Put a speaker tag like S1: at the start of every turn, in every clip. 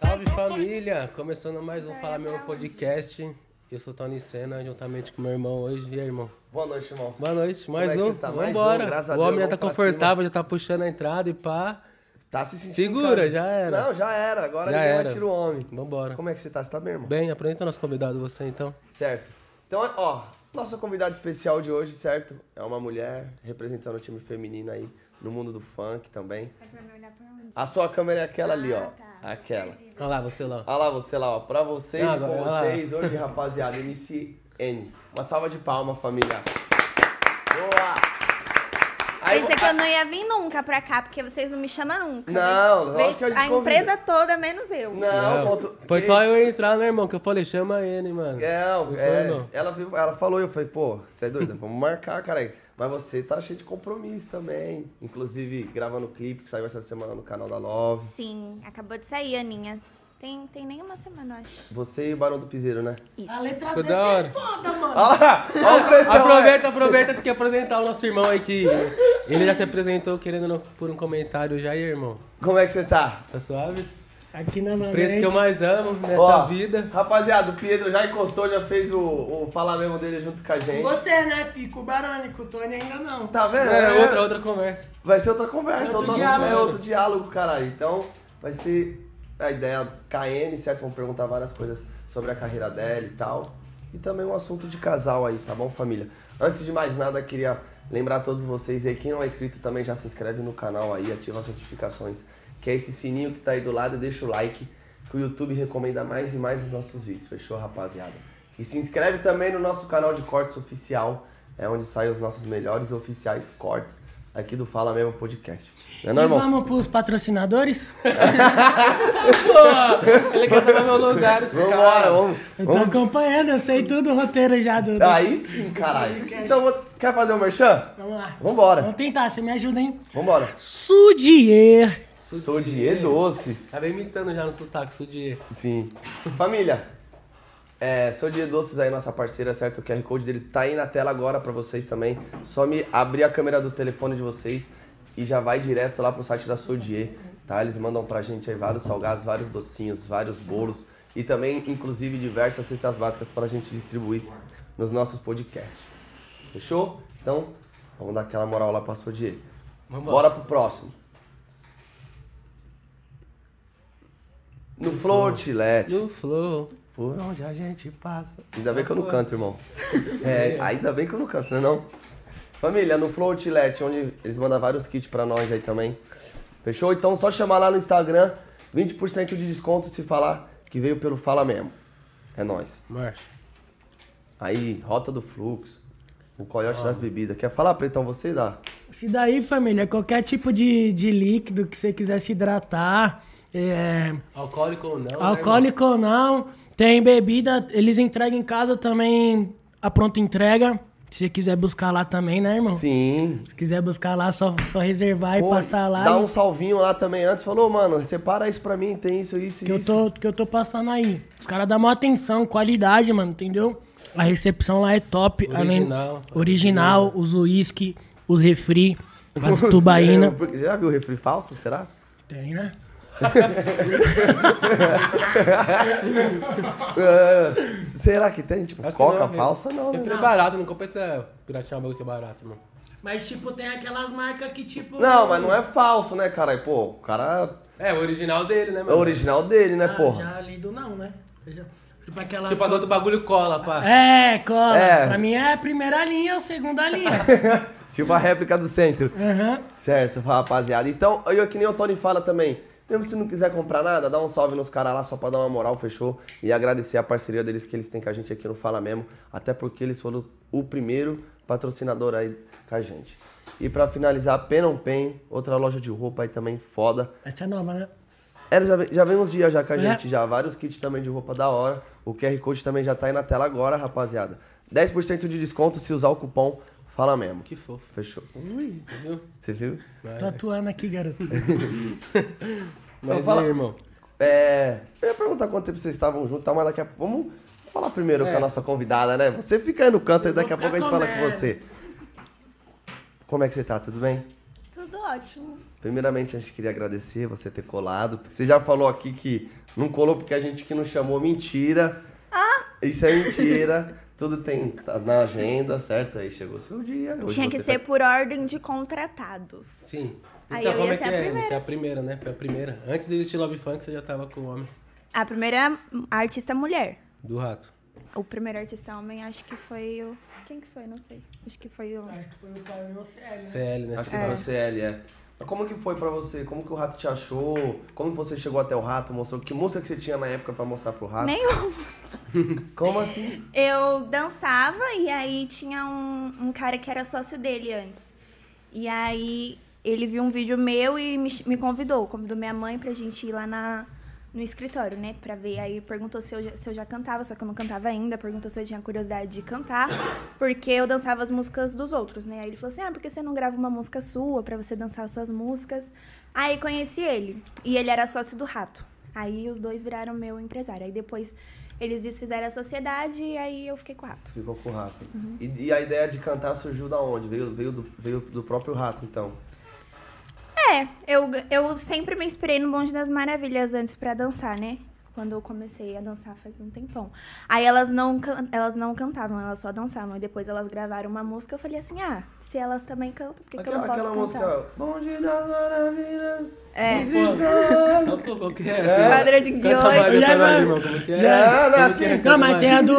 S1: Salve família! Começando mais um Fala Meu Podcast. Eu sou Tony Senna, juntamente com meu irmão hoje. E aí, irmão?
S2: Boa noite, irmão.
S1: Boa noite, mais
S2: é que
S1: um.
S2: você tá? Mais
S1: Vambora.
S2: um, graças a
S1: o
S2: Deus,
S1: homem já tá
S2: vamos pra
S1: confortável, já tá puxando a entrada e pá.
S2: Tá se sentindo.
S1: Segura,
S2: em casa?
S1: já era.
S2: Não, já era. Agora
S1: Já
S2: ninguém
S1: era.
S2: vai tirar o homem.
S1: Vambora.
S2: Como é que você tá? Você tá bem, irmão?
S1: Bem, apresenta nosso convidado, você então.
S2: Certo. Então, ó, nossa convidada especial de hoje, certo? É uma mulher representando o time feminino aí no mundo do funk também.
S3: Mas pra me olhar pra onde?
S2: A sua câmera é aquela ali, ó.
S3: Ah, tá.
S2: Aquela.
S3: Perdi.
S1: Olha lá, você lá.
S2: Olha lá você lá, ó. Pra vocês,
S1: Ah,
S2: com
S1: agora, olha lá.
S2: vocês, hoje, rapaziada, MCN. Uma salva de palma, família. Boa! Aí,
S3: Pensei que eu não ia vir nunca pra cá, porque vocês não me chamam nunca.
S2: Não,
S3: né?
S2: lógico que eu te
S3: A
S2: convido.
S3: empresa toda, menos eu.
S2: Não, Ah, ponto.
S1: Foi só eu entrar, né, irmão? Que eu falei, chama ele, mano.
S2: Não,
S1: Não
S2: é,
S1: foi, não.
S2: ela, viu- ela falou e eu falei, pô, você é doida, vamos marcar, caralho. Mas você tá cheio de compromisso também. Inclusive, gravando o clipe que saiu essa semana no canal da Love.
S3: Sim, acabou de sair, Aninha. Tem, tem nem uma semana, eu acho.
S2: Você e o Barão do Piseiro, né?
S3: Isso.
S4: A letra
S1: Ficou
S4: D
S1: da hora.
S4: é
S2: Então,
S4: foda, mano.
S2: Olha lá! Olha o pretão! né?
S1: Aproveita, aproveita que quer apresentar o nosso irmão aí que ele já se apresentou querendo no- por um comentário já aí, irmão.
S2: é. Como é que você tá?
S1: Tá suave?
S5: Aqui na
S1: Preto que eu
S5: Mangrande,
S1: mais amo nessa
S2: Ó,
S1: vida.
S2: Rapaziada, o Pedro já encostou, já fez o, o falar mesmo dele junto com a gente.
S4: Você, né, Pico Barânico, o Tony ainda não.
S2: Tá vendo?
S1: É, outra, outra conversa.
S2: Vai ser outra conversa,
S4: É outro
S2: outro
S4: diálogo.
S2: assunto, é outro diálogo, caralho. Então, vai ser a ideia KN, certo? Vamos perguntar várias coisas sobre a carreira dela e tal. E também um assunto de casal aí, tá bom, família? Antes de mais nada, queria lembrar a todos vocês aí, quem não é inscrito também já se inscreve no canal aí, ativa as notificações, que é esse sininho que tá aí do lado, deixa o like, que o YouTube recomenda mais e mais os nossos vídeos, fechou, rapaziada? E se inscreve também no nosso canal de cortes oficial, é onde saem os nossos melhores e oficiais cortes aqui do Fala Mesmo Podcast. Não é
S4: E
S2: normal?
S4: vamos pros patrocinadores?
S1: Pô, ele quer tomar meu lugar, esse
S2: Vamos
S1: cara.
S2: embora, vamos. Ah,
S4: Eu tô acompanhando, eu sei tudo o roteiro já do... do-
S2: Aí sim, caralho. Então, vou- quer fazer o merchan?
S4: Vamos lá.
S2: Vambora,
S4: Vamos tentar, você me ajuda, hein?
S2: vambora.
S4: Sudier.
S2: Sou de E Doces.
S1: Tá bem imitando já no sotaque, Sudier.
S2: Sim. Família, é, sou de E Doces aí, nossa parceira, certo? O QR Code dele tá aí na tela agora pra vocês também. Só me abrir a câmera do telefone de vocês e já vai direto lá pro site da Sodier, tá? Eles mandam pra gente aí vários salgados, vários docinhos, vários bolos e também, inclusive, diversas cestas básicas pra gente distribuir nos nossos podcasts. Fechou? Então, vamos dar aquela moral lá pra Sodier.
S1: Vambora.
S2: Bora pro próximo. No Flow Outlet.
S1: No flow.
S2: Por onde a gente passa. Ainda bem que eu não canto, irmão. É, ainda bem que eu não canto, né não? Família, no Flow Outlet, onde eles mandam vários kits pra nós aí também. Fechou? Então só chamar lá no Instagram, 20% de desconto se falar que veio pelo Fala Mesmo. É nóis.
S1: Marcha.
S2: Aí, Rota do Fluxo, o Coiote das Bebidas. Quer falar, Pretão, você dá?
S4: Se daí, família, qualquer tipo de, de líquido que você quiser se hidratar, é,
S1: Alcoólico ou não? né,
S4: Alcoólico ou não, tem bebida, eles entregam em casa também a pronta entrega. Se você quiser buscar lá também, né, irmão?
S2: Sim.
S4: Se quiser buscar lá, só, só reservar
S2: Pô,
S4: e passar lá.
S2: Dá
S4: e-
S2: um salvinho lá também antes. Falou, mano, separa isso pra mim, tem isso, isso,
S4: que, eu
S2: isso.
S4: tô, que eu tô passando aí. Os caras dão maior atenção, qualidade, mano, entendeu? A recepção lá é top.
S1: Original.
S4: original, os uísque, os refri, as tubaína.
S2: Porque- Já viu o refri falso, será?
S4: tem, né?
S2: É, será que tem? Tipo,
S1: irmão? Acho que
S2: coca
S1: não,
S2: falsa? Não, né?
S1: Sempre é barato, não compensa piratear um bagulho que é barato, irmão.
S4: Mas, tipo, tem aquelas marcas que, tipo...
S2: Não, mas não é falso, né, cara? Pô, o cara
S1: É, o original dele, né,
S2: é o
S1: mano?
S2: original dele, né,
S4: Ah,
S2: porra?
S4: já lido não, né? Já- Tipo aquelas...
S1: Tipo, a do outro bagulho cola, pá.
S4: É, cola.
S2: É.
S4: Pra mim é a primeira linha ou segunda linha.
S2: Tipo a réplica do centro.
S4: Aham.
S2: Certo, rapaziada. Então, eu que nem o Tony fala também. Mesmo se não quiser comprar nada, dá um salve nos caras lá só pra dar uma moral, fechou? E agradecer a parceria deles que eles têm com a gente aqui no Fala Mesmo. Até porque eles foram o primeiro patrocinador aí com a gente. E pra finalizar, Penon Pen, outra loja de roupa aí também foda.
S4: Essa é nova, né?
S2: Era, já, vem- já vem uns dias já com a
S4: É.
S2: gente, já vários kits também de roupa da hora. O QR Code também já tá aí na tela agora, rapaziada. 10% de desconto se usar o cupom Fala Mesmo.
S1: Que fofo,
S2: Fechou.
S1: viu?
S2: Você viu?
S1: É.
S4: Tô atuando aqui, garoto.
S1: Mas
S2: fala-
S1: e aí, irmão?
S2: É. Eu ia perguntar quanto tempo vocês estavam juntos, tá? mas daqui a pouco. Vamos falar primeiro
S1: É.
S2: com a nossa convidada, né? Você fica aí no canto e daqui a
S4: vou
S2: pouco a gente
S4: ficar
S2: fala com
S4: comendo.
S2: você. Como é que você tá? Tudo bem?
S3: Tudo
S6: tudo ótimo.
S2: Primeiramente, a gente queria agradecer você ter colado. porque Você já falou aqui que não colou porque a gente que não chamou, mentira. Ah! Isso é mentira. Tudo tem tá na agenda, certo? Aí chegou o seu dia. hoje
S6: Tinha que
S2: você
S6: ser
S2: tá-
S6: por ordem de contratados.
S1: Sim.
S6: Aí
S1: Então,
S6: eu
S1: como
S6: ia
S1: é que
S6: ser a
S1: é?
S6: primeira.
S1: Você é a primeira, né? Foi a primeira. Antes de existir Love Funk, você já tava com o homem
S6: A primeira artista é mulher.
S1: do rato.
S6: O primeiro artista homem, acho que foi o. Quem que foi? Não sei. Acho que foi o.
S4: Acho que foi o pai meu sério.
S1: CL, né?
S2: Acho que foi o CL, é. Mas como que foi pra você? Como que o rato te achou? Como você chegou até o rato? Mostrou que música que você tinha na época pra mostrar pro rato?
S6: Nenhum.
S2: Como assim?
S6: Eu dançava e aí tinha um, um cara que era sócio dele antes. E aí ele viu um vídeo meu e me, ch- me convidou. Convidou minha mãe pra gente ir lá na, no escritório, né? Pra ver. Aí perguntou se eu, já- se eu já cantava, só que eu não cantava ainda. Perguntou se eu tinha curiosidade de cantar, porque eu dançava as músicas dos outros, né? Aí ele falou assim: ah, por que você não grava uma música sua pra você dançar as suas músicas? Aí conheci ele. E ele era sócio do rato. Aí os dois viraram meu empresário. Aí depois eles desfizeram a sociedade e aí eu fiquei com o rato.
S2: Ficou com o rato.
S6: Uhum.
S2: E, e a ideia de cantar surgiu da onde? Veio, veio, do, veio do próprio rato, então.
S6: É, eu, eu sempre me inspirei no Bonde das Maravilhas antes pra dançar, né? Quando eu comecei a dançar faz um tempão. Aí elas não, can- elas não cantavam, elas só dançavam. E depois elas gravaram uma música, eu falei assim, ah, se elas também cantam, por que, que eu não posso
S2: aquela
S6: cantar?
S2: música. Bonde da maravilha.
S6: É.
S1: Não tô qual que é?
S6: Quadradinho de
S1: Canta
S6: oito.
S1: mais,
S4: Já
S1: canta mais,
S4: vai-
S1: irmão, como que é?
S2: Já,
S1: Como
S2: nasci.
S1: que é? Canta
S4: Não, mas
S1: mais.
S4: tem a do.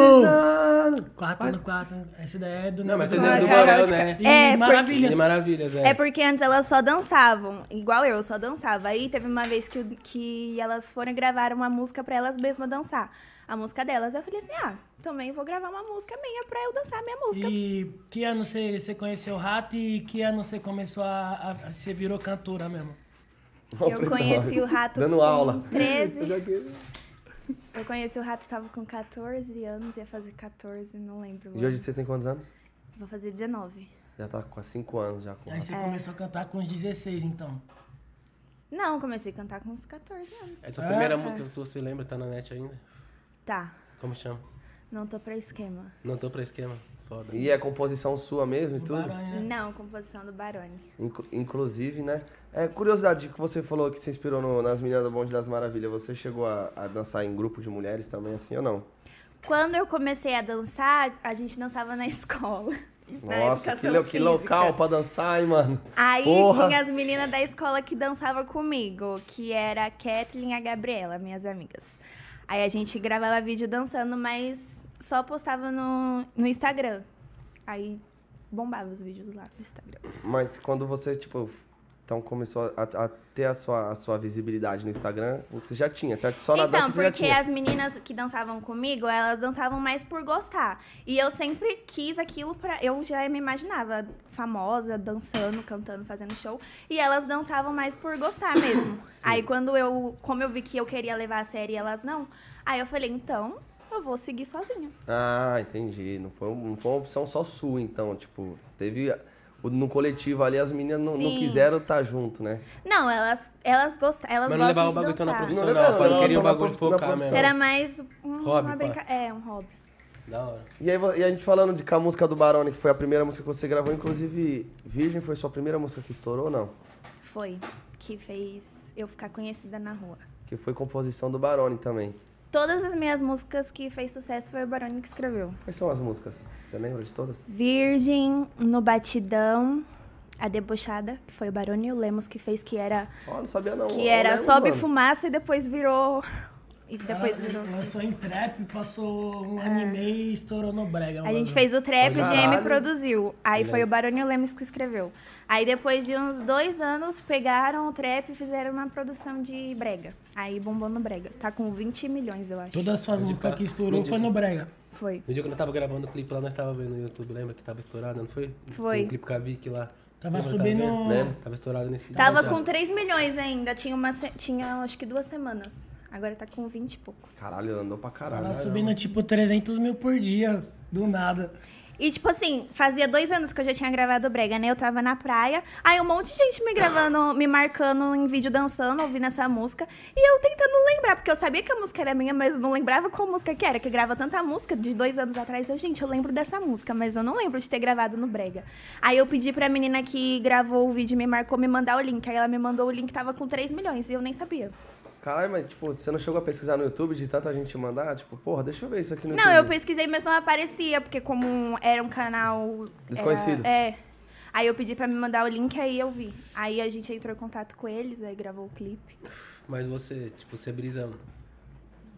S2: Mano,
S4: 4 no 4. Essa daí é do.
S1: Não, mas
S4: do-
S1: tem a do
S6: Carol
S1: Borel,
S6: de
S1: né?
S6: Ca- É,
S4: E maravilhas.
S1: De maravilhas, é.
S6: É porque antes elas só dançavam, igual eu, só dançava. Aí teve uma vez que, que elas foram gravar uma música pra elas mesmas dançar. A música delas. Eu falei assim: ah, também vou gravar uma música minha pra eu dançar a minha música.
S4: E que ano você, você conheceu o rato e que ano você começou a. a- a- você virou cantora mesmo?
S6: Eu conheci o rato
S2: Dando
S6: com
S2: aula.
S6: 13. Eu conheci o rato, tava com 14 anos, ia fazer 14, não lembro.
S2: E hoje você tem quantos anos?
S6: Vou fazer 19.
S2: Já tá com 5 anos já com o
S4: Aí
S2: rato.
S6: É.
S4: você começou a cantar com uns 16, então.
S6: Não, comecei a cantar com uns 14 anos.
S1: Essa
S4: Ah,
S1: primeira
S4: é.
S1: música sua, você lembra? Tá na net ainda?
S6: Tá,
S1: Como chama?
S6: não tô pra esquema.
S1: Não tô pra esquema. Foda.
S2: E é composição sua mesmo e tudo?
S4: Barulho, né?
S6: Não, composição do Barone.
S2: Inclu- inclusive, né? É, curiosidade que você falou que se inspirou no- nas meninas do Bonde das Maravilhas. Você chegou a, a dançar em grupo de mulheres também, assim ou não?
S6: Quando eu comecei a dançar, a gente dançava na escola. na
S2: Nossa, que,
S6: educação
S2: lo- que
S6: física.
S2: local pra dançar, hein, mano?
S6: Aí
S2: Porra!
S6: tinha as meninas da escola que dançavam comigo, que era a Kathleen e a Gabriela, minhas amigas. Aí a gente gravava vídeo dançando, mas só postava no, no Instagram. Aí bombava os vídeos lá no Instagram.
S2: Mas quando você, tipo, então começou a, a ter a sua, a sua visibilidade no Instagram, você já tinha, certo? Só na
S6: então,
S2: dança você já
S6: porque
S2: tinha.
S6: as meninas que dançavam comigo, elas dançavam mais por gostar. E eu sempre quis aquilo pra. Eu já me imaginava famosa, dançando, cantando, fazendo show. E elas dançavam mais por gostar mesmo. aí quando eu. Como eu vi que eu queria levar a série e elas não, aí eu falei, então eu vou seguir sozinha.
S2: Ah, entendi. Não foi, um- não foi uma opção só sua, então. Tipo, teve. o- No coletivo ali, as meninas não, não
S6: Sim.
S2: quiseram estar junto, né?
S6: Não, elas, elas gostavam. Elas
S1: Mas não
S6: gostam
S1: levava o
S6: de
S1: bagulho tão na
S6: dançar.
S2: profissão.
S1: profissional,
S2: Não,
S1: pai.
S2: não,
S1: Queria o
S2: não,
S1: bagulho
S2: na
S1: focar
S2: profissão.
S1: mesmo.
S6: Era mais um,
S1: Hobby,
S6: uma
S1: pá.
S6: brinca... É, um hobby.
S1: Da hora.
S2: E aí, vo- e a gente falando de com a música do Barone, que foi a primeira música que você gravou, inclusive, Virgem foi sua primeira música que estourou ou não?
S6: Foi. Que fez eu ficar conhecida na rua.
S2: Que foi composição do Barone também.
S6: Todas as minhas músicas que fez sucesso foi o Barone que escreveu.
S2: Quais são as músicas? Você lembra de todas?
S6: Virgem, No Batidão, A Debochada, que foi o Barone e o Lemos que fez, que era,
S2: Ó, não sabia não.
S6: que
S2: Ó,
S6: era
S2: lembro,
S6: Sobe
S2: Oh, mano.
S6: Fumaça e depois virou... E depois
S4: Ela
S6: virou... É.
S4: Lançou em trap, passou um ano e meio e estourou no brega.
S6: A gente fez o trap, o
S2: Caralho.
S6: GM produziu. Aí foi o Barone e o Lemos que escreveu. Aí depois de uns dois anos, pegaram o trap e fizeram uma produção de brega. Aí bombou no brega. Tá com 20 milhões, eu acho.
S4: Todas as suas músicas que estourou foi no brega.
S6: Foi.
S1: No dia que eu tava gravando o clipe lá, nós tava vendo no YouTube, lembra que tava estourado, não foi?
S6: Foi.
S1: Um clipe com a Vicky lá.
S4: Tava
S1: Lembra?
S4: subindo- um-
S1: vendo?
S2: Lembro.
S1: Tava estourado nesse
S6: Tava
S1: dia.
S6: com 3 milhões ainda. Tinha, uma se- tinha acho que duas semanas. Agora tá com 20 e pouco.
S2: Caralho, andou pra caralho.
S4: Ela subindo tipo 300 mil por dia, do nada.
S6: E, tipo assim, fazia dois anos que eu já tinha gravado o Brega, né? Eu tava na praia, aí um monte de gente me gravando, me marcando em vídeo dançando, ouvindo essa música. E eu tentando lembrar, porque eu sabia que a música era minha, mas eu não lembrava qual música que era, que grava tanta música de dois anos atrás. Eu, gente, eu lembro dessa música, mas eu não lembro de ter gravado no Brega. Aí eu pedi pra menina que gravou o vídeo e me marcou me mandar o link. Aí ela me mandou o link, tava com 3 milhões, e eu nem sabia.
S2: Caralho, mas tipo, você não chegou a pesquisar no YouTube de tanta gente mandar? Tipo, porra, deixa eu ver isso aqui no
S6: Não, eu
S2: YouTube.
S6: pesquisei, mas não aparecia, porque como era um canal... era-
S2: Desconhecido.
S6: é. Aí eu pedi pra me mandar o link, aí eu vi. Aí a gente entrou em contato com eles, aí gravou o clipe.
S1: Mas você, tipo, você brisa.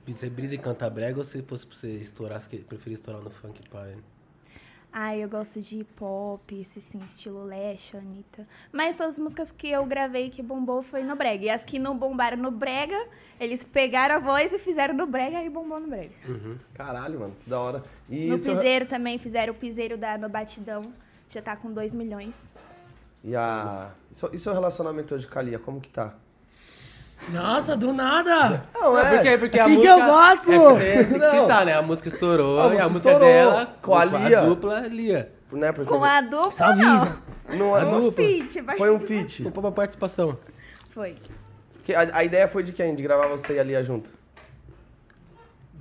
S1: Você brisa e canta brega ou se fosse pra você estourar, você preferia estourar no funk pai?
S6: Aí eu gosto de pop, esse assim, estilo Leste, Anitta. Mas todas as músicas que eu gravei que bombou foi no brega. E as que não bombaram no brega, eles pegaram a voz e fizeram no brega, aí bombou no brega.
S2: Caralho, mano, que da hora. E é-
S6: No
S2: o seu-
S6: piseiro também, fizeram o piseiro da No Batidão. Já tá com 2 milhões.
S2: E, a... e seu- e seu relacionamento hoje com a Lia, como que tá?
S4: Nossa, do nada.
S2: Não, é.
S1: porque, porque a
S4: Assim que
S1: música,
S4: eu gosto.
S1: É porque você tem que
S2: Não.
S1: citar, né? A música estourou
S2: A
S1: e a
S2: música
S1: música é
S2: estourou,
S1: dela
S2: com a Lia.
S1: dupla é Lia.
S2: Né, porque...
S6: Com a dupla,
S4: Só avisa.
S2: Não, é-
S6: não.
S2: não-
S6: Um feat, mas-
S2: Foi um feat.
S1: Opa, uma participação.
S6: Foi.
S2: Que A, a ideia foi de quem? De gravar você e a Lia junto.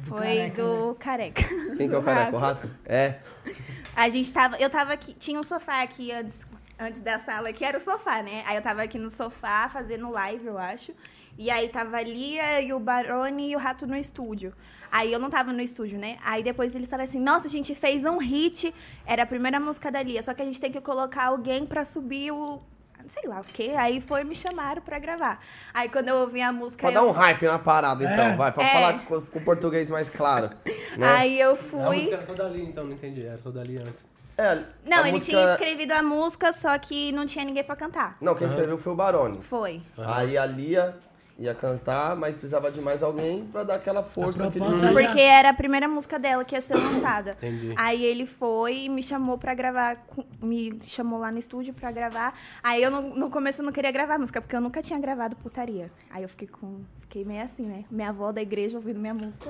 S6: Foi do careca. né?
S2: Quem que é o
S6: Do
S2: careca? O
S6: rato.
S2: rato? É.
S6: A gente tava. Eu tava aqui. Tinha um sofá aqui antes, antes da sala, que era o sofá, né? Aí eu tava aqui no sofá fazendo live, eu acho. E aí tava a Lia e o Barone e o Rato no estúdio. Aí eu não tava no estúdio, né? Aí depois eles falaram assim: nossa, a gente fez um hit. Era a primeira música da Lia, só que a gente tem que colocar alguém pra subir o. Sei lá o quê. Aí foi me chamaram pra gravar. Aí quando eu ouvi a música.
S2: Pra dar
S6: eu-
S2: um hype na parada, então, vai. Pra
S6: É.
S2: falar com, com o português mais claro. Né?
S6: Aí eu
S1: A
S6: fui.
S1: música era só da Lia, então, não entendi. Era só da Lia antes.
S2: É,
S6: Não,
S2: a
S6: ele
S2: música-
S6: tinha escrevido a música, só que não tinha ninguém pra cantar.
S2: Não, quem escreveu foi o Barone.
S6: Foi.
S2: Aí a Lia ia cantar, mas precisava de mais alguém pra dar aquela força
S4: A
S2: que ele
S4: proposta
S2: queria.
S4: era-
S6: Porque era a primeira música dela que ia ser lançada.
S1: Entendi.
S6: Aí ele foi e me chamou pra gravar, com- me chamou lá no estúdio pra gravar. Aí eu não- no começo eu não queria gravar a música, porque eu nunca tinha gravado putaria. Aí eu fiquei com. Fiquei meio assim, né? Minha avó da igreja ouvindo minha música.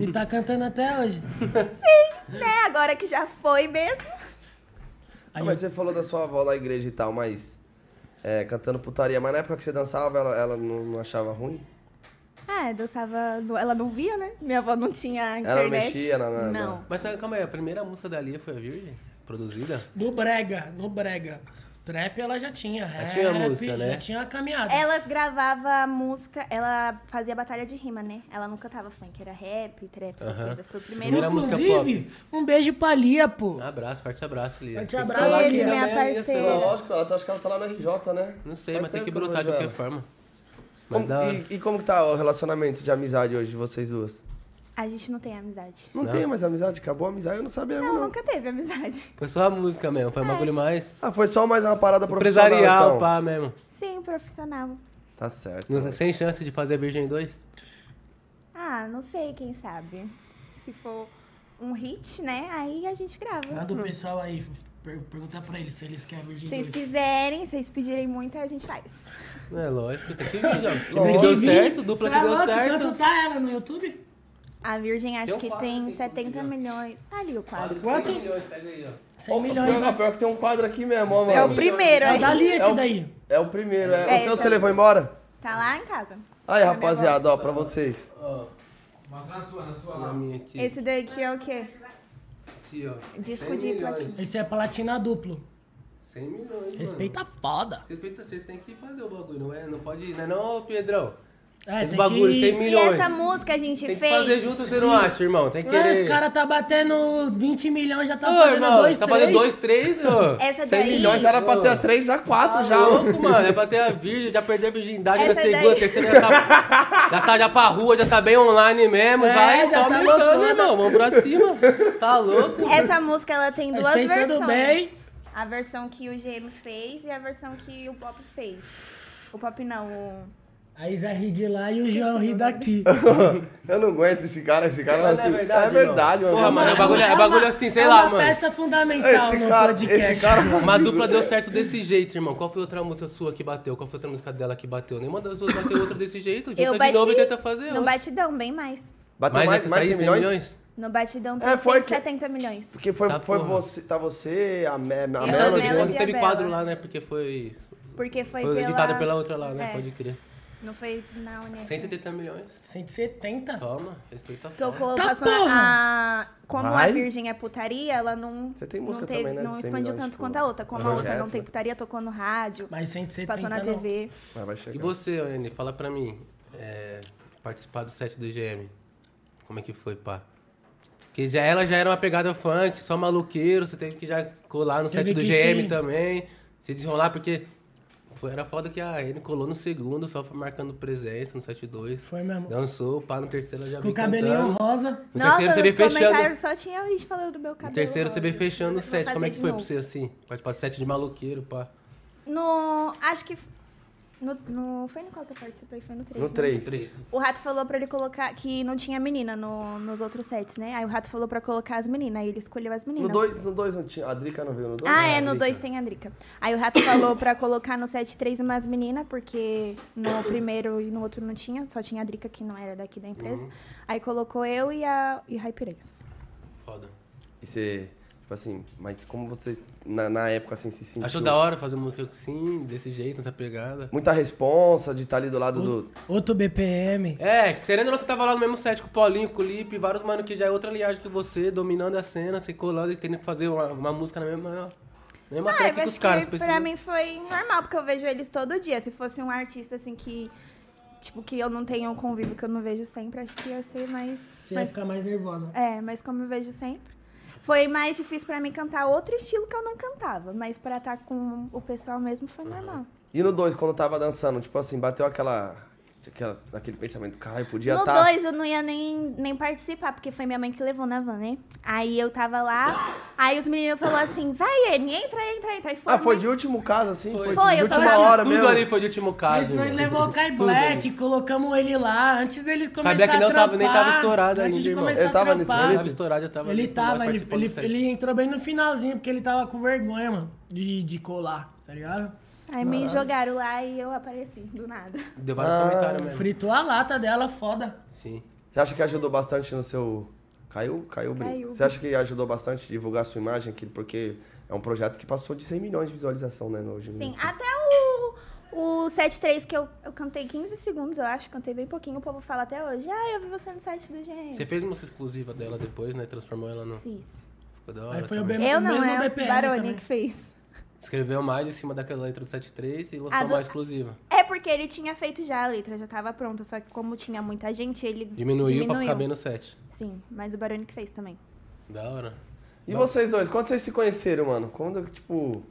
S4: E tá cantando até hoje.
S6: né? Agora que já foi mesmo.
S2: Ah, mas você falou da sua avó da igreja e tal, mas. É, cantando putaria. Mas na época que você dançava, ela, ela não, não achava ruim?
S6: Ah, eu dançava. no- Ela não via, né? Minha avó não tinha internet.
S2: Ela não mexia na. na- na-
S6: Não.
S1: Mas sabe, calma aí, a primeira música da Lia foi a Virgem? Produzida?
S4: No brega, no brega. Trap ela já tinha, rap,
S1: tinha música, né?
S4: já tinha a caminhada.
S6: Ela gravava a música, ela fazia batalha de rima, né? Ela não cantava funk, era rap, trap, essas
S1: Aham.
S6: coisas. Foi o primeiro.
S1: Primeira música Ah.
S4: Inclusive, um beijo pra Lia, pô.
S1: Um Abraço, forte abraço, Lia.
S4: Forte
S1: Tem que
S4: abraço,
S1: falar aqui
S4: Lia.
S1: também,
S6: Minha
S1: Lia, sei lá.
S6: parceira.
S2: É, Lógico, ela, acho que ela tá lá na RJ, né?
S1: Não sei,
S2: Faz
S1: mas tem
S2: tempo
S1: que
S2: eu não
S1: brotar de
S2: vejo
S1: qualquer
S2: ela.
S1: forma. Mas
S2: Como-
S1: da hora.
S2: e, e como que tá o relacionamento de amizade hoje de vocês duas?
S6: A gente não tem amizade.
S2: Não,
S1: Não.
S2: tem mais amizade? Acabou a amizade? Eu não sabia mesmo,
S6: Não,
S2: não.
S6: nunca teve amizade.
S1: Foi só a música mesmo,
S6: É.
S1: foi um bagulho mais
S2: Ah, foi só mais uma parada profissional,
S1: empresarial,
S2: então.
S1: pá, mesmo.
S6: Sim, profissional.
S2: Tá certo.
S1: Não- sem chance de fazer Virgem 2?
S6: Ah, não sei, quem sabe. Se for um hit, né? Aí a gente grava.
S4: Manda o pessoal aí, per pergunta pra eles se eles querem Virgem
S6: Se vocês
S4: 2.
S6: quiserem, se vocês pedirem muito, a gente faz.
S1: Não é lógico, tem que vir, já. Tipo,
S2: Tem
S1: que
S2: que
S1: deu
S4: vir.
S1: certo, dupla
S4: Cê
S1: que
S4: é
S1: deu
S4: louco,
S1: certo.
S4: Quanto tá ela no YouTube?
S6: A Virgem acho
S1: um
S6: que
S1: quadro
S6: tem
S1: aqui,
S6: 70 milhões. Tá Ali o quadro.
S4: Quanto?
S1: milhões, pega aí, ó.
S4: 100
S2: Ó,
S4: milhões,
S2: pior,
S4: né?
S2: pior que tem um quadro aqui mesmo, ó,
S6: É o
S2: mano.
S6: primeiro,
S4: É
S6: é
S4: o da Lia
S2: É
S4: esse
S2: o-
S4: daí.
S2: É o primeiro, é.
S6: É,
S2: o seu
S6: esse
S2: você
S6: é o-
S2: levou embora?
S6: Tá lá em casa.
S2: Aí,
S6: Pra minha
S2: rapaziada, ó, pra vocês.
S7: Mostra na sua, na sua
S1: Na
S7: lá.
S1: minha aqui,
S6: Esse daqui é o quê?
S1: aqui, ó.
S6: Disco
S1: 100
S6: de
S1: milhões.
S6: platina.
S4: Esse é platina duplo.
S1: 100 milhões,
S4: Respeita a foda.
S1: mano. Respeita, vocês têm que fazer o bagulho, não é? Não pode ir, né não, Pedrão?
S4: É,
S1: Esse
S4: tem
S1: bagulho,
S4: que...
S1: 100
S6: E
S1: milhões.
S6: essa música a gente
S1: Tem que
S6: fez.
S1: fazer junto, você não acha, irmão? Tem que
S4: Ah,
S1: querer.
S4: esse cara tá batendo 20 milhões, já tá
S1: Ô,
S4: fazendo
S1: irmão,
S4: dois,
S1: tá
S4: três.
S1: fazendo 2, 3, ô.
S6: Essa
S2: 100
S6: daí.
S2: milhões já era pra ter a 3, a 4
S1: Tá
S2: já. ó.
S1: louco, mano. É pra ter a virgem, já perdeu a virgindade na
S6: Essa daí-
S1: segunda, terceira já tá. Já tá já pra rua, já tá bem online mesmo.
S4: É,
S1: vai
S4: já
S1: só
S4: tá
S1: aumentando,
S4: loucona.
S1: irmão. Vamos pra cima. Tá louco?
S6: Essa música ela tem
S4: Mas
S6: duas
S4: pensando
S6: versões.
S4: bem-
S6: A versão que o GM fez e a versão que o Pop fez. O Pop não, o...
S4: A Isa ri de lá e o João ri daqui.
S2: Eu não aguento esse cara, esse cara.
S1: Não é verdade,
S2: é verdade
S1: irmão. Porra,
S2: mano.
S1: mano, é
S2: Esse-
S1: bagulho, é
S4: uma-
S1: bagulho assim, sei
S4: é
S1: lá,
S4: uma
S1: mano.
S4: peça fundamental
S2: Esse
S4: no
S2: cara,
S4: podcast.
S2: esse cara.
S1: Uma dupla deu certo desse jeito, irmão. Qual foi outra música sua que bateu? Qual foi outra música dela que bateu? Nenhuma das duas bateu outra desse jeito. Junta
S6: Eu
S1: de
S6: bati
S1: novo e tenta fazer
S6: no
S1: outra.
S6: batidão, bem mais.
S2: Bateu mais,
S1: essa
S2: mais
S1: aí,
S2: de 100 milhões?
S6: No batidão tem
S2: É, foi que-
S6: 170 milhões.
S2: Porque foi,
S1: Tá,
S2: foi
S1: porra.
S2: você, tá você, a, me, a
S6: a
S1: Essa
S2: Melody.
S6: Melody.
S1: não teve
S6: Abela.
S1: quadro lá, né? Porque foi,
S6: Porque foi,
S1: foi,
S6: pela...
S1: editada pela outra lá, né?
S6: É.
S1: Pode crer.
S6: Não foi na Unesco.
S1: 180 milhões.
S4: 170?
S1: Toma, respeita a
S6: Tocou,
S4: Tá
S6: passou na-
S4: porra!
S6: a- Como
S2: Vai?
S6: a Virgem é putaria, ela não.
S2: Você tem
S6: não
S2: música
S6: teve-
S2: também, né, de
S6: Não
S2: 100
S6: expandiu
S2: milhões,
S6: tanto
S2: tipo,
S6: quanto a outra. Como a outra
S2: projeto,
S6: não tem
S2: né?
S6: putaria, tocou no rádio,
S4: Mas 170
S6: passou na
S4: não.
S6: TV.
S2: Mas vai
S1: E
S2: chegar.
S1: você, Anne, fala pra mim, é, participar do set do GM, como é que foi, pá? Porque já, ela já era uma pegada funk, só maluqueiro, você teve que já colar no
S4: Teve
S1: set do
S4: que
S1: GM
S4: se-
S1: também, se desenrolar, porque foi, era foda que a Anne colou no segundo, só foi marcando presença no 7-2.
S4: Foi mesmo.
S1: Dançou, pá, no terceiro ela já
S4: Com
S1: veio
S4: o cabelinho
S1: cantando.
S4: rosa.
S1: No
S6: Nossa,
S1: terceiro você
S6: nos
S1: veio fechando.
S6: comentários só tinha gente falando do meu cabelo.
S1: No terceiro você
S6: rosa.
S1: veio fechando o
S6: Vou
S1: set, como é
S6: fazer
S1: que
S6: de
S1: foi pra
S6: novo.
S1: você assim? Participar do set de maluqueiro, pá.
S6: No. Acho que. No, no- foi no qual que eu participei? Foi no 3.
S2: No 3.
S1: Três.
S6: O rato falou pra ele colocar que não tinha menina no- nos outros sets, né? Aí o rato falou pra colocar as meninas, aí ele escolheu as meninas.
S2: No 2 no dois não tinha. A Drica não veio no 2?
S6: Ah, é, no 2 tem a Drica. Aí o rato falou pra colocar no set 3 umas meninas, porque no primeiro e no outro não tinha, só tinha a Drica que não era daqui da empresa.
S1: Uhum.
S6: Aí colocou eu e a e Raipiranhas.
S1: Foda.
S2: E você, tipo assim, mas como você, na, na época, assim, se sentiu?
S1: Achou da hora fazer música assim, desse jeito, nessa pegada?
S2: Muita responsa de estar ali do lado
S1: Hum.
S2: do...
S4: Outro BPM.
S1: É, querendo ou não, você tava lá no mesmo set com o Paulinho, com o Lipe, vários mano que já é outra linhagem que você, dominando a cena, você colando e tendo que fazer uma, uma música na mesma, mesma
S6: Ah,
S1: track
S6: eu
S1: que
S6: acho
S1: os
S6: que
S1: caras.
S6: pra
S1: precisam.
S6: mim foi normal, porque eu vejo eles todo dia. Se fosse um artista assim que. Tipo, que eu não tenho um convívio que eu não vejo sempre, acho que ia ser mais.
S4: Você vai
S6: mais
S4: ficar mais nervosa.
S6: É, mas como eu vejo sempre. Foi mais difícil pra mim cantar outro estilo que eu não cantava, mas pra estar com o pessoal mesmo foi normal.
S2: E no 2, quando tava dançando, tipo assim, bateu aquela... aquela aquele pensamento, caralho, podia
S6: no
S2: Tá...
S6: dois eu não ia nem, nem participar, porque foi minha mãe que levou na van, né? Aí eu tava lá, aí os meninos falaram assim: vai, Eni, entra, entra, entra. E foi,
S2: Ah, foi
S6: muito-
S2: de último caso, assim? Foi,
S6: Foi,
S2: de
S6: eu
S2: última
S6: tava-
S2: hora
S1: Tudo
S2: mesmo?
S1: ali foi de último
S4: Mas
S1: caso.
S4: nós
S1: irmão.
S4: levou o Kai
S1: Tudo
S4: Black, colocamos ele lá antes dele começar
S1: Black
S4: a
S1: não tava-
S4: trampar.
S1: nem tava estourado
S4: antes
S1: ainda,
S4: de
S1: irmão.
S4: começar
S2: Ele tava
S4: a
S2: nesse
S1: ali.
S4: trampar.
S2: clipe?
S1: Tava estourado, já tava
S4: Ele
S1: ali,
S4: tava, ele,
S1: participando
S4: ele,
S1: do set.
S4: ele entrou bem no finalzinho, porque ele tava com vergonha, mano, de, de colar, tá ligado?
S6: Aí me jogaram lá e eu apareci, do nada.
S1: Deu vários
S2: Ah.
S1: comentários mesmo.
S4: Fritou a lata dela, foda.
S1: Sim.
S2: Você acha que ajudou bastante no seu... Caiu? Caiu, o brinco.
S6: Caiu.
S2: Você acha que ajudou bastante a divulgar a sua imagem aqui? Porque é um projeto que passou de 100 milhões de visualização, né, no- hoje no
S6: Sim,
S2: YouTube.
S6: até o, o 7-3, que eu, eu cantei 15 segundos, eu acho, cantei bem pouquinho, o povo fala até hoje. Ah, eu vi você no site do GM.
S1: Você fez música exclusiva dela depois, né? Transformou ela no.
S6: Fiz.
S1: Ficou da hora.
S4: Aí foi o
S1: também.
S4: bem
S6: Eu não,
S4: mesmo
S6: é o
S4: BPM
S6: Baroni
S4: também.
S6: que fez.
S1: Escreveu mais em cima daquela letra do 73 e
S4: Ah,
S1: lançou
S6: A do-
S1: mais exclusiva.
S6: É porque ele tinha feito já a letra, já tava pronta, só que como tinha muita gente, ele
S1: Diminuiu, pra caber no set.
S6: Sim, mas o Baroni que fez também.
S1: Da hora.
S2: E vocês dois, quando vocês se conheceram, mano? Quando, tipo...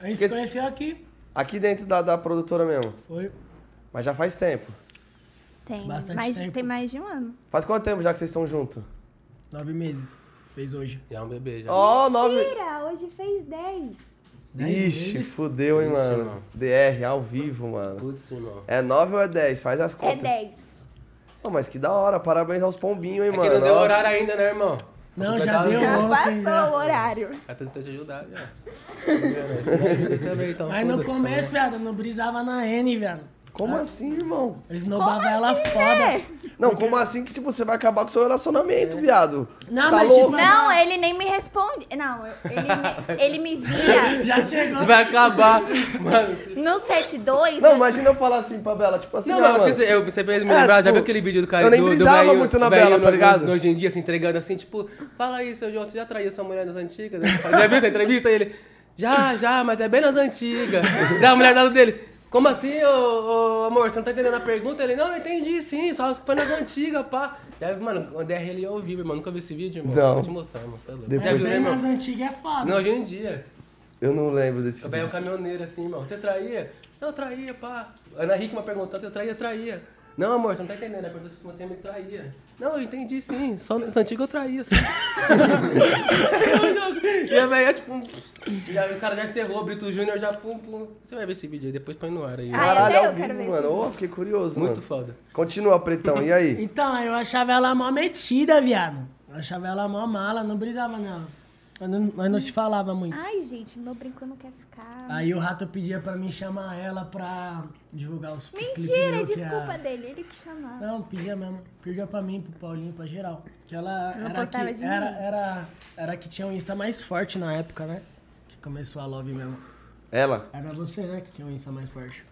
S4: A gente se conheceu aqui,
S2: Aqui dentro da, da produtora mesmo.
S4: foi
S2: Mas já faz tempo.
S6: Tem
S4: Bastante
S6: mais,
S4: tempo.
S6: tem mais de um ano.
S2: Faz quanto tempo já que vocês estão juntos?
S4: nove meses, fez hoje.
S1: Já é um bebê, já.
S2: Ó, nove.
S6: Mentira, hoje fez 10.
S4: Dez
S2: Ixi,
S4: meses.
S2: fudeu, hein, mano.
S1: irmão.
S2: DR, ao vivo, mano.
S1: Putz, irmão.
S2: É nove ou é dez? Faz as
S6: É
S2: contas.
S6: 10.
S2: Pô, mas que da hora, parabéns aos pombinhos, hein,
S1: É que
S2: mano.
S1: não deu
S2: Ó,
S1: horário ainda, né, irmão?
S4: Não,
S1: Vou
S4: já
S1: completar-
S4: deu
S6: Já
S4: ontem.
S6: passou o
S4: já.
S6: horário.
S1: Tá tentando te ajudar, viado. Tá vendo? Isso me ajuda também, então,
S4: Mas no
S1: foda-se
S4: começo, viado, eu não brisava na N, viado.
S2: Como assim, irmão?
S4: Eu esnobava ela
S6: né?
S4: foda.
S6: É.
S2: Não, como assim que tipo, você vai acabar com o seu relacionamento,
S1: É.
S2: viado?
S4: Não,
S2: tá
S4: mas
S2: louco?
S4: tipo,
S6: Não, né? ele nem me responde. Não, eu- ele, me- ele me via
S4: Já chegou.
S1: também. Vai acabar. Mano.
S6: no 7-2.
S2: Não, imagina eu falar assim pra Bela, tipo assim,
S1: Não,
S2: ah,
S1: mas
S2: mano.
S1: quer dizer, eu, você fez me
S2: É,
S1: lembrar, já
S2: tipo,
S1: viu aquele vídeo do cara
S2: eu nem
S1: do, do
S2: brisava
S1: velho-
S2: muito na
S1: velho
S2: Bela,
S1: no-
S2: tá ligado?
S1: no- Hoje em dia, se entregando assim, tipo, fala aí, seu João, você já traiu sua mulher das antigas? Ele fala, Já viu essa entrevista? Ele, já, já, mas é bem nas antigas. Da mulher do lado dele, como assim, ô, ô, amor, você não tá entendendo a pergunta? Ele, não, eu entendi sim, só foi nas antigas, pá. Daí, mano, o DR ele ao vivo, é irmão, nunca vi esse vídeo, irmão.
S2: Não.
S1: Vou te mostrar, irmão, você é louco.
S2: Depois-
S1: Já
S4: É
S1: viu, né,
S4: bem
S1: irmão?
S4: nas antigas, é foda.
S1: Não, hoje em dia.
S2: Eu não lembro desse
S1: Eu peguei um
S2: vídeo.
S1: caminhoneiro assim, irmão. Você traía? Não, eu traía, pá. Ana Hickman perguntando se eu traía, traía. Não, amor, você não tá entendendo. Ela perguntou se você me traía. Não, eu entendi sim. Só no antigo eu traía, sim. Eu jogo. e a velha, tipo, já, o cara já encerrou, o Brito Júnior já pum, pum. Você vai ver esse vídeo aí, depois põe no ar aí.
S6: Ah,
S2: Caralho, é
S6: até
S2: ao
S6: eu quero
S2: vivo,
S6: ver esse
S2: mano. Ô, fiquei curioso,
S1: Muito
S2: mano.
S1: foda.
S2: Continua, Pretão, e aí?
S4: Então, eu achava ela mó metida, viado. Eu achava ela mó mala, não brisava nela. Nós não, nós não se falava muito.
S8: Ai, gente, meu brinco não quer ficar.
S4: Aí o rato pedia pra mim chamar ela pra divulgar os os clipes
S8: Mentira,
S4: meu, que a-
S8: desculpa dele, ele que chamava.
S4: Não, pedia mesmo. Pedia pra mim, pro Paulinho, pra geral. Que ela
S8: Ela
S4: era,
S8: postava
S4: que,
S8: de
S4: era,
S8: mim.
S4: era, era que tinha um Insta mais forte na época, né? Que começou a Love mesmo.
S2: Ela?
S4: Era você, né, que tinha um Insta mais forte.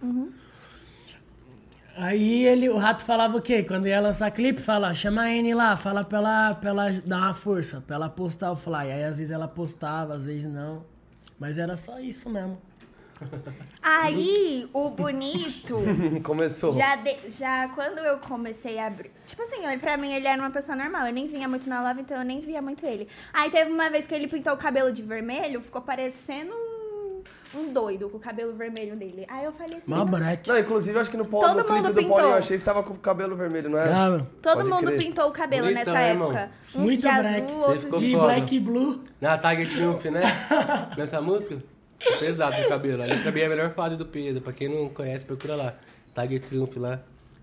S4: Aí ele, o rato falava o quê? Quando ia lançar clipe, fala, chama a N lá, fala pra ela, pra ela dar uma força, pra ela postar o fly. Aí às vezes ela postava, às vezes não. Mas era só isso mesmo.
S6: Aí, o bonito,
S2: Começou.
S6: já, de- já quando eu comecei a abrir. Tipo assim, ele- pra mim ele era uma pessoa normal. Eu nem vinha muito na love, então eu nem via muito ele. Aí teve uma vez que ele pintou o cabelo de vermelho, ficou parecendo um, um doido com o cabelo vermelho dele. Aí eu falei assim.
S4: Mó
S6: "Não,
S4: breque.
S2: Não, inclusive, acho que no, pau,
S6: Todo
S2: no clipe
S6: mundo
S2: do Paulinho,
S6: pintou.
S2: eu achei que você tava com o cabelo vermelho, não era?
S4: Tava.
S6: Todo
S2: Pode
S6: mundo
S2: crer.
S6: pintou o cabelo
S1: Bonitão,
S6: nessa
S1: né, irmão?
S6: época. Uns
S4: Muito
S6: de
S4: breque.
S6: azul,
S4: Ele
S6: outros
S1: ficou
S6: de.
S4: De
S1: foda.
S4: black e blue.
S1: Na Tiger Triumph, né? Lembra essa música? Pesado o cabelo. Ali pra mim é a melhor fase do Pedro. Pra quem não conhece, procura lá. Tiger Triumph lá.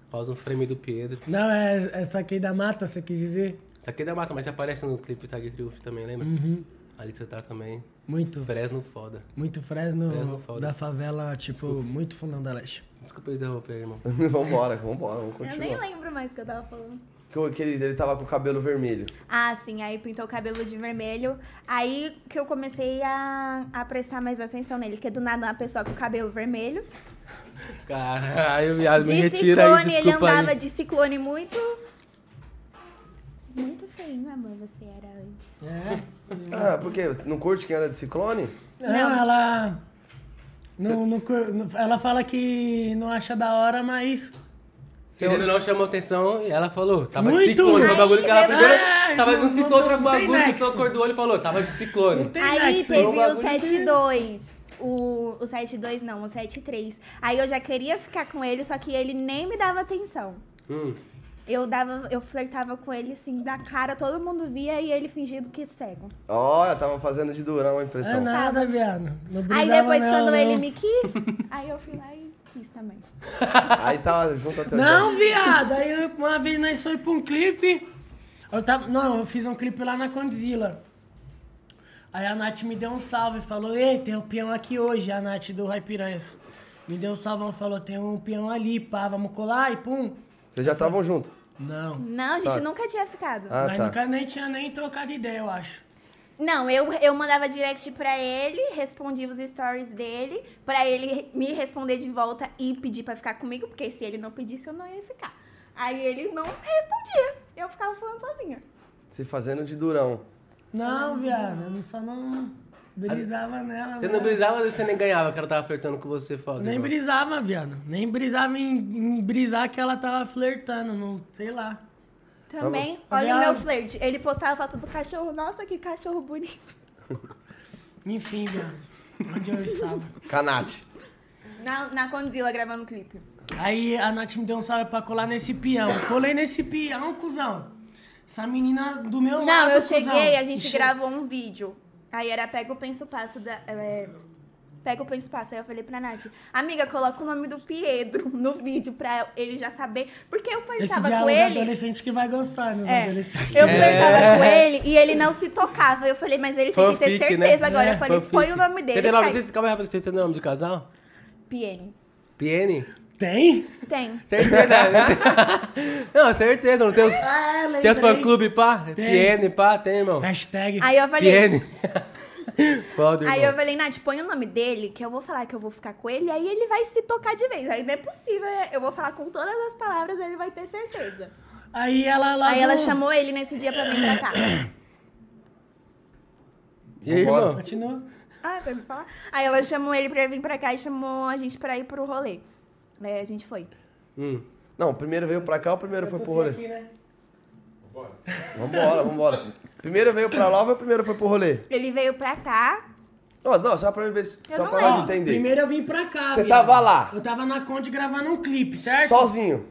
S1: Pausa um frame do Pedro.
S4: Não, é, essa aqui da mata, você quis dizer?
S1: Isso aqui é da mata, mas você aparece no clipe Tiger Triumph também, lembra? Uhum. Ali você tá também.
S4: Muito,
S1: Fresno foda.
S4: muito
S1: Fresno
S4: Fresno
S1: foda.
S4: da favela, tipo, muito fundão da leste.
S1: Desculpa eu interromper, irmão.
S2: vambora, vambora, vamos
S6: Eu nem
S2: continuar.
S6: lembro mais o que eu tava falando.
S2: Que o- que ele, ele tava com o cabelo vermelho.
S6: Ah, sim, aí pintou o cabelo de vermelho. Aí que eu comecei a, a prestar mais atenção nele, que do nada uma pessoa com o cabelo vermelho.
S1: Caralho, viado, me
S6: De
S1: retira aí,
S6: ciclone,
S1: desculpa
S6: ele andava
S1: aí.
S6: de ciclone muito. Muito feinho, amor, você era antes.
S2: Ah, por quê? Não curte quem anda de ciclone?
S4: Não, Ah, ela. Não, não cur- não- ela fala que não acha da hora, mas.
S1: Querendo não chamou atenção e ela falou, tava
S4: Muito!
S1: de ciclone, foi o bagulho que ela
S6: Ai,
S1: primeiro.
S4: ai,
S1: tava, não,
S4: não- não-
S1: citou outro
S4: não tem
S1: bagulho,
S4: nexo.
S1: citou a cor do olho e falou, tava de ciclone.
S4: Tem é
S6: Aí
S4: nexo.
S6: teve
S1: um
S6: o
S1: bagulho
S6: 72. O, o 72 não, o 73. Aí eu já queria ficar com ele, só que ele nem me dava atenção.
S1: Hum,
S6: Eu dava, eu flertava com ele assim, da cara, todo mundo via e ele fingindo que cego.
S2: Ó, eu tava fazendo de durão, hein,
S4: É
S6: Ah,
S2: pretão.
S4: nada, viado. Não
S6: Então tá Aí
S4: brisava,
S6: depois,
S2: né,
S4: não,
S6: quando
S4: não.
S6: ele me quis, aí eu fui lá e quis também.
S2: Aí tava junto até
S4: Não, viado. Aí eu- uma vez nós foi pra um clipe. Eu tava... Não, eu fiz um clipe lá na Condzilla. Aí a Nath me deu um salve e falou: Ei, tem um peão aqui hoje, a Nath do Rai Piranhas. Me deu um salve, falou: Tem um peão ali, pá, vamos colar e pum.
S2: Vocês já estavam junto?
S4: Não.
S6: Não, gente,
S2: Sabe.
S6: nunca tinha ficado.
S2: Ah,
S4: Mas
S2: tá.
S4: nunca nem tinha nem trocado ideia, eu acho.
S6: Não, eu, eu mandava direct pra ele, respondia os stories dele, pra ele me responder de volta e pedir pra ficar comigo, porque se ele não pedisse, eu não ia ficar. Aí ele não respondia. Eu ficava falando sozinha.
S2: Se fazendo de durão.
S4: Não, viado, eu não- só não brisava nela.
S1: Você não
S4: viado.
S1: brisava, você nem ganhava que ela tava flertando com você, foda.
S4: Nem
S1: irmão.
S4: brisava, viado. Nem brisava em, em brisar que ela tava flertando, não sei lá.
S6: Também,
S4: Vamos.
S6: olha o meu
S4: Aliás-
S6: flerte. Ele postava foto do cachorro. Nossa, que cachorro bonito.
S4: Enfim, viado. Onde eu estava.
S2: Canate.
S6: Na, na Condzilla gravando o clipe.
S4: Aí a Nath me deu um salve pra colar nesse peão. Colei nesse peão, cuzão. Essa menina do meu lado.
S6: Não, eu
S4: cuzão.
S6: cheguei, a gente
S4: Che-
S6: gravou um vídeo. Aí era pega o penso passo da. é, pega o penso passo. Aí eu falei pra Nath, amiga, coloca o nome do Pedro no vídeo pra ele já saber. Porque eu
S4: Esse
S6: flertava com
S4: diálogo é
S6: ele.
S4: adolescente que vai gostar, meus
S6: É,
S4: adolescentes.
S6: eu flertava com ele e ele não se tocava. Eu falei, mas ele tem que ter
S1: É. Fanfic, né?
S6: certeza agora.
S1: É,
S6: Eu falei,
S1: fanfic.
S6: põe o nome dele.
S1: Você tem nome,
S6: cai.
S1: você, calma aí, rapaz, você tem nome do casal?
S6: Piene.
S1: Piene?
S4: Tem?
S6: Tem.
S1: Certeza. né? não, certeza. Não tem
S6: É.
S1: os,
S4: Ah, lembrei.
S1: tem os fã-clube, pá? Piene, pá, tem, irmão.
S4: Hashtag.
S6: Aí eu falei.
S1: Piene. Foda, irmão.
S6: Aí eu falei, Nath, põe o nome dele, que eu vou falar que eu vou ficar com ele, aí ele vai se tocar de vez. Aí não é possível, eu vou falar com todas as palavras, ele vai ter certeza.
S4: Aí ela lá.
S6: Aí ela
S4: no-
S6: chamou ele nesse dia pra mim pra cá.
S1: E aí,
S2: Vambora.
S1: irmão?
S4: Continua.
S6: Ah, pra me falar? Aí ela chamou ele pra vir pra cá e chamou a gente pra ir pro rolê. Aí a gente foi.
S1: Hum.
S2: Não, o primeiro veio pra cá, o primeiro foi pro rolê.
S4: Aqui, né?
S2: Vambora, vambora. Primeiro veio pra lá, o primeiro foi pro rolê.
S6: Ele veio pra cá.
S2: Nossa, não, só pra mim ver, se-
S6: Eu
S2: só
S6: não
S2: pra
S6: lembro.
S2: nós
S4: Ó,
S2: entender.
S4: Primeiro eu vim pra cá.
S2: Você
S4: viado.
S2: tava lá?
S4: Eu tava na Conde gravando um clipe, certo?
S2: Sozinho.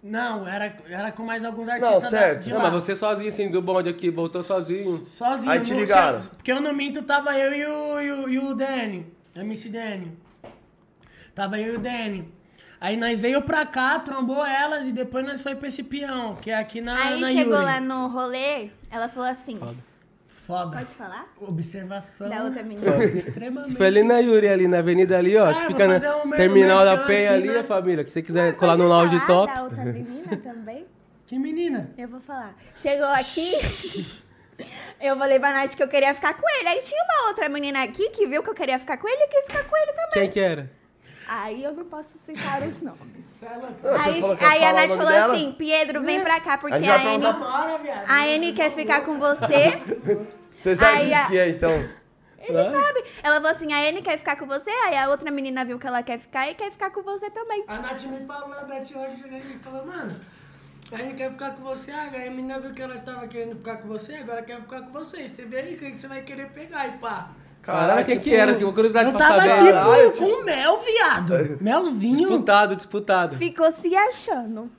S4: Não, era, era com mais alguns artistas da-
S2: certo.
S4: de
S1: Não,
S4: lá.
S1: mas você sozinho, assim, do bonde aqui, voltou sozinho.
S4: Sozinho.
S2: Aí te
S4: não-
S2: ligaram.
S4: se- Porque eu não minto, tava eu e o, e o, e o Danny. MC Danny. Tava eu e o Danny. Aí nós veio pra cá, trombou elas e depois nós foi pra esse peão, que é aqui na
S6: aí
S4: na
S6: chegou
S4: Yuri.
S6: lá no rolê, ela falou assim:
S4: Foda.
S9: Pode falar?
S4: Observação.
S9: Da outra menina.
S4: Extremamente.
S1: Foi ali na Yuri, ali na avenida ali, ó.
S4: Cara,
S1: que
S4: vou
S1: fica
S4: fazer um
S1: na
S4: mer-
S1: terminal da
S4: merchan
S1: Penha
S4: aqui,
S1: ali,
S4: né?
S1: a família. Que se você quiser
S9: Pode
S1: É, colar no
S9: falar
S4: é
S1: lounge top.
S9: Da outra menina também?
S4: Que menina.
S9: Eu vou falar.
S6: Chegou aqui, eu falei pra Nath que eu queria ficar com ele. Aí tinha uma outra menina aqui que viu que eu queria ficar com ele e quis ficar com ele também.
S1: Quem que era?
S6: Aí eu não posso citar os nomes.
S2: Ah, você
S6: Aí,
S2: falou que ia
S6: aí a
S2: falar o
S6: Nath
S2: nome
S6: falou
S2: dela?
S6: assim, Pedro, vem pra cá, porque
S2: A gente vai
S6: a Anne,
S2: perguntar-
S4: Bora, viado.
S6: a Anne quer ficar com você.
S2: Você sabe
S6: Aí,
S2: o que é, então?
S6: Ele sabe. Ela falou assim, a Anne quer ficar com você, aí a outra menina viu que ela quer ficar e quer ficar com você também.
S4: A Nath me falou, a Nath olha chegando e falou, mano, a gente quer ficar com você, a menina viu que ela tava querendo ficar com você, agora quer ficar com você. Você vê aí quem que você vai querer pegar e pá.
S1: Caralho, tipo, quem
S2: tipo,
S1: que era? Tinha uma curiosidade
S4: Eu
S1: pra
S4: tava
S1: saber.
S4: tipo
S2: Caralho,
S4: com mel, viado. Melzinho.
S1: Disputado, disputado.
S6: Ficou se achando.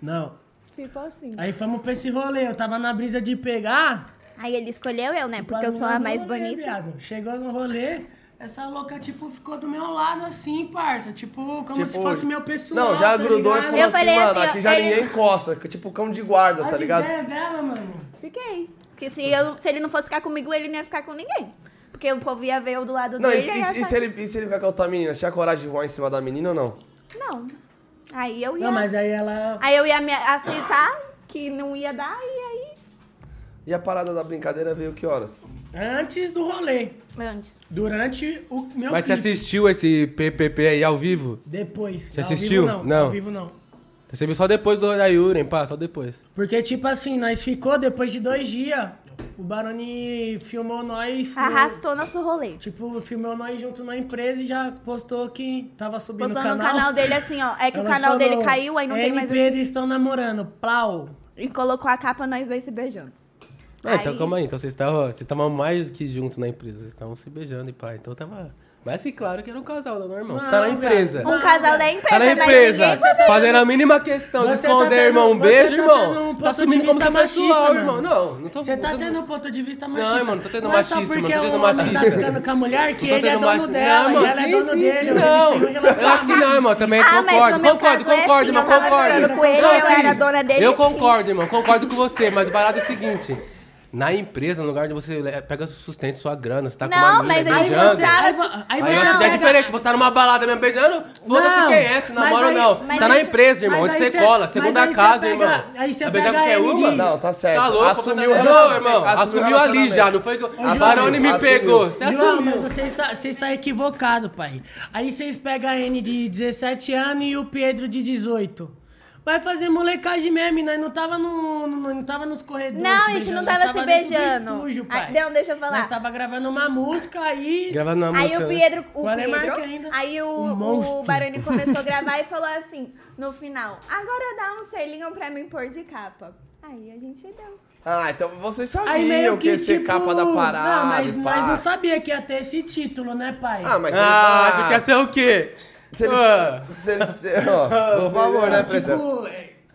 S4: Não.
S6: Ficou assim.
S4: Aí fomos pra esse rolê, eu tava na brisa de pegar.
S6: Aí ele escolheu eu, né? Porque
S4: pra
S6: eu sou
S4: mina
S6: a
S4: do
S6: mais
S4: rolê,
S6: bonita.
S4: viado. Chegou no rolê, essa louca, tipo, ficou do meu lado assim, parça. Tipo, como se
S2: Tipo,
S4: fosse meu pessoal,
S2: Não, já
S4: tá
S2: grudou e
S4: ligado?
S2: falou
S6: Eu
S2: assim,
S6: falei
S2: mano,
S6: assim, ó,
S2: aqui já
S6: ele-
S2: ninguém encosta. que Tipo cão de guarda, tá
S4: As
S2: ligado?
S4: ideias dela, mano.
S6: Fiquei. Porque se, eu- se ele não fosse ficar comigo, ele não ia ficar com ninguém. Porque o povo ia ver eu do lado
S2: Não, e,
S6: dele.
S2: e-
S6: aí
S2: e
S6: ia achar-
S2: se ele, e se ele ficar com a outra menina? Você tinha coragem de voar em cima da menina ou não?
S6: Não. Aí eu ia.
S4: Não, mas aí ela.
S6: Aí eu ia me aceitar que não ia dar, e aí.
S2: E a parada da brincadeira veio que horas?
S4: Antes do rolê.
S6: Antes.
S4: Durante o meu
S1: Mas você
S4: clipe.
S1: assistiu esse PPP aí ao vivo?
S4: Depois.
S1: Você
S4: ao
S1: assistiu?
S4: Vivo, não.
S1: Não.
S4: Ao vivo não.
S1: Você viu só depois do da Yuri, hein, pá? Só depois.
S4: Porque, tipo assim, nós ficou depois de dois dias. O Baroni filmou nós. no-
S6: Arrastou nosso rolê.
S4: Né? tipo, filmou nós junto na empresa e já postou que tava subindo
S6: Postou
S4: o canal.
S6: no canal dele assim, ó. É que o
S4: Ela
S6: canal
S4: falou, "É
S6: dele caiu, aí não tem mais.
S4: "NP eles estão namorando. Plau.
S6: E colocou a capa nós dois se beijando.
S1: Ah, então calma aí. Então vocês estavam vocês estavam mais que juntos na empresa. Vocês estavam se beijando e pá. Então tava... Mas assim, claro que era um casal, né, meu irmão? Você tá na
S4: Não,
S1: empresa.
S4: velho.
S6: Um casal
S4: é
S6: da empresa,
S1: Tá na empresa,
S6: mas ninguém.
S1: fazendo a mínima questão de
S4: tá Você tá
S1: esconder,
S4: tendo-
S1: irmão, um
S4: você
S1: beijo,
S4: tá
S1: irmão.
S4: tendo um
S1: tá
S4: ponto de
S1: assumindo como
S4: vista
S1: sexual,
S4: machista,
S1: irmão.
S4: mano.
S1: Não, não tô...
S4: Você tá
S1: não Então, tô-
S4: tendo um ponto de vista machista.
S1: mano, tô tendo
S4: Não é só
S1: machista,
S4: porque
S1: mano, tô tendo
S4: o homem tá
S1: machista.
S4: ficando com a mulher que
S1: Não tô
S4: ele é
S1: tendo
S4: dono
S1: macho-
S4: dela
S1: Não,
S4: e ela é
S1: sim,
S4: dona
S1: sim,
S4: dele.
S1: sim,
S4: eles
S1: não.
S4: têm
S1: Eu acho
S4: um
S1: que não,
S4: relacionamento.
S1: irmão. Também
S6: Ah, mas
S1: concordo.
S6: no meu
S1: concordo,
S6: caso é
S1: concordo,
S6: assim,
S1: irmão.
S6: eu tava
S1: Concordo.
S6: ficando com ele,
S1: Não,
S6: eu
S1: assim,
S6: era dona dele,
S1: Eu
S6: sim.
S1: concordo, irmão. Concordo com você. Mas o barato é o seguinte. Na empresa, no lugar onde você le- pega sustento, sua grana, você tá com uma
S6: Não,
S1: mina
S6: mas a
S4: Aí
S6: gente assim.
S1: beijando,
S4: você,
S6: janta.
S4: aí, vo- aí
S1: Aí
S4: você
S1: é
S6: né?
S4: pega-
S1: diferente, você tá numa balada mesmo beijando, foda-se
S4: Não,
S1: quem é, se
S4: mas
S1: namora ou
S4: aí-
S1: não.
S4: mas
S1: Tá na
S4: aí-
S1: empresa, irmão,
S4: mas
S1: onde
S4: aí
S1: você
S4: cê-
S1: cola,
S4: mas
S1: segunda
S4: aí cê
S1: casa,
S4: pega-
S1: irmão.
S4: aí cê
S1: Vai beijar
S4: pega
S1: qualquer
S4: ele de-
S1: é uma?
S2: Não, tá certo.
S1: Tá louco,
S2: Assumiu
S1: assumiu,
S2: o
S1: não,
S2: relacionamento,
S1: irmão,
S2: assumiu o
S1: assumiu ali
S2: relacionamento.
S1: já, não foi que o
S2: Assumiu,
S1: Barone me
S2: assumiu.
S1: pegou, você é
S4: João, mas
S1: assumiu.
S4: você está, você está equivocado, pai. Aí você pega a N de 17 anos e o Pedro de 18. Vai fazer molecagem mesmo, e nós não tava, no, no- não tava nos corredores.
S6: Não,
S4: se
S6: a gente não
S4: beijando,
S6: tava
S4: nós
S6: se
S4: tava dentro do
S6: beijando.
S4: Estúdio,
S6: Ai,
S4: pai.
S6: não, deixa eu falar.
S4: Nós tava gravando uma música aí.
S1: Gravando uma
S6: Aí
S1: música,
S6: o
S1: né?
S6: Pedro, o
S4: Guarda é marca
S6: Pedro,
S4: ainda.
S6: aí o,
S4: Um
S6: o
S4: monstro.
S6: Baroni começou a gravar e falou assim, no final, agora dá um selinho pra mim pôr de capa. Aí a gente deu.
S2: Ah, então vocês
S4: Aí
S2: sabiam
S4: meio
S2: que,
S4: que
S2: ia ser
S4: tipo,
S2: capa da parada.
S4: Não, mas
S2: e pá.
S4: nós não sabia que ia ter esse título, né, pai?
S2: Ah, mas
S1: Ah,
S2: ele-
S1: tu quer ser o quê?
S2: Se ele,
S1: Ah.
S2: se ele, se- ó, por favor, né, Pretão?
S4: Tipo,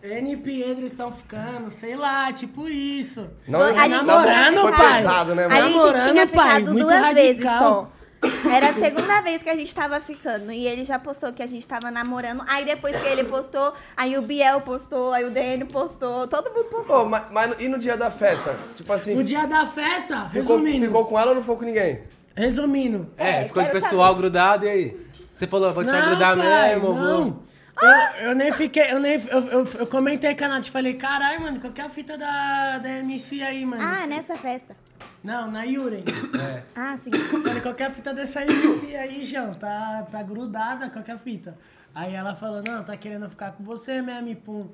S4: N e Pedro estão ficando, sei lá, tipo isso.
S2: Não,
S6: a gente
S4: tá namorando,
S6: tinha
S2: foi
S6: ficado-
S2: pesado, né,
S6: A
S2: mano?
S6: gente
S4: Namorando,
S6: tinha
S4: pai,
S6: ficado
S4: muito
S6: duas vezes
S4: radical.
S6: só. Era a segunda vez que a gente tava ficando. E ele já postou que a gente tava namorando. Aí depois que ele postou, aí o Biel postou, aí o DN postou, todo mundo postou.
S2: Pô, mas, mas no- e no dia da festa? Tipo assim,
S4: No dia da festa,
S2: ficou,
S4: resumindo.
S2: ficou com ela ou não ficou com ninguém?
S4: Resumindo.
S1: É,
S6: É,
S1: ficou de
S6: quero
S1: pessoal grudado, e aí? Você falou, vou te grudar mesmo, vou...
S4: não. Eu, eu nem fiquei, eu nem. Eu, eu, eu comentei com a Nath, falei, caralho, mano, qual que é a fita da, da MC aí, mano?
S9: Ah, nessa festa.
S4: Não, na Yuren.
S9: Ah, sim.
S4: falei, qual que é a fita dessa MC aí, João? Tá, tá grudada, qual que é a fita? Aí ela falou, não, tá querendo ficar com você mesmo, e pum.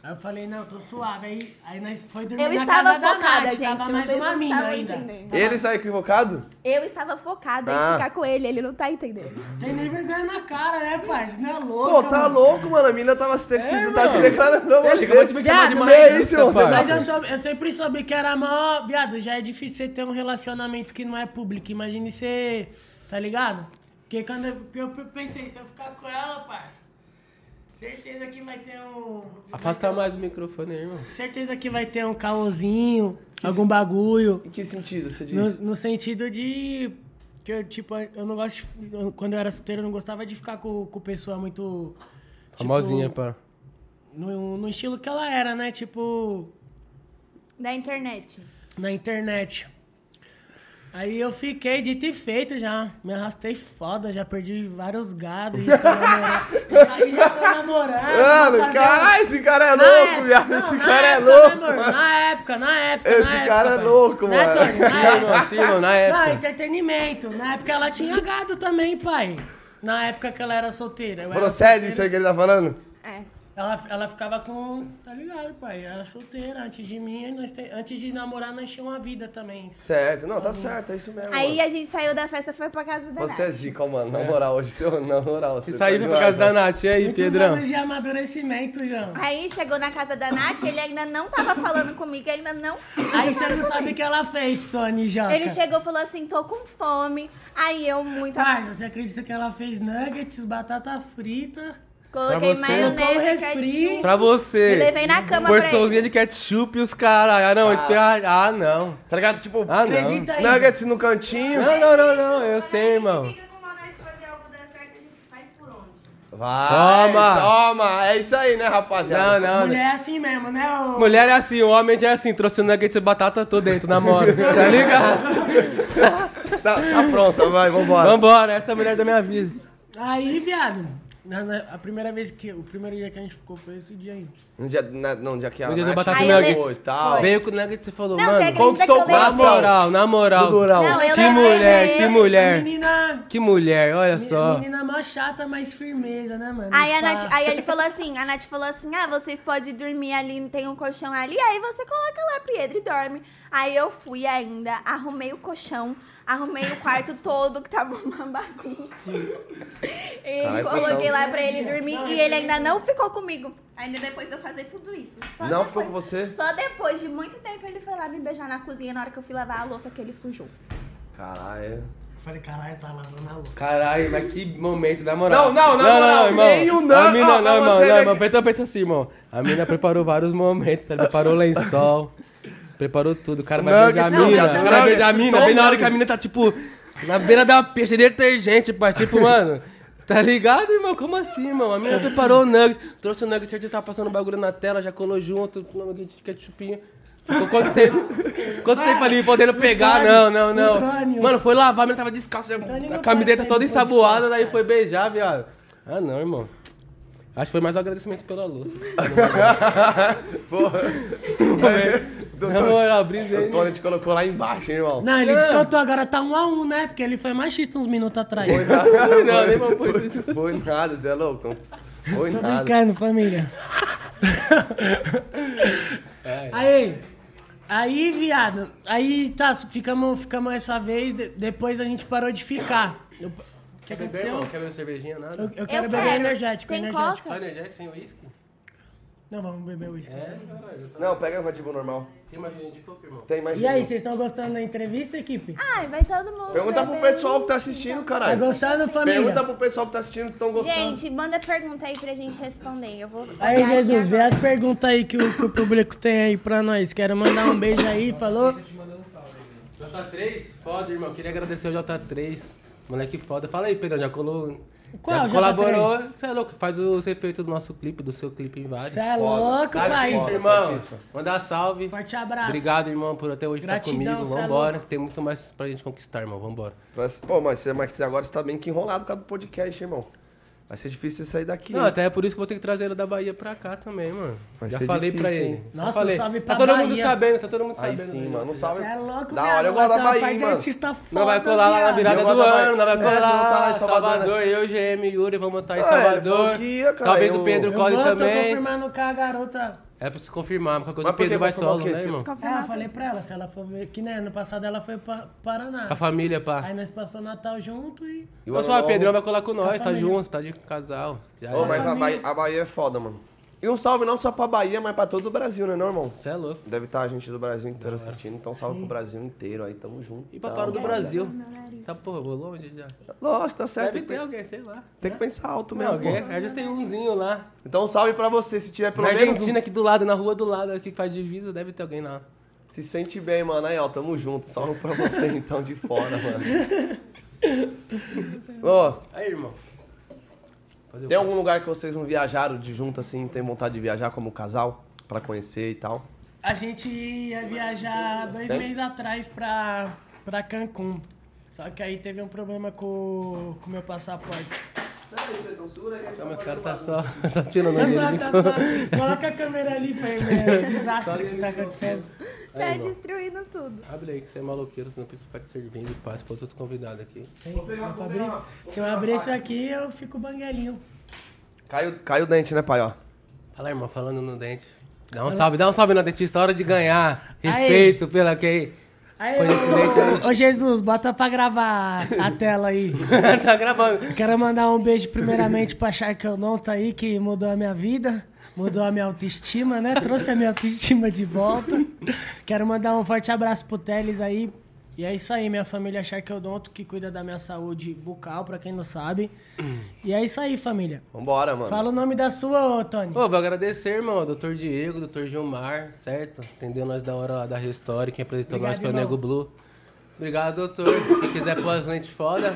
S4: Aí eu falei, não, tô suave. Aí, aí nós foi dormir
S6: Eu
S4: na
S6: estava
S4: casa da
S6: focada,
S4: Nath,
S6: gente.
S4: tava mais
S6: vocês
S4: uma
S6: não
S4: mina
S6: estavam
S4: ainda.
S6: entendendo.
S2: Ele saiu equivocado?
S6: Eu estava focada
S2: Ah.
S6: em ficar com ele, ele não tá entendendo.
S4: Tem nem vergonha na cara, né, parceiro? Não é
S2: Pô,
S4: louco,
S2: tá louco, mano. A mina tava se, de- se- tá se declarando pra você.
S1: É, Ele acabou de me chamar de
S2: Viado,
S1: maluco,
S2: é isso, irmão, você
S1: rapaz.
S2: dá-
S4: Mas eu, soube- eu sempre soube que era mó. Viado, já é difícil você ter um relacionamento que não é público. Imagine você. Tá ligado? Porque quando eu, porque eu pensei, se eu ficar com ela, parça. Certeza que vai ter um.
S1: Afasta mais o microfone aí, irmão.
S4: Certeza que vai ter um caôzinho, algum bagulho.
S2: Em que sentido você diz?
S4: No, no sentido de. Que eu, tipo, eu não gosto. de- eu- quando eu era solteiro, eu não gostava de ficar com, com pessoa muito. tipo,
S1: Famosinha, pá.
S4: no, no estilo que ela era, né? Tipo.
S6: Da internet.
S4: na internet. Aí eu fiquei dito e feito já. Me arrastei foda, já perdi vários gados. E tô namorando. Aí já tô namorando. vou
S2: Mano,
S4: fazer-
S2: caralho, esse cara é
S4: Na
S2: louco,
S4: época-
S2: viado.
S4: não,
S2: Esse
S4: na
S2: cara é
S4: época,
S2: louco,
S4: né, amor?
S2: mano.
S4: Na época, na época.
S2: Esse
S4: na época,
S2: cara é
S4: pai.
S2: louco,
S4: Né,
S2: mano.
S4: Tony? Na época.
S1: Sim, assim, mano, na
S4: Não,
S1: época.
S4: entretenimento. Na época ela tinha gado também, pai. Na época que ela era solteira. eu era
S2: Procede isso
S4: solteiro.
S2: aí que ele tá falando?
S3: É.
S4: Ela, ela ficava com. Tá ligado, pai? Ela era solteira antes de mim. aí Nós te- Antes de namorar, nós tínhamos uma vida também.
S2: Certo. Não, tá certo, é isso mesmo.
S6: Aí
S2: mano.
S6: a gente saiu da festa e foi pra casa da
S2: Você
S6: Nath.
S2: é zica, ó, mano. Na moral, hoje, seu, na moral.
S1: E
S2: você tá
S1: saí pra
S2: demais,
S1: casa da
S2: mano.
S1: Nath. E aí,
S4: Muitos
S1: Pedrão?
S4: anos de amadurecimento, João.
S6: Aí chegou na casa da Nath, ele ainda não tava falando comigo, ainda não.
S4: Aí você não sabe o que ela fez, Tony
S1: Ah,
S4: Joca.
S6: Ele chegou e falou assim: tô com fome. Aí eu muito.
S4: Pai, você acredita que ela fez nuggets, batata frita?
S6: Coloquei
S1: você- então,
S4: Colocou
S6: maionese,
S4: refri.
S6: ketchup.
S1: Pra você.
S6: Me levei na cama pra
S1: Porçãozinha de ketchup e os caralho. Ah, não, espirra. Ah, não.
S2: Tá ligado? Tipo,
S1: Ah, não.
S4: Acredita aí.
S2: nuggets no cantinho.
S1: Não, não, não, não. Eu sei, irmão.
S6: Fica com vontade de fazer algo dar certo, a gente faz por onde?
S2: Vai,
S1: Toma.
S2: Toma! É isso aí, né,
S1: Não,
S2: rapaziada?
S1: não.
S4: Mulher é assim mesmo, né? ô?
S1: Mulher é assim, o homem é assim. Trouxe o nuggets e batata, tô dentro, namoro. Tá ligado?
S2: Tá, tá pronta, vai, vambora.
S1: Vambora, essa é a mulher da minha vida.
S4: Aí, viado, na- na- a primeira vez que. O primeiro dia que a gente ficou foi esse dia aí.
S2: No dia, na, não, dia que a
S1: No dia do
S2: Nath
S1: batata
S2: chegou
S1: nuggets.
S2: e tal.
S1: né? Veio com o nuggets e falou,
S6: Não,
S1: mano.
S6: você acredita que
S2: conquistou
S6: eu
S1: Na
S2: o coração.
S6: levei.
S1: moral, na moral.
S2: Durão.
S6: Não, eu
S1: Que
S6: levei
S1: mulher, que
S6: mesmo.
S4: A
S1: mulher.
S4: menina.
S1: Que mulher, olha só.
S4: Menina mó chata, mas firmeza, né, mano?
S6: Aí, a
S4: Pá.
S6: Nath, aí ele falou assim, a Nath falou assim, ah, vocês podem dormir ali, tem um colchão ali, aí você coloca lá, Pedro, e dorme. Aí eu fui ainda, arrumei o colchão, arrumei o quarto todo, que tava uma bagunça. e
S2: Caralho,
S6: coloquei
S2: então-
S6: lá pra ele dormir, e ele ainda não ficou comigo. Ainda depois de eu fazer tudo isso. Só
S2: Não
S6: depois-
S2: ficou com você?
S6: Só depois de muito tempo ele foi lá me beijar na cozinha, na hora que eu fui lavar a louça que ele sujou.
S2: Caralho.
S4: Eu falei, caralho, tá lavando a louça.
S1: Caralho, mas que momento, na moral.
S2: Não, não, na moral, nem o não-
S1: A mina,
S2: ó,
S1: não,
S2: pra
S1: irmão,
S2: você
S1: não,
S2: ver
S1: irmão.
S2: que-
S1: Pensa, pensa assim, irmão. A mina preparou vários momentos, ela preparou lençol, preparou tudo. O cara vai
S2: Nuggets,
S1: beijar a
S2: não,
S1: mina,
S2: mas
S1: o cara vai
S2: nuggets,
S1: beijar a mina,
S2: toma
S1: bem na hora que
S2: nuggets.
S1: a mina tá, tipo, na beira da peixe, é detergente, pá, tipo, mano... Tá ligado, irmão? Como assim, irmão? A mina preparou o nuggets, trouxe o nuggets, certeza tava passando o bagulho na tela, já colou junto, com o nuggets, ketchupinho. Ficou quanto tempo? Quanto
S2: Ah,
S1: tempo ali podendo pegar?
S4: Tânio,
S1: Não, não,
S4: o
S1: não.
S2: um
S4: Tânio.
S1: Mano, foi lavar, a mina tava descalça, já
S4: Então, nem
S1: a
S4: vou
S1: camiseta
S4: fazer
S1: toda
S4: depois
S1: ensaboada,
S4: de
S1: daí
S4: casa.
S1: foi beijar, viado. Ah, não, irmão. Acho que foi mais um agradecimento pela luz. Na moral, brisei.
S2: O Tony te colocou lá embaixo, hein, irmão.
S4: Não, ele
S1: É.
S4: descontou, agora tá um a um, né? Porque ele foi machista uns minutos atrás.
S1: Não, não, nem mal foi isso.
S2: Foi nada, você é louco. Foi
S4: Tô
S2: nada.
S4: brincando, família.
S2: É,
S4: Aí, aí, viado. Aí, tá, ficamos, ficamos essa vez, de- depois a gente parou de ficar. Eu, o que
S1: Quer beber,
S4: aconteceu?
S1: irmão? Quer beber cervejinha, nada?
S4: Eu, eu quero
S6: Eu
S4: beber
S6: quero.
S4: energético,
S6: Tem
S4: energético.
S1: Só energético, sem uísque?
S4: Não, vamos beber uísque.
S1: É, caralho.
S2: Não, pega o Red Bull normal.
S1: Tem uma de coco, irmão?
S2: Tem mais
S4: E aí, vocês estão gostando da entrevista, equipe?
S6: Ai, vai todo mundo.
S2: Pergunta pro
S6: beber.
S2: pessoal que tá assistindo,
S1: É
S4: Tá
S2: caralho.
S4: gostando, família?
S2: Pergunta pro pessoal que tá assistindo se estão gostando.
S6: Gente, manda pergunta aí pra gente responder. Eu vou.
S4: Aí,
S6: olhar aqui
S4: Jesus, vê
S6: agora.
S4: as perguntas aí que o, que o público tem aí pra nós. Quero mandar um beijo aí, falou?
S1: J3? Foda, irmão. Queria agradecer ao J3. Moleque foda. Fala aí, Pedrão, já colou.
S4: Qual é
S1: já
S4: J3?
S1: colaborou. Você é louco, faz os efeitos do nosso clipe, do seu clipe em vários.
S4: Você é
S2: Foda,
S4: louco,
S2: sabe,
S4: pai.
S2: foda.
S1: irmão.
S2: satisfa.
S1: Mandar salve.
S4: Forte abraço.
S1: Obrigado, irmão, por até hoje estar
S4: Gratidão,
S1: comigo.
S4: cê é
S1: Vambora, tem muito mais pra gente conquistar, irmão. Vambora.
S2: Pra- Pô, mas, você, mas agora você tá meio que enrolado por causa do podcast, hein, irmão. Vai ser difícil você sair daqui.
S1: Não, até é por isso que eu vou ter que trazer ele da Bahia pra cá também, mano.
S2: Vai
S1: Já
S2: ser
S1: falei
S2: difícil,
S1: pra ele.
S2: hein?
S1: Já
S4: Nossa,
S1: falei.
S4: salve
S1: Tá
S4: pra
S1: todo mundo
S4: Bahia.
S1: sabendo, tá todo mundo
S2: Aí
S1: sabendo.
S2: sim,
S1: né?
S2: mano. Um
S4: Você
S2: salve.
S4: é louco,
S2: Da
S4: viado,
S2: hora, eu gosto da
S4: vai ter uma
S2: Bahia,
S4: parte
S2: mano.
S4: artista foda,
S1: Não vai colar lá na
S4: viado.
S1: virada
S2: Não
S1: do
S2: vai tá lá-
S1: ano, não vai
S2: É, você não
S1: colar.
S2: tá lá em Salvador,
S1: Salvador, eu, GM, Yuri, vamos estar em
S2: Ah, ele
S1: Salvador.
S2: falou que ia, cara,
S1: Talvez
S2: eu-
S1: o Pedro
S4: Eu
S1: cole
S4: vou, tô
S1: também.
S4: confirmando com a garota.
S1: É pra se confirmar, qualquer coisa
S2: Mas
S1: o
S2: por que
S1: Pedro vai
S2: confirmar o
S1: solo,
S2: quê?
S1: né,
S2: Se-
S1: irmão? Com
S4: É, eu falei pra ela, se ela for ver, que né, ano passado ela foi pra Paraná.
S1: a família,
S4: Aí
S1: pá.
S4: nós passou Natal junto e...
S2: E
S1: Ô,
S2: ano
S1: só, o
S2: novo?
S1: Pedrão vai colar com nós, tá
S4: família.
S1: junto, tá de casal. Já
S2: Ô,
S1: é.
S2: mas a Bahia, a Bahia é foda, mano. E um salve não só pra Bahia, mas pra todo o Brasil, né, não, irmão?
S1: Você é louco.
S2: Deve estar a gente do Brasil inteiro assistindo, então salve pro Brasil inteiro aí, tamo junto.
S1: E pra
S2: Tá,
S1: fora do
S2: mano.
S1: Brasil.
S4: é
S1: Tá, porra, vou longe já.
S2: Lógico, tá certo.
S1: Deve
S2: Tem,
S1: É, ter
S2: que-
S1: alguém, sei lá.
S2: tem que pensar alto
S1: Não,
S2: mesmo.
S1: alguém.
S2: pô.
S1: Aí já tem umzinho lá.
S2: Então salve pra você, se tiver pelo
S1: na
S2: menos. um.
S1: Argentina, aqui do lado, na rua do lado, aqui que faz divisa, deve ter alguém lá.
S2: um- Se sente bem, mano. Aí, ó, tamo junto. Salve pra você então de fora, mano. Ó,
S1: Aí, irmão. Fazer o
S2: tem
S1: quê?
S2: algum lugar que vocês não viajaram de junto assim, tem vontade de viajar como casal? Pra conhecer e tal?
S4: A gente ia viajar dois meses atrás pra, pra Cancún. Só que aí teve um problema com o com o meu passaporte.
S2: Peraí, Pedrão, segura aí.
S1: Não, mas o cara tá só, só tirando
S4: Mas
S1: ele.
S4: lá tá só- Coloca a câmera ali pra ele ver o desastre que tá acontecendo.
S1: Aí,
S6: Tá
S1: irmão.
S6: destruindo tudo.
S1: Abre aí que você é maloqueiro, senão eu preciso ficar te servindo e passe pra outro convidado aqui.
S2: Vou pegar, vou
S4: Abrir-
S2: pegar.
S4: Se eu abrir isso aqui, eu fico banguelinho.
S2: Caiu, caiu o dente, né, pai? Ó.
S1: Fala, irmão, falando no dente. Dá um salve, dá um salve na dentista, hora de ganhar. Respeito pela que
S4: Aí, ô, ô, Jesus, bota pra gravar a tela aí.
S1: tá gravando.
S4: Quero mandar um beijo primeiramente pra Charcanon, tá aí, que mudou a minha vida. Mudou a minha autoestima, né? Trouxe a minha autoestima de volta. Quero mandar um forte abraço pro Teles aí. E é isso aí, minha família Charcaudonto, que cuida da minha saúde bucal, pra quem não sabe. E é isso aí, família.
S2: Vambora, mano.
S4: Fala o nome da sua, ô, Tony.
S1: Pô, vou agradecer, irmão, doutor Diego, doutor Gilmar, certo? Atendeu nós da hora lá da Restore, quem apresentou
S4: Obrigado,
S1: nós foi o
S4: irmão.
S1: Nego Blue. Obrigado, doutor. Quem quiser pôr as lentes foda,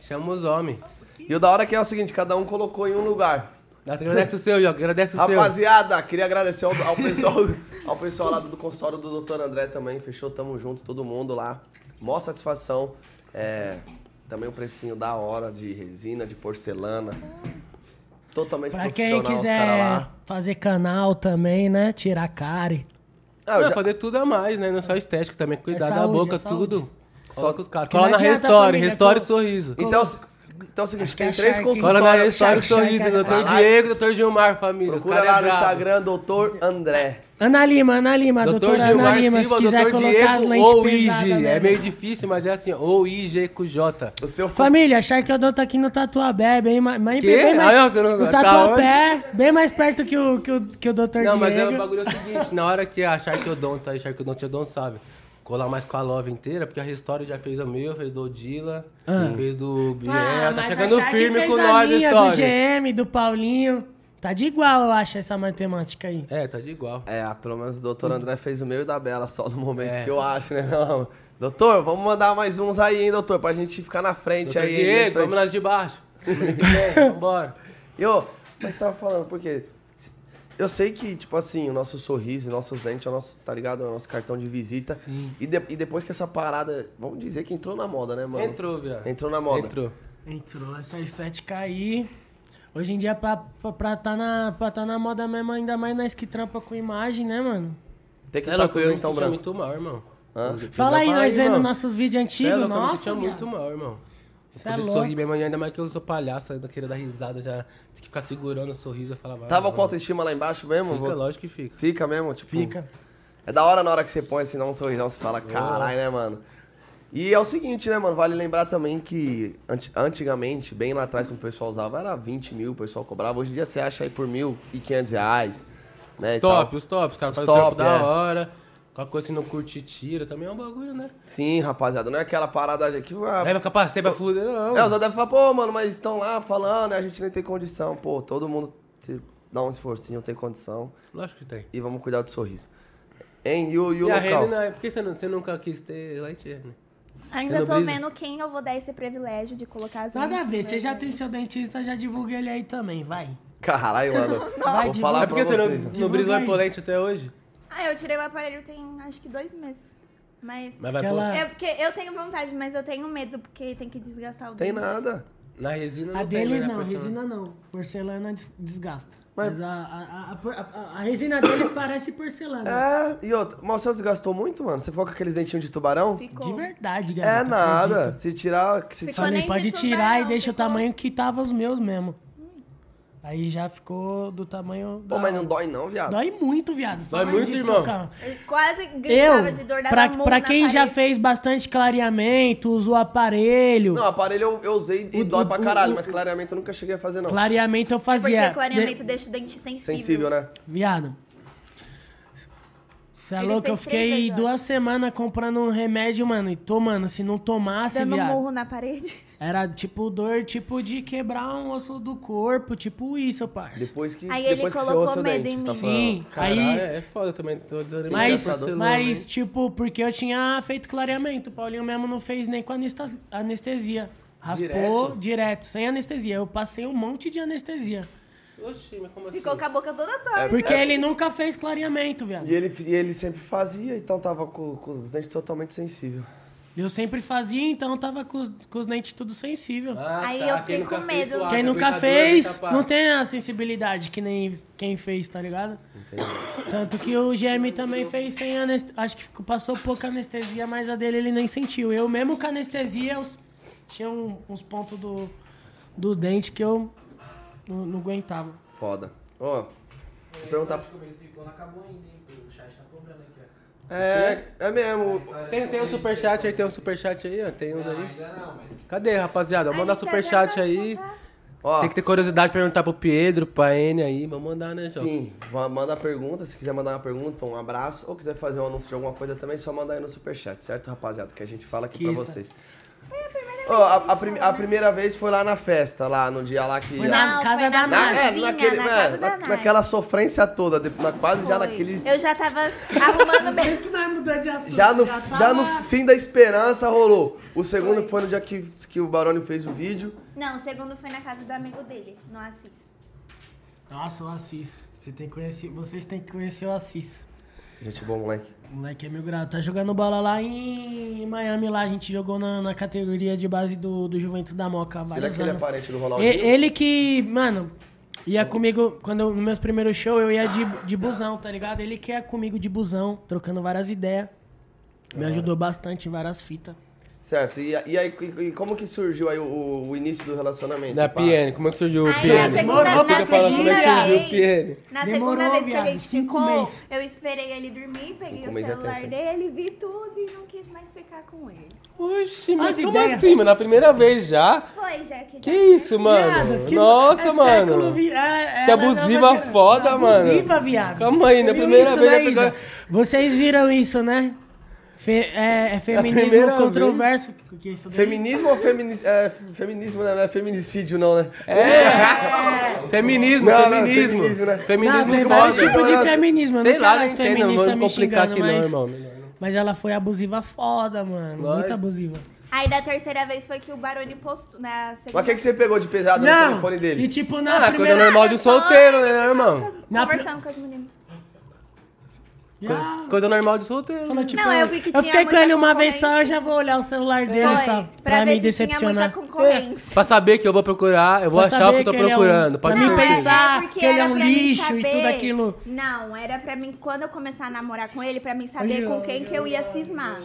S1: chama os homens.
S2: E o da hora que é o seguinte, cada um colocou em um lugar.
S1: Agradece o seu, Joca, agradece o seu.
S2: Rapaziada, queria agradecer ao, ao pessoal, ao pessoal lá do consultório do Dr. André também. Fechou, tamo junto, todo mundo lá. Mó satisfação. É, também o precinho da hora de resina, de porcelana. Totalmente
S4: Pra quem
S2: profissional os caras
S4: quiser
S2: lá.
S4: fazer canal também, né? Tirar cárie.
S2: Ah, eu
S1: Não,
S2: já-
S1: fazer tudo a mais, né? Não só estético também, cuidar da
S4: saúde,
S1: boca,
S4: é saúde.
S1: tudo. Só com os caras.
S4: Porque não
S1: Cola na
S4: adianta,
S1: Restore,
S4: família,
S1: Restore
S4: colo-
S1: Sorriso.
S2: Então, se- então é o seguinte,
S4: Acho que
S2: tem
S4: é
S2: três
S4: Shark.
S1: Cola na
S2: consultórios.
S1: Restore
S4: Shark, Shark,
S1: Sorriso,
S4: Shark.
S1: doutor
S2: Vai lá.
S1: Diego, doutor Gilmar, família. os
S2: Procura
S1: cara é
S2: lá no
S1: brabo.
S2: Instagram, Dr. André.
S4: Ana Lima, Ana Lima,
S1: Doutor
S4: doutora
S1: Gilmar
S4: Ana Lima, se
S1: Silva,
S4: quiser
S1: doutor
S4: colocar as
S1: Diego
S4: lentes
S1: ou
S4: pesadas.
S1: IG.
S4: né,
S1: É meio
S4: mano?
S1: difícil, mas é assim, ou IG com J.
S2: O seu fã.
S4: Família, Sharkdon tá aqui no Tatuapé, bem, ma- mas
S1: Quê?
S4: bem mais...
S1: Ah, você não-
S4: no
S1: tá
S4: Tatuapé, bem mais perto que o, que o, que o Dr.
S1: Não,
S4: Diego.
S1: mas é, o bagulho é o seguinte, na hora que achar que eu dou, tá achar que eu dou, eu dou, sabe? Colar mais com a Love inteira, porque a Restore já fez o meu, fez do Odila,
S4: Ah.
S1: fez do Biel, tá
S4: mas
S1: chegando
S4: a Shark
S1: firme
S4: fez
S1: com
S4: a
S1: nós,
S4: minha, do
S1: Restore.
S4: GM, do Paulinho. Tá de igual, eu acho, essa matemática aí.
S1: É, tá de igual.
S2: É, ah, pelo menos o doutor André fez o meu e o da Bela só no momento
S1: É.
S2: que eu acho, né? Não. Doutor, vamos mandar mais uns aí, hein, doutor? Pra gente ficar na frente
S1: Doutor
S2: aí. hein, de
S1: Diego,
S2: frente.
S1: vamos nas de baixo. Semana que vem, Vambora.
S2: E, ô, mas você tava falando, porque eu sei que, tipo assim, o nosso sorriso, nossos dentes, é o nosso, tá ligado? É o nosso cartão de visita. Sim. E, de- e depois que essa parada, vamos dizer que entrou na moda, né, mano?
S1: Entrou, viado.
S2: Entrou na moda.
S1: Entrou.
S4: Entrou essa estética aí. Hoje em dia, pra, pra, pra tá na, pra tá na moda mesmo, ainda mais nós que trampa com imagem, né, mano?
S2: Tem que
S1: É
S2: estar
S4: Tá
S1: louco,
S2: com
S1: eu
S2: o
S1: me
S2: então
S1: sentia
S2: branco.
S1: muito mal, irmão.
S2: Hã?
S4: Fala aí,
S1: Fala
S4: nós
S1: aí,
S4: vendo
S1: mano.
S4: nossos vídeos
S1: Cê é
S4: antigos.
S1: louco, eu me sentia
S4: Nossa,
S1: muito
S4: muito...
S1: mal, irmão.
S4: Cê é
S1: Poder
S4: louco.
S1: sorrir mesmo, ainda mais que eu sou palhaço, ainda queria dar risada, já tem que ficar segurando o sorriso "Ah, e falar... vai,
S2: Tava
S1: mano,
S2: com a autoestima lá embaixo mesmo?
S1: Fica,
S2: Vou-
S1: lógico que fica.
S2: Fica mesmo? Tipo,
S4: Fica.
S2: É da hora na hora que você põe assim, dá um sorrisão, você fala, caralho, né, mano? E é o seguinte, né, mano? Vale lembrar também que anti- antigamente, bem lá atrás, quando o pessoal usava, era 20 mil, o pessoal cobrava. Hoje em dia você acha aí por 1.500 reais, né? e
S1: Top,
S2: tal.
S1: os tops, cara.
S2: Os
S1: Faz
S2: top,
S1: o trampo
S2: é.
S1: da hora. Qualquer coisa se não curte, tira. Também é um bagulho, né?
S2: Sim, rapaziada, não é aquela parada de que. Ah,
S1: Leva capacete pra fuder, não.
S2: é, os outros devem falar, pô, mano, mas estão lá falando, né? A gente nem tem condição. Pô, todo mundo se dá um esforcinho, tem condição.
S1: Lógico que tem.
S2: E vamos cuidar do sorriso. Hein? E o, e o
S1: E a
S2: local? Ah,
S1: renda, não, é porque você, não, você nunca quis ter Lightyear, né?
S6: Ainda
S1: Sendo
S6: tô
S1: brisa.
S6: vendo quem eu vou dar esse privilégio de colocar as
S4: Nada a
S6: lentes
S4: ver,
S6: no
S4: você
S6: meu
S4: já
S6: dente.
S4: tem seu dentista, já divulga ele aí também, vai.
S2: Caralho, mano.
S4: Vai,
S2: Vou
S4: divulga.
S2: falar
S1: é
S2: pra
S1: porque você
S2: vocês. né?
S1: não,
S2: mano.
S1: não brisa
S4: aí.
S1: o polente até hoje?
S6: Ah, eu tirei o aparelho tem acho que dois meses. Mas.
S1: Mas vai
S4: Aquela-
S6: É porque eu tenho vontade, mas eu tenho medo, porque tem que desgastar o
S2: Tem
S6: dente.
S2: nada.
S1: pôr. Na resina não
S4: A
S1: tem,
S4: deles
S1: né? Na
S4: não,
S1: porcelana.
S4: resina não. Porcelana des- desgasta.
S2: Mas-
S4: Mas, a, a, a- a- a- a resina deles parece porcelana.
S2: É, e outra, mas você desgastou muito, mano? Você ficou com aqueles dentinhos de tubarão?
S6: Ficou.
S4: De verdade,
S2: é
S4: galera.
S2: nada. Se tirar. que Se
S6: Ficou.
S4: Falei,
S6: nem
S4: pode
S6: titubear,
S4: tirar e
S6: não,
S4: deixa
S6: ficou-
S4: o tamanho que tava os meus mesmo. Aí já ficou do tamanho da...
S2: Pô, mas não dói, não, viado.
S4: Dói muito, viado.
S1: Dói
S4: Fala
S1: muito,
S4: disso,
S1: irmão.
S4: calma.
S6: Eu quase gritava
S4: Eu,
S6: de dor da
S4: pra,
S6: mão
S4: pra
S6: na
S4: quem já
S6: parede.
S4: fez bastante clareamento, usou aparelho...
S2: Não, aparelho eu, eu usei e
S4: O-
S2: dói
S4: o-
S2: pra
S4: o-
S2: caralho,
S4: o-
S2: mas clareamento eu nunca cheguei a fazer, não.
S4: Clareamento eu
S6: É Porque
S4: fazia...
S6: o clareamento deixa o dente sensível.
S2: Sensível, né?
S4: Viado. Você é
S6: Ele
S4: louco?
S6: fez
S4: Eu
S6: três vezes,
S4: fiquei
S6: eu
S4: duas semanas comprando um remédio, mano, e tomando. Se não tomasse,
S6: Dando
S4: viado.
S6: murro na parede.
S4: Era tipo dor, tipo de quebrar um osso do corpo, tipo isso, parça.
S2: Depois que,
S6: Aí ele
S2: depois que você
S6: colocou
S2: roça o
S6: medo
S2: dente,
S6: em
S2: você tá
S6: mim.
S2: falando.
S4: Sim,
S1: Caralho,
S4: aí.
S1: é foda eu também. Tô dando
S4: Mas,
S1: pra celular,
S4: mas
S1: hein?
S4: tipo, porque eu tinha feito clareamento. O Paulinho mesmo não fez nem com anesta- anestesia. Raspou
S1: Direto?
S4: direto. sem anestesia. Eu passei um monte de anestesia.
S1: Oxi, mas como assim?
S6: Ficou com a boca toda
S1: É
S6: torta.
S4: Porque ele nunca fez clareamento, viado.
S2: E ele, e ele sempre fazia, então tava com, com os dentes totalmente sensíveis.
S4: Eu sempre fazia, então eu tava com os, com os dentes tudo sensível.
S1: Ah,
S6: Aí
S1: tá,
S6: eu
S1: quem
S6: fiquei
S1: nunca
S6: com
S1: fez,
S6: medo.
S1: suave, é
S4: Quem nunca
S1: aguentador,
S4: fez,
S1: aguenta
S4: não
S1: pá.
S4: tem a sensibilidade que nem quem fez, tá ligado? Tanto que o GM também fez sem anestesia. Acho que ficou- passou pouca anestesia, mas a dele ele nem sentiu. Eu mesmo com anestesia, eu s- tinha um- uns pontos do, do dente que eu não, não aguentava.
S2: Foda. Ó,
S5: É,
S2: vou perguntar.
S5: Como eles ficam, não acabou ainda, hein? O chat tá cobrando aqui, ó.
S2: É, é mesmo.
S1: Tem, tem um superchat aí, tem um superchat aí, ó. Tem uns
S5: Não,
S1: aí.
S5: ainda não, mas
S1: Cadê, rapaziada? Vamos mandar
S6: Ai, você
S4: tá
S1: superchat
S6: até pode
S1: aí.
S6: contar.
S2: Ó,
S1: Tem que ter curiosidade de perguntar pro Pedro, pra N aí. Vamos mandar, né,
S4: Então.
S1: João?
S2: Sim, va- manda pergunta. Se quiser mandar uma pergunta, um abraço, ou quiser fazer um anúncio de alguma coisa também, só manda aí no superchat, certo, rapaziada? Que a gente fala aqui pra
S4: Esquiça.
S2: vocês. Ó, a, a prim-
S6: né?
S2: a primeira vez foi lá na festa, lá no dia lá que.
S4: Foi na
S6: Não,
S4: casa
S6: foi na-
S4: da Nath.
S2: é,
S6: Nazinha,
S2: naquele,
S6: na
S2: é,
S6: casa da
S2: na-
S6: Nath.
S2: naquela sofrência toda, de- na, quase já
S6: Foi.
S2: naquele.
S6: Eu já tava arrumando
S4: Por
S6: bem.
S4: isso que nós mudamos de assunto.
S2: Já no, já no fim da esperança rolou. O segundo foi no dia que, que o Baroni fez o vídeo.
S6: Não, o segundo foi na casa do amigo dele, no Assis.
S4: Nossa, o Assis. Você tem que conhecer, vocês têm que conhecer o Assis.
S2: Gente bom, moleque.
S4: O moleque é mil grau. Tá jogando bola lá em Miami, lá. A gente jogou na, na categoria de base do, do Juventus da Moca. há
S2: Será
S4: vários
S2: que ele é
S4: anos.
S2: parente do
S4: E-
S2: Ronaldinho?
S4: Ele que, mano, ia comigo, quando eu- nos meus primeiros shows, eu ia de, de busão, tá ligado? Ele que ia comigo de busão, trocando várias ideias. Me ajudou bastante em várias fitas.
S2: Certo, e, e aí e- e como que surgiu aí o- o, o início do relacionamento?
S1: Da
S2: pá?
S1: PN, como é que surgiu o
S6: Aí,
S1: PN?
S6: na segunda-
S1: Como é que fala
S6: na
S1: como é que
S6: segunda
S1: surgiu o
S6: vez-
S1: PN?
S6: Na
S4: Demorou,
S6: segunda vez que a
S4: viado,
S6: gente
S4: cinco
S6: ficou,
S4: meses.
S6: eu esperei ele dormir, peguei
S2: Cinco
S6: o
S2: meses é
S6: celular
S2: tempo,
S6: dele, vi tudo e não quis mais secar com ele.
S1: Oxi, mas
S4: As
S1: como
S4: ideias.
S1: assim, mano? Na primeira vez já?
S6: Foi, já que já
S1: Que
S6: tinha-
S1: isso, mano?
S4: Viado, que-
S1: Nossa,
S4: é
S1: mano.
S4: século vi- é- é
S1: Que
S4: da nova
S1: abusiva
S4: geração.
S1: foda, mano.
S4: Abusiva, viado.
S1: Calma aí, na
S4: Viu
S1: primeira
S4: isso,
S1: vez
S4: né,
S1: já
S4: Isa?
S1: pegou-
S4: Vocês viram isso, né? Fe- é,
S1: primeira
S4: é feminismo
S1: vez.
S4: controverso. Que- que é isso daí?
S2: Feminismo ou femini é, f- feminismo, né? Não é feminicídio, não, né?
S1: É. Feminismo,
S2: Não, não,
S1: feminismo.
S2: feminismo, né?
S4: Não,
S1: Feminismo
S4: tem
S1: que
S4: vários
S1: mostra-
S4: tipos de
S2: Sei lá,
S4: feminismo. Eu
S1: Sei
S4: não
S1: lá,
S4: quero
S1: não
S4: as
S1: entendo, não
S4: feministas
S1: vamos
S4: me
S1: complicar
S4: xingando,
S1: aqui não,
S4: mas...
S1: irmão. melhor não.
S4: Mas ela foi abusiva foda, mano.
S1: Lógico.
S4: Muito abusiva.
S6: Aí da terceira vez foi que o Baroni postou na segunda.
S2: Mas o que, que você pegou de pesado no telefone
S4: e
S2: dele?
S4: tipo, na
S1: Ah, coisa
S4: primeira...
S1: normal de um
S6: eu só-
S1: solteiro, né, né, irmão?
S6: Conversando
S4: Na
S6: com as meninas.
S4: Já-
S1: Coisa normal de solteiro.
S4: Falou, tipo,
S6: Não, eu vi que tinha
S4: fiquei com
S6: muita
S4: ele uma vez só, eu
S6: concorrência.
S4: já vou olhar o celular dele
S6: Foi,
S4: só.
S6: pra,
S4: Pra, me
S6: ver se tinha muita
S4: decepcionar.
S6: concorrência.
S1: Pra saber que eu vou procurar, eu vou
S4: Pra
S1: achar o
S4: saber
S1: que eu tô
S4: que ele é um-
S1: procurando. Pode
S4: pra mim
S1: ser.
S4: pensar-
S6: porque
S4: que ele é
S6: era
S4: um
S6: pra mim
S4: lixo e tudo
S6: saber-
S4: aquilo.
S6: Não, era pra mim, quando eu começar a namorar com ele, pra mim saber com quem que eu ia cismar.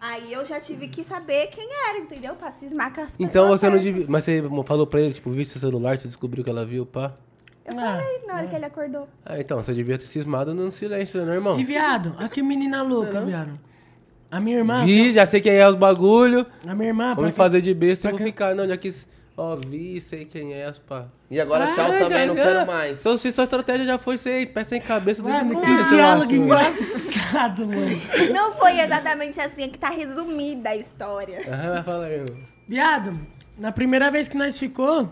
S6: Aí eu já tive que saber quem era, entendeu? Pra cismar com as pessoas.
S1: Então você não
S6: certas.
S1: devia. Mas você falou pra ele, tipo, viu seu celular, você descobriu que ela viu, pá.
S6: Eu
S4: Ah.
S6: falei na hora que ele acordou.
S1: Ah, então, você devia ter cismado no silêncio, né, irmão?
S4: E viado, olha que menina louca, é
S6: Uhum.
S4: viado. A minha irmã...
S1: Vi, já sei quem é os bagulho.
S4: A minha irmã... pra
S1: Vou me
S4: quem-
S1: fazer de besta e
S4: pra
S1: vou
S4: quem-
S1: ficar. Não, já quis. Ó, vi, sei quem é, pá.
S2: E agora
S4: Ah,
S2: tchau
S1: Ah,
S2: também,
S1: já-
S2: não
S1: já-
S2: quero mais.
S1: Então, se sua estratégia já foi ser pé sem cabeça desde o
S4: Mano, que
S1: começo. eu
S4: diálogo
S1: acho.
S4: engraçado, mano.
S6: Não foi exatamente assim, é que tá resumida a história.
S1: Aham, fala aí, irmão.
S4: Viado, na primeira vez que nós ficou,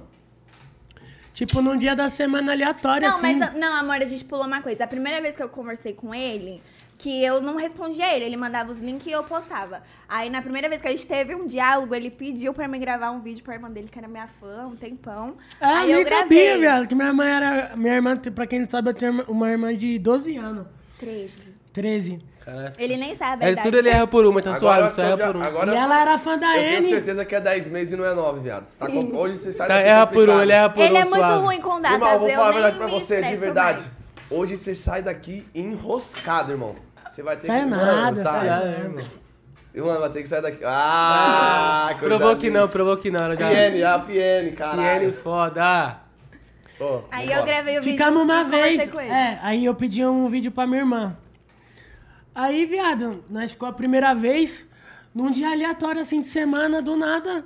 S4: tipo, num dia da semana aleatória,
S6: Não,
S4: assim.
S6: mas não, amor, a gente pulou uma coisa. A primeira vez que eu conversei com ele, que eu não respondia ele, ele mandava os links e eu postava. Aí na primeira vez que a gente teve um diálogo, ele pediu pra mim gravar um vídeo pra irmã dele, que era minha fã, um tempão.
S4: Ah,
S6: Aí
S4: nem
S6: eu gravei.
S4: sabia, viado, que minha mãe era... Minha irmã, pra quem não sabe, eu tenho uma irmã de 12 anos.
S6: 13.
S4: 13.
S1: Caraca.
S6: Ele nem sabe a
S1: É,
S6: idade.
S1: tudo ele erra por uma, então
S2: Agora,
S1: suave, só
S2: então,
S1: erra
S2: já-
S1: por uma.
S2: agora
S4: e ela era fã da
S2: eu tenho
S4: N.
S2: certeza que é 10 meses e não é 9, viado. Você tá com- Hoje você sai
S1: Tá,
S2: daqui
S1: erra por um,
S2: complicado.
S1: ele erra por um.
S6: Ele é muito
S1: suave.
S6: ruim com datas,
S2: Irmão, eu vou falar a
S6: nem
S2: verdade pra
S6: me
S2: você, de
S6: expresso
S2: verdade.
S6: mais.
S2: Hoje você sai daqui enroscado, irmão. Você vai ter
S4: Sai
S2: que... mano,
S4: nada,
S2: sai.
S4: sai
S1: Ah, é, irmão.
S2: Mano, vai ter que sair daqui. Ah, coisa
S1: Provou que
S2: linda.
S1: não, provou que não. Ela já...
S2: PN, a PN,
S1: PN
S2: caralho.
S1: foda.
S2: Ô,
S6: Aí
S2: vambora.
S6: eu gravei o vídeo.
S4: Ficamos uma
S6: e conversei
S4: vez.
S6: com ele.
S4: É, aí eu pedi um vídeo pra minha irmã. Aí, viado, nós ficou a primeira vez num dia aleatório, assim, de semana, do nada.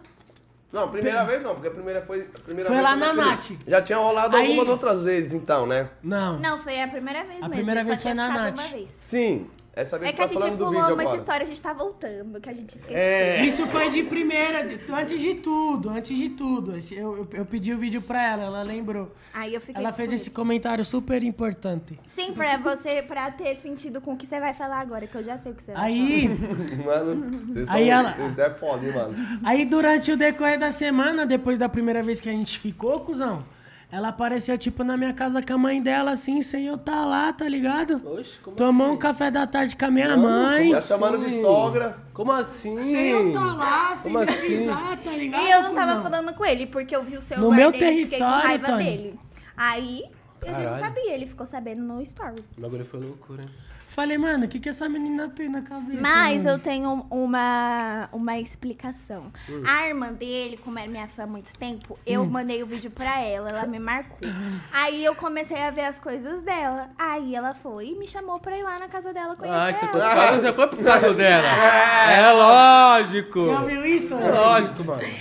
S2: Não, primeira vez não, porque a primeira foi. a primeira
S4: Foi
S2: vez
S4: lá
S2: eu
S4: na
S2: não
S4: Nath.
S2: queria. Já tinha rolado
S4: Aí-
S2: algumas outras vezes, então, né?
S4: Não.
S6: Não, foi a primeira vez
S4: A
S6: mesmo.
S4: primeira
S6: eu
S4: vez
S6: só
S4: foi
S6: tinha
S4: na
S6: ficado
S4: Nath.
S6: uma vez.
S2: Sim. Essa vez
S6: É
S2: você
S6: que a
S2: tá
S6: gente
S2: falando do
S6: pulou
S2: vídeo
S6: muita
S2: agora. É.
S6: história, a gente tá voltando, que a gente esqueceu.
S4: Isso foi de primeira, de- antes de tudo, antes de tudo. Esse- Eu, eu, eu pedi o vídeo pra ela, ela lembrou.
S6: Aí eu fiquei
S4: Ela fez
S6: com
S4: esse comentário super importante.
S6: Sim, pra você, pra ter sentido com o que você vai falar agora, que eu já sei o que você vai falar.
S4: Aí,
S2: Mano, vocês
S4: Aí
S2: tão-
S4: ela-
S2: Vocês é foda, hein, mano.
S4: aí durante o decorrer da semana, depois da primeira vez que a gente ficou, cuzão, Ela apareceu, tipo, na minha casa com a mãe dela, assim, sem eu estar lá, tá ligado?
S1: Oxe, como
S4: Tomou um café da tarde com a minha mãe.
S2: Tá chamando de sogra.
S1: Como assim?
S4: Sem eu estar lá, sem
S1: Como
S4: me
S1: assim?
S4: avisar, tá ligado?
S6: E eu não
S4: cuzão?
S6: tava falando com ele, porque eu vi o celular
S4: No meu
S6: dele e fiquei com
S4: território,
S6: raiva
S4: Tony.
S6: dele. Aí, ele não
S1: Caralho.
S6: sabia, ele ficou sabendo no story.
S1: O bagulho foi loucura, hein?
S4: Falei, mano, o que, que essa menina tem na cabeça?
S6: Mas
S4: mano?
S6: eu tenho uma, uma explicação.
S1: Hum.
S6: A irmã dele, como era minha fã há muito tempo, eu
S4: Hum.
S6: mandei o vídeo pra ela, ela me marcou. Aí eu comecei a ver as coisas dela. Aí ela foi e me chamou pra ir lá na casa dela conhecer
S1: Ah, você foi,
S6: ela.
S1: ah, você foi por causa dela. É lógico.
S4: Já viu isso?
S1: É lógico, mano.
S6: Eu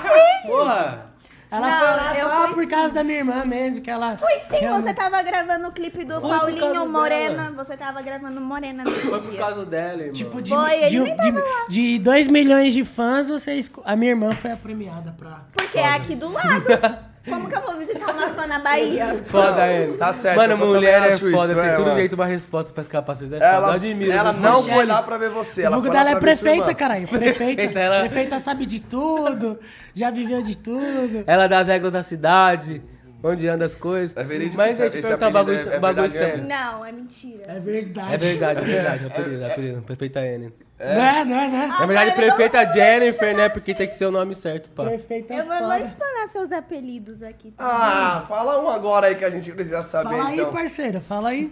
S6: fui sim!
S1: Porra.
S4: Ela
S6: Não,
S4: foi lá
S6: eu
S4: só
S6: fui
S4: por causa da minha irmã mesmo, que ela...
S6: Fui sim,
S4: ela-
S6: você tava gravando o clipe do
S1: por causa
S6: Paulinho
S1: dela.
S6: Morena. Você tava gravando Morena nesse
S1: Foi por
S6: dia.
S1: causa dela, irmão.
S4: Tipo, de,
S6: Foi, ele
S4: de,
S6: nem tava
S4: de, de 2 milhões de fãs, você esco- a minha irmã foi a premiada pra...
S6: Porque é aqui do lado. Como que eu vou visitar uma fã na Bahia?
S1: Foda ele.
S2: Tá certo,
S1: Mano,
S2: eu também
S1: mulher é
S2: acho isso,
S1: foda. tem
S2: é,
S1: tudo
S2: mano.
S1: jeito uma resposta pra escapar. Vocês é foda. Eu
S2: Ela,
S1: admiro.
S2: ela
S1: vocês.
S2: não
S4: Michele.
S2: foi lá pra ver você.
S4: O
S2: Ela
S4: vulgo
S2: foi lá
S4: dela é
S2: pra ver sua
S4: prefeita,
S2: irmã.
S4: caralho. Prefeita,
S1: Então ela-
S4: prefeita sabe de tudo, já viveu de tudo.
S1: Ela dá as regras da cidade, onde anda as coisas.
S2: É verídico,
S1: Mas
S2: esse-
S1: deixa eu
S2: esse
S1: perguntar um
S2: apelido
S1: bagulho,
S2: é- é
S1: um bagulho
S2: verdade
S1: sério.
S6: Não, é mentira.
S4: É verdade.
S1: É verdade, é verdade. Apelido, apelido. tá Prefeita N.
S4: Né, né, né?
S1: Na verdade,
S6: Agora eu não
S1: prefeita
S6: vou
S1: Jennifer, né? Porque tem que ser o nome certo, pá.
S4: Prefeita
S6: Eu vou
S4: foda.
S6: lá explanar seus apelidos aqui. tá?
S2: Ah, fala um agora aí que a gente precisa saber,
S4: Fala aí,
S2: então.
S4: parceira, fala aí.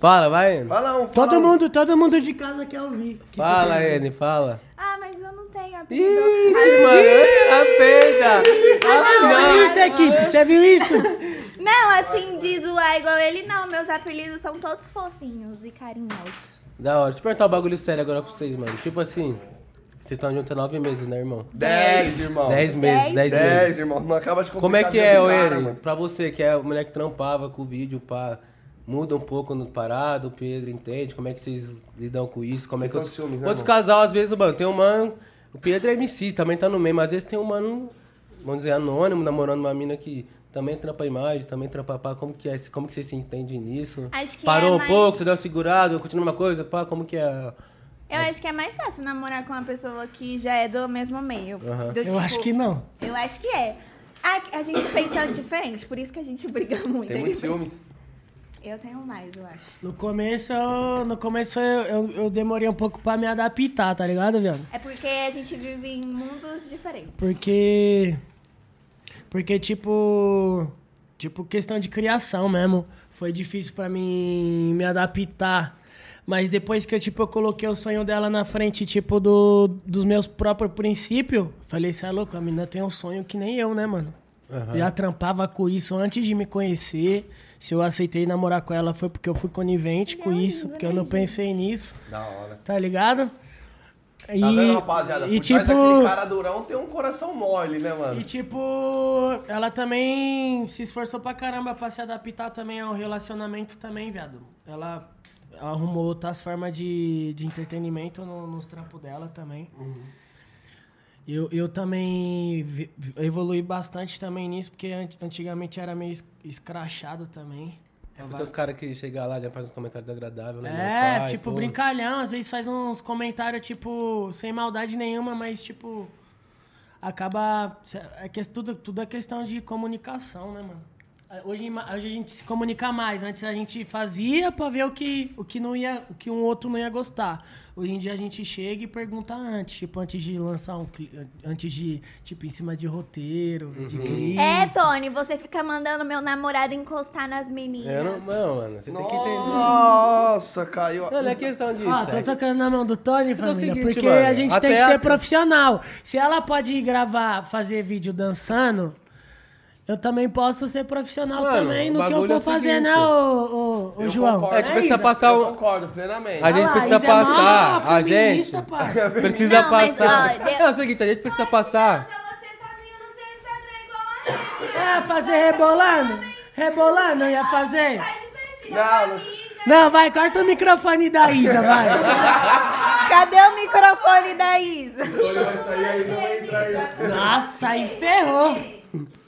S1: Fala, vai, N.
S2: Fala um, fala
S4: Todo
S2: um.
S4: mundo, todo mundo de casa quer ouvir. Que
S1: Fala,
S4: surpresa.
S1: N, fala.
S6: Ah, mas eu não tenho
S1: Ixi,
S6: apelido.
S1: mano, a peida.
S4: Ah, Você viu isso, equipe? Você viu isso?
S6: Não, assim, de zoar igual ele, não. Meus apelidos são todos fofinhos e carinhosos.
S1: Da hora. Deixa eu perguntar um bagulho sério agora pra vocês, mano. Tipo assim, vocês estão juntos há nove meses, né, irmão?
S2: Dez, irmão.
S1: Dez meses, dez meses.
S2: 10, irmão. Não acaba de
S1: Como é
S2: complicar
S1: que
S2: a vida
S1: é,
S2: do
S1: ô
S2: cara,
S1: Eren?
S2: mano.
S1: Pra você, que é o moleque que trampava com o vídeo, pá. Muda um pouco no parado, o Pedro entende. Como é que vocês lidam com isso? Como é que
S2: Então,
S1: outros,
S2: ciúmes, né,
S1: outros
S2: irmão?
S1: casal, às vezes, mano, tem um mano. O Pedro é MC, também tá no meio, mas às vezes tem um mano, vamos dizer, anônimo, namorando uma mina que também trampa a imagem, também trampa pá. Como que é? esse- Como que vocês se entendem nisso?
S6: Acho que
S1: Parou
S6: é
S1: um
S6: mais-
S1: pouco, você deu uma segurada, continua uma coisa, pá, como que é?
S6: Eu acho que é mais fácil namorar com uma pessoa que já é do mesmo meio.
S1: Aham.
S6: Do
S4: Eu
S6: tipo-
S4: acho que não.
S6: Eu acho que é. A, a gente pensa diferente, por isso que a gente briga muito.
S2: Tem muitos ciúmes.
S6: Eu tenho mais, eu acho.
S4: No começo, eu, no começo eu, eu, eu demorei um pouco pra me adaptar, tá ligado, viado?
S6: É porque a gente vive em mundos diferentes.
S4: Porque. Porque, tipo. Tipo, questão de criação mesmo. Foi difícil pra mim me adaptar. Mas depois que eu, tipo, eu coloquei o sonho dela na frente, tipo, do, dos meus próprios princípios, falei, você é louco, a menina tem um sonho que nem eu, né, mano?
S1: Aham.
S4: Já trampava com isso antes de me conhecer. Se eu aceitei namorar com ela foi porque eu fui conivente com isso, porque eu não pensei nisso,
S2: Da hora.
S4: tá ligado? E,
S2: Tá vendo, rapaziada?
S4: E
S2: Por trás
S4: tipo,
S2: daquele cara durão tem um coração mole, né, mano?
S4: e tipo, ela também se esforçou pra caramba pra se adaptar também ao relacionamento também, viado. Ela arrumou outras formas de, de entretenimento no- nos trampos dela também. Eu, eu também vi- vi- evoluí bastante também nisso, porque an- antigamente era meio es- escrachado também.
S1: Tem os caras que chegam lá já fazem uns comentários desagradáveis, né?
S4: É,
S1: Meu pai,
S4: tipo,
S1: pô.
S4: brincalhão, às vezes faz uns comentários, tipo, sem maldade nenhuma, mas, tipo, acaba. É que tudo, tudo é questão de comunicação, né, mano? É, Hoje, ima- hoje a gente se comunica mais. Antes a gente fazia pra ver o que, o que não ia, o que um outro não ia gostar. Hoje em dia a gente chega e pergunta antes, tipo, antes de lançar um clipe, antes de, tipo, em cima de roteiro, de clipe.
S6: É, Tony, você fica mandando meu namorado encostar nas meninas.
S1: Eu não, não, mano, você tem que entender.
S2: Nossa, caiu. a-
S1: Não, não é questão disso.
S6: Ah,
S4: Ó,
S1: é
S4: Ah, tô tocando na mão do Tony, família,
S1: seguinte,
S4: porque
S1: mano,
S4: a gente
S1: até
S4: tem que
S1: a-
S4: ser profissional. Se ela pode gravar, fazer vídeo dançando, eu também posso ser profissional
S1: Mano,
S4: também
S1: o
S4: no que eu
S1: bagulho é
S4: vou
S1: o
S4: fazer,
S1: seguinte.
S4: né, ô, ô, ô,
S2: Eu
S4: João?
S2: concordo.
S1: É, tipo, precisa
S2: Isa,
S1: passar
S2: eu
S1: um-
S2: concorda plenamente.
S1: A gente
S6: lá,
S1: precisa
S4: Isa é mó
S1: passar, a gente
S4: feminista, parça.
S1: precisa
S6: Não, mas,
S1: passar.
S6: ó, de-
S1: É o seguinte, a gente precisa passar.
S6: você sozinho no seu Instagram igual a
S4: É, fazer rebolando? Rebolando, eu ia fazer.
S6: é
S2: Não, não-
S4: Não, vai, corta o microfone da Isa, vai.
S6: Cadê o microfone da Isa?
S4: Nossa, aí ferrou.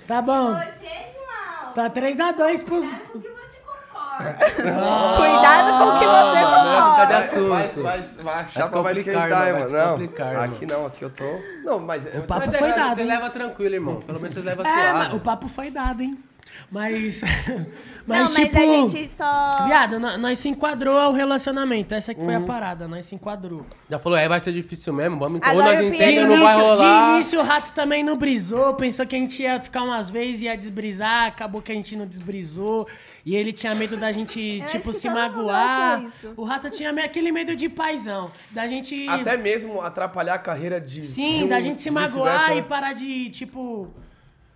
S4: Tá bom,
S6: Você, João.
S4: tá 3x2 pros...
S6: Com que você concorda? Cuidado com o
S1: Ah,
S6: que você
S4: Ah,
S1: Cadê
S6: concorda.
S1: assunto?
S2: Vai, vai, vai, a chapa vai
S1: complicar,
S2: esquentar,
S1: irmão,
S2: mano.
S1: vai se
S2: Não,
S1: complicar,
S2: aqui não, aqui eu tô. Não, mas. eu-
S4: papo
S1: Mas é,
S4: foi
S1: cara,
S4: dado,
S1: Você
S4: hein?
S1: leva tranquilo, irmão. Pelo menos você leva
S2: né?
S4: É,
S1: suave.
S4: mas o papo foi dado, hein? Mas.
S6: Não,
S4: mas
S6: mas
S4: tipo.
S6: a gente só.
S4: Viado, nó- nós se enquadrou ao relacionamento. Essa que foi
S2: Uhum.
S4: a parada, nós se enquadrou.
S1: Já falou, é, vai ser difícil mesmo, vamos
S6: Agora
S1: Ou nós
S6: o
S4: De
S1: entendemos,
S6: Pedro-
S1: não vai
S4: início, de
S1: rolar.
S4: início o rato também não brisou, pensou que a gente ia ficar umas vezes, ia desbrisar, acabou que a gente não desbrisou. E ele tinha medo da gente,
S6: acho
S4: tipo,
S6: que
S4: se
S6: todo mundo
S4: magoar.
S6: acha isso.
S4: O rato tinha me- aquele medo de paizão. Da gente.
S2: Até mesmo atrapalhar a carreira de.
S4: Sim,
S2: de um
S4: da gente se magoar
S2: vice-versa,
S4: e
S2: né?
S4: parar de, tipo,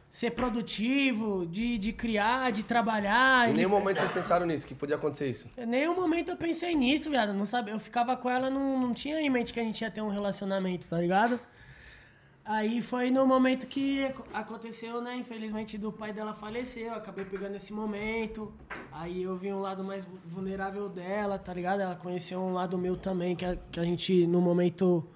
S4: ser produtivo, de, de criar, de trabalhar.
S2: Em
S4: Ele-
S2: nenhum momento vocês pensaram nisso, que podia acontecer isso.
S4: Em nenhum momento eu pensei nisso, viado. Não sabia. Eu ficava com ela, não, não tinha em mente que a gente ia ter um relacionamento, tá ligado? Aí foi no momento que ac- aconteceu, né? Infelizmente, do pai dela falecer. Eu acabei pegando esse momento. Aí eu vi um lado mais vu- vulnerável dela, tá ligado? Ela conheceu um lado meu também, que a, que a gente, no momento,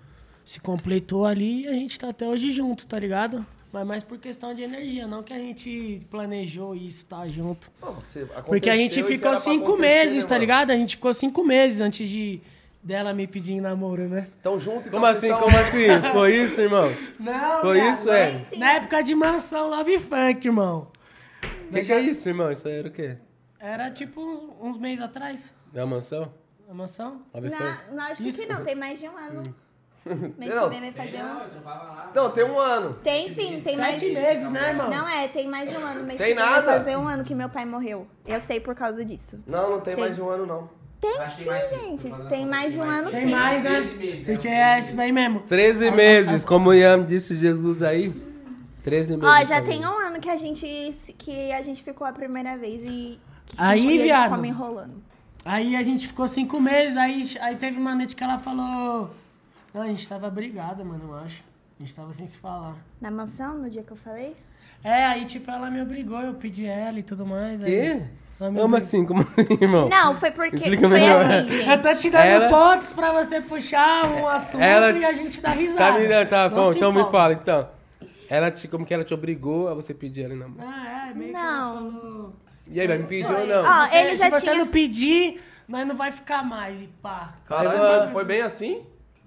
S4: se completou ali. E a gente tá até hoje junto, tá ligado? Mas mais por questão de energia, não que a gente planejou isso, tá junto.
S2: Não, você-
S4: Porque a
S2: aconteceu,
S4: gente
S2: isso era
S4: ficou
S2: pra
S4: cinco
S2: acontecer,
S4: meses,
S2: né,
S4: tá
S2: mano?
S4: ligado? A gente ficou cinco meses antes de dela me pedir em namoro, né?
S2: Tão junto, então
S1: Como
S2: vocês
S1: assim,
S2: tão-
S4: é?
S1: como assim? Foi isso, irmão?
S4: Não,
S1: Foi viado, isso, é? mas
S4: Na época de mansão, love funk, irmão.
S1: O que, que é isso, irmão? Isso aí era o quê?
S4: Era tipo uns, uns meses atrás,
S1: É uma mansão?
S4: a mansão.
S1: Uma
S6: Na, Hum.
S1: bifana?
S6: lógico
S4: Isso.
S6: que não, tem mais de um ano. Mês
S2: Não.
S6: que vem vai fazer
S5: Não,
S6: um.
S5: eu trampava lá.
S2: Não, tem um ano.
S6: Tem sim, tem mais um.
S4: Sete meses, né, irmão?
S6: Não é, tem mais de um ano. Mês
S2: Tem
S6: que vem vai
S2: nada.
S6: fazer um ano que meu pai morreu. Eu sei por causa disso.
S2: Não, não tem,
S6: Tem.
S2: mais de um ano, não.
S6: Tem
S5: Acho que
S6: sim,
S5: tem mais sim.
S6: gente.
S5: Tô falando
S6: Tem
S5: assim,
S6: mais de
S5: tem
S6: um
S5: mais
S6: ano
S5: sim.
S4: Tem
S6: sim.
S4: mais, né?
S5: Treze meses,
S4: Porque
S5: é.
S4: é isso daí mesmo.
S1: 13 meses, como o Ian disse Jesus aí. 13 meses.
S6: Ah, Ó, já
S1: também.
S6: tem um ano que a gente se- que a gente ficou a primeira vez e que
S4: Aí,
S6: e ele
S4: viado.
S6: ficou me enrolando.
S4: Aí a gente ficou cinco meses, aí, aí teve uma noite que ela falou... Não, a gente tava brigada, mano, eu acho. A gente tava sem se falar.
S6: Na mansão, no dia que eu falei?
S4: É, aí tipo, ela me obrigou, eu pedi ela e tudo mais.
S1: Quê?
S4: Aí, ela me
S1: Como
S4: obrigou.
S1: assim? Como assim, irmão?
S6: Ah, Não, foi porque
S1: Explica
S6: foi
S1: melhor.
S6: assim,
S4: Eu
S6: gente.
S4: tô te dando
S1: Ela- É,
S4: pontos pra você puxar um assunto
S1: Ela-
S4: e a gente dá risada.
S1: Tá me dando, tá
S4: Não
S1: bom,
S4: se
S1: então me
S4: empolga.
S1: fala, então. Ela te, como que ela te obrigou a você pedir ela em namoro?
S4: Ah, é, meio
S6: Não.
S4: que ela falou.
S1: E aí, vai, me pediu ou
S6: Ó,
S1: não?
S6: Ah,
S4: "Se-
S6: ele
S4: se
S6: já
S4: você
S6: tinha-
S4: não pedir, nós não vai ficar mais, e pá.
S2: Caralho,
S1: Agora-
S2: mano, foi bem assim?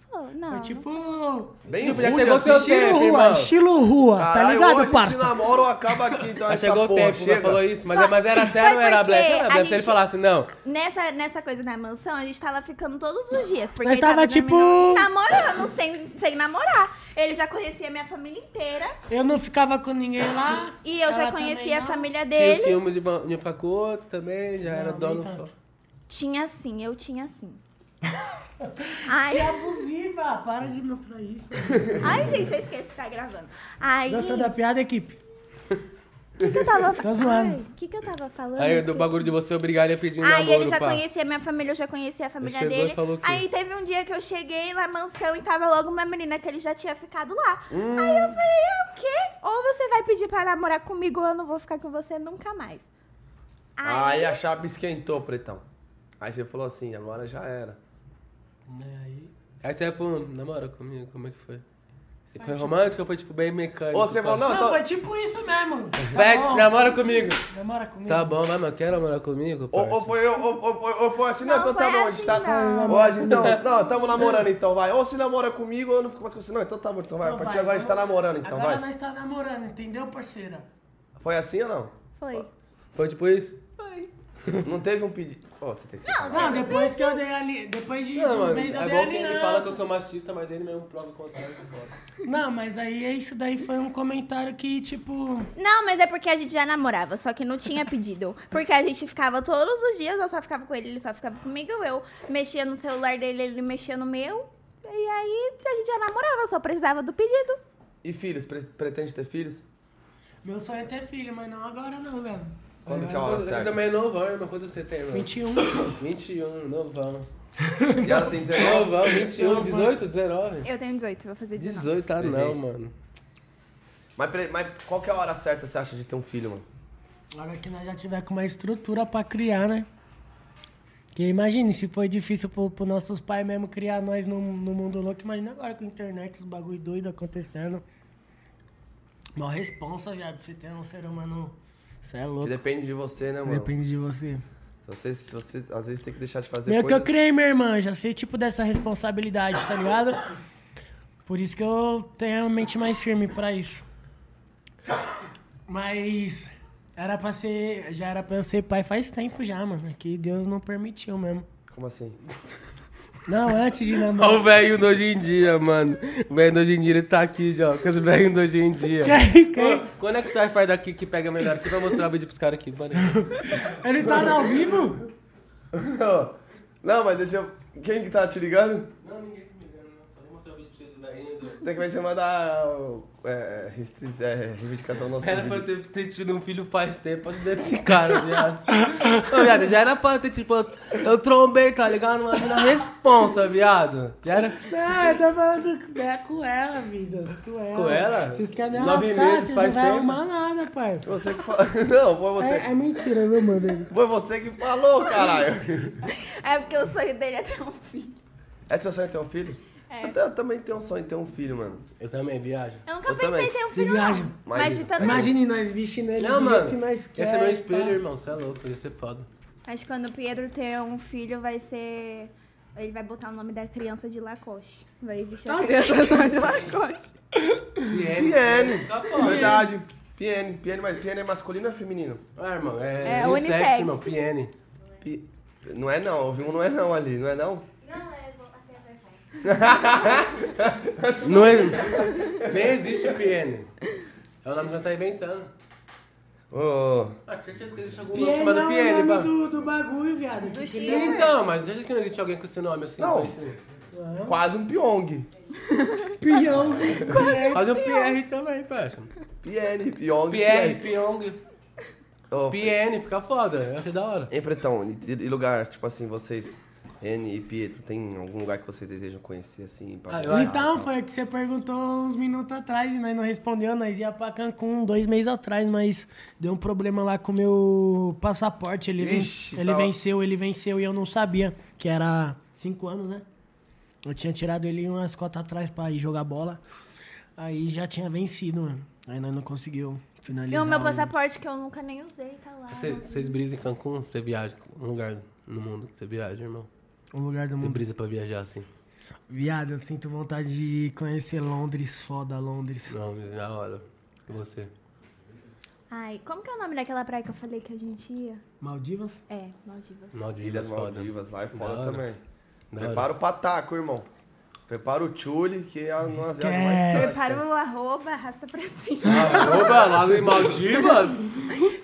S6: Pô, não.
S4: Foi tipo...
S2: Bem
S1: Tipo, já
S2: rude
S1: chegou
S2: assim.
S1: seu tempo.
S4: Estilo rua,
S1: irmão.
S4: estilo rua, tá
S2: Caralho, ou a
S4: ligado,
S2: gente
S4: parça?
S2: namora ou acaba aqui, então
S1: Mas
S2: essa
S1: chegou o
S2: porra,
S1: tempo,
S2: chega.
S1: ela falou isso, mas, mas era
S6: Foi
S1: sério ou era
S6: porque
S1: blefe? Era
S6: a
S1: blefe. Se ele
S6: gente-
S1: falasse, não,
S6: Nessa, nessa coisa da mansão, a gente tava ficando todos os dias. Porque
S4: Nós
S6: ele
S4: tava, tipo-
S6: dormindo- Namorando, sem, sem namorar. Ele já conhecia minha família inteira.
S4: Eu não ficava com ninguém lá.
S6: E eu já
S4: ela também
S6: conhecia a
S4: não.
S6: família
S1: tinha
S6: dele.
S1: ciúmes de ba- de um facoto também, já era
S4: nem
S1: dono.
S4: tanto.
S6: Tinha sim, eu tinha sim. Ai,
S4: É abusiva, para de mostrar isso.
S6: ai, gente, eu esqueço que tá gravando. Aí,
S4: Gostou
S6: o
S4: da piada, equipe?
S6: que, que eu tava
S4: tá Tô
S6: falando?
S4: zoando.
S6: O que, que eu tava falando? Eu
S1: Aí do
S6: esqueci.
S1: bagulho de você obrigar ele a pedir em namoro,
S6: Aí ele já
S1: pá.
S6: conhecia minha família, eu já conhecia a família
S1: chegou e
S6: dele.
S1: falou o quê?
S6: Aí teve um dia que eu cheguei lá na mansão e tava logo uma menina que ele já tinha ficado lá.
S1: Hum.
S6: Aí eu falei, é o quê? Ou você vai pedir pra namorar comigo ou eu não vou ficar com você nunca mais. Aí,
S2: Aí a chapa esquentou, pretão. Aí você falou assim, agora já era.
S4: Aí,
S1: Aí você é, pô, namora comigo, como é que foi? Você foi romântico ou foi, tipo, bem mecânico?
S2: Ou você
S1: pá?
S2: falou, não,
S4: Não,
S2: então-
S4: foi tipo isso mesmo. Tá
S1: Vai,
S4: bom,
S1: namora comigo.
S4: Namora comigo.
S1: Tá bom, mas mano, quer namorar comigo,
S2: Ou, ou
S1: parça?
S2: foi, ou, ou, ou- ou foi assim, não,
S6: Não
S2: então tá
S6: foi
S2: bom, a gente tá.
S6: assim, não.
S2: Ó, a gente- não, não, tamo namorando então, vai. Ou se namora comigo, ou eu não fico mais com você. Não, então tá bom, então vai. A
S4: Então
S2: partir de
S4: vai,
S2: agora a gente tá
S4: então-
S2: namorando, então
S4: Agora
S2: vai.
S4: nós tá namorando, entendeu, parceira?
S2: Foi assim ou não?
S6: foi.
S1: Foi tipo isso?
S2: Não teve um pedido. Ó, você tem que ser.
S4: Não, depois que eu dei ali. Depois de
S1: Não,
S4: uns
S1: mano,
S4: meses eu
S1: é
S4: dei
S1: bom que ele fala que eu
S4: aliança.
S1: sou machista, mas ele mesmo prova o contrário. que fala.
S4: Não, mas aí é isso daí foi um comentário que, tipo.
S6: Não, mas é porque a gente já namorava, só que não tinha pedido. Porque a gente ficava todos os dias, eu só ficava com ele, ele só ficava comigo, eu mexia no celular dele, ele mexia no meu. E aí a gente já namorava, só precisava do pedido.
S2: E filhos? Pre- pretende ter filhos?
S4: Meu sonho é ter filho, mas não agora não, velho.
S2: Quando que é a hora
S1: Você
S2: certa?
S1: também é novão, irmão. Quanto você tem, irmão?
S4: 21.
S1: 21, novão.
S2: E ela tem 19.
S1: Novão, 21, 18, 19.
S6: Eu tenho 18, vou fazer 19.
S1: 18, ah não, mano.
S2: Mas, peraí, mas qual que é a hora certa você acha de ter um filho, mano?
S4: Agora que nós já tiver com uma estrutura pra criar, né? Porque imagine, se foi difícil pro, pro nossos pais mesmo criar nós no, no mundo louco, imagina agora com a internet, os bagulho doido acontecendo. Mó responsa, viado, você ter um ser humano. Você é
S2: Que
S4: louco.
S2: depende de você, né, mano?
S4: Depende de você.
S2: Se você, se você às vezes tem que deixar de fazer
S4: Meio que eu
S2: coisas.
S4: criei minha irmã, já sei, tipo, dessa responsabilidade, tá ligado? Por isso que eu tenho a mente mais firme pra isso. Mas Era pra ser. Já era pra eu ser pai faz tempo já, mano. Que Deus não permitiu mesmo.
S2: Como assim?
S4: Não, antes de namorar.
S1: Olha o velho do hoje em dia, mano. O velho do hoje em dia, ele tá aqui já, com os velhos do hoje em dia.
S4: Quem- quem-
S1: Ô, Quando é que o Wi-Fi daqui que pega melhor aqui pra mostrar o vídeo pros caras aqui? Bora aqui.
S4: Ele tá no ao vivo?
S2: Não, mas deixa eu... Quem que tá te ligando?
S1: Não, ninguém tá me ligando, não. Só vou mostrar o vídeo pra vocês
S2: Tem que vai ser mandar o- é, restri... é, reivindicação do nosso
S1: Era pra eu
S2: vídeo.
S1: ter, ter tido um filho faz tempo, olha desse cara, viado. Ô, viado, já era pra ter, tipo, eu, eu trombei, tá ligado? Mas na responsa, viado. Já era
S4: Não, Tá, eu tô falando é com ela, vidas. Com ela.
S1: com ela.
S4: Vocês querem me
S1: Nove
S4: arrastar,
S1: meses,
S4: vocês não
S1: faz
S4: vai
S1: tempo.
S4: arrumar nada, parça.
S2: Você que fala... Não, foi você.
S4: É, é mentira, viu, mano?
S2: Foi você que falou, caralho.
S6: É porque o sonho dele é ter um filho.
S2: É seu sonho ter um filho? É. Eu, ta- também tenho um sonho de ter um filho, mano.
S1: Eu também viajo.
S6: Eu nunca
S2: Eu também.
S6: pensei em ter um
S4: Você
S6: filho,
S4: viaja.
S6: não. Mas então- de
S2: Imagina.
S6: tanto.
S4: Imagine nós vestindo ele
S1: Não,
S4: do
S1: mano.
S4: jeito que nós tá?
S1: Ia
S4: queremos.
S1: ser meu espelho, irmão. Você é louco, ia ser foda.
S6: Acho que quando o Pedro ter um filho, vai ser. Ele vai botar o nome da criança de Lacoste. Vai vestir a
S4: Nossa.
S6: criança só de Lacoste.
S1: Piene.
S2: Piene.
S1: Tá foda.
S2: é Verdade. Piene. Piene, mas Piene é masculino ou é feminino?
S1: Ah, irmão, é,
S6: É,
S1: unissex,
S6: unissex.
S1: irmão. Piene.
S2: Pi- Não é não, eu vi um não é não ali, não é não?
S1: Não é... Nem existe o Piene. É o nome que nós tá inventando.
S2: Ô,
S1: Ah, tinha que existe algum nome
S4: Piene não é
S1: chamado Piene,
S4: o nome
S1: mano.
S4: do, do bagulho, viado. que que ele-
S1: Então, mas você acha que não existe alguém com esse nome assim?
S2: Não.
S1: Assim?
S2: quase um Pyong.
S4: Pião.
S1: Faz o PR também, parça.
S2: Piene, Pyong.
S1: PR, Pyong.
S2: Ô,
S1: PN, fica foda. Eu achei da hora.
S2: Em Pretão, e, e lugar, tipo assim, vocês, N e Pietro, tem algum lugar que vocês desejam conhecer, assim?
S1: Ah,
S2: Pra
S1: eu-
S2: viajar e
S4: Então,
S2: tal?
S4: foi o que você perguntou uns minutos atrás e nós não respondeu. Nós ia pra Cancún dois meses atrás, mas deu um problema lá com o meu passaporte. Ele, ven-
S2: Ixi,
S4: ele
S2: tá.
S4: venceu, ele venceu e eu não sabia, que era cinco anos, né? Eu tinha tirado ele umas cotas atrás pra ir jogar bola. Aí já tinha vencido, mano. Aí nós não conseguiu finalizar.
S6: E o meu
S4: o-
S6: passaporte que eu nunca nem usei tá lá.
S1: Cê- Vocês brisam em Cancún? Você viaja um lugar no mundo que você viaja, irmão?
S4: o lugar do
S1: Você
S4: mundo.
S1: brisa pra viajar assim?
S4: Viado, eu sinto vontade de conhecer Londres, foda Londres.
S1: Não, mas é da hora. E você?
S6: Ai, como que é o nome daquela praia que eu falei que a gente ia?
S4: Maldivas?
S6: É, Maldivas.
S1: Maldivas,
S2: Ilhas
S1: foda.
S2: Maldivas, lá é
S1: Da
S2: foda
S1: hora.
S2: também.
S1: Da
S2: Prepara
S1: hora.
S2: o pataco, irmão. Prepara o tchule, que é uma
S4: Esquece.
S2: viagem mais cara.
S6: Prepara o arroba, arrasta pra cima.
S1: Ah, Arroba lá em Maldivas?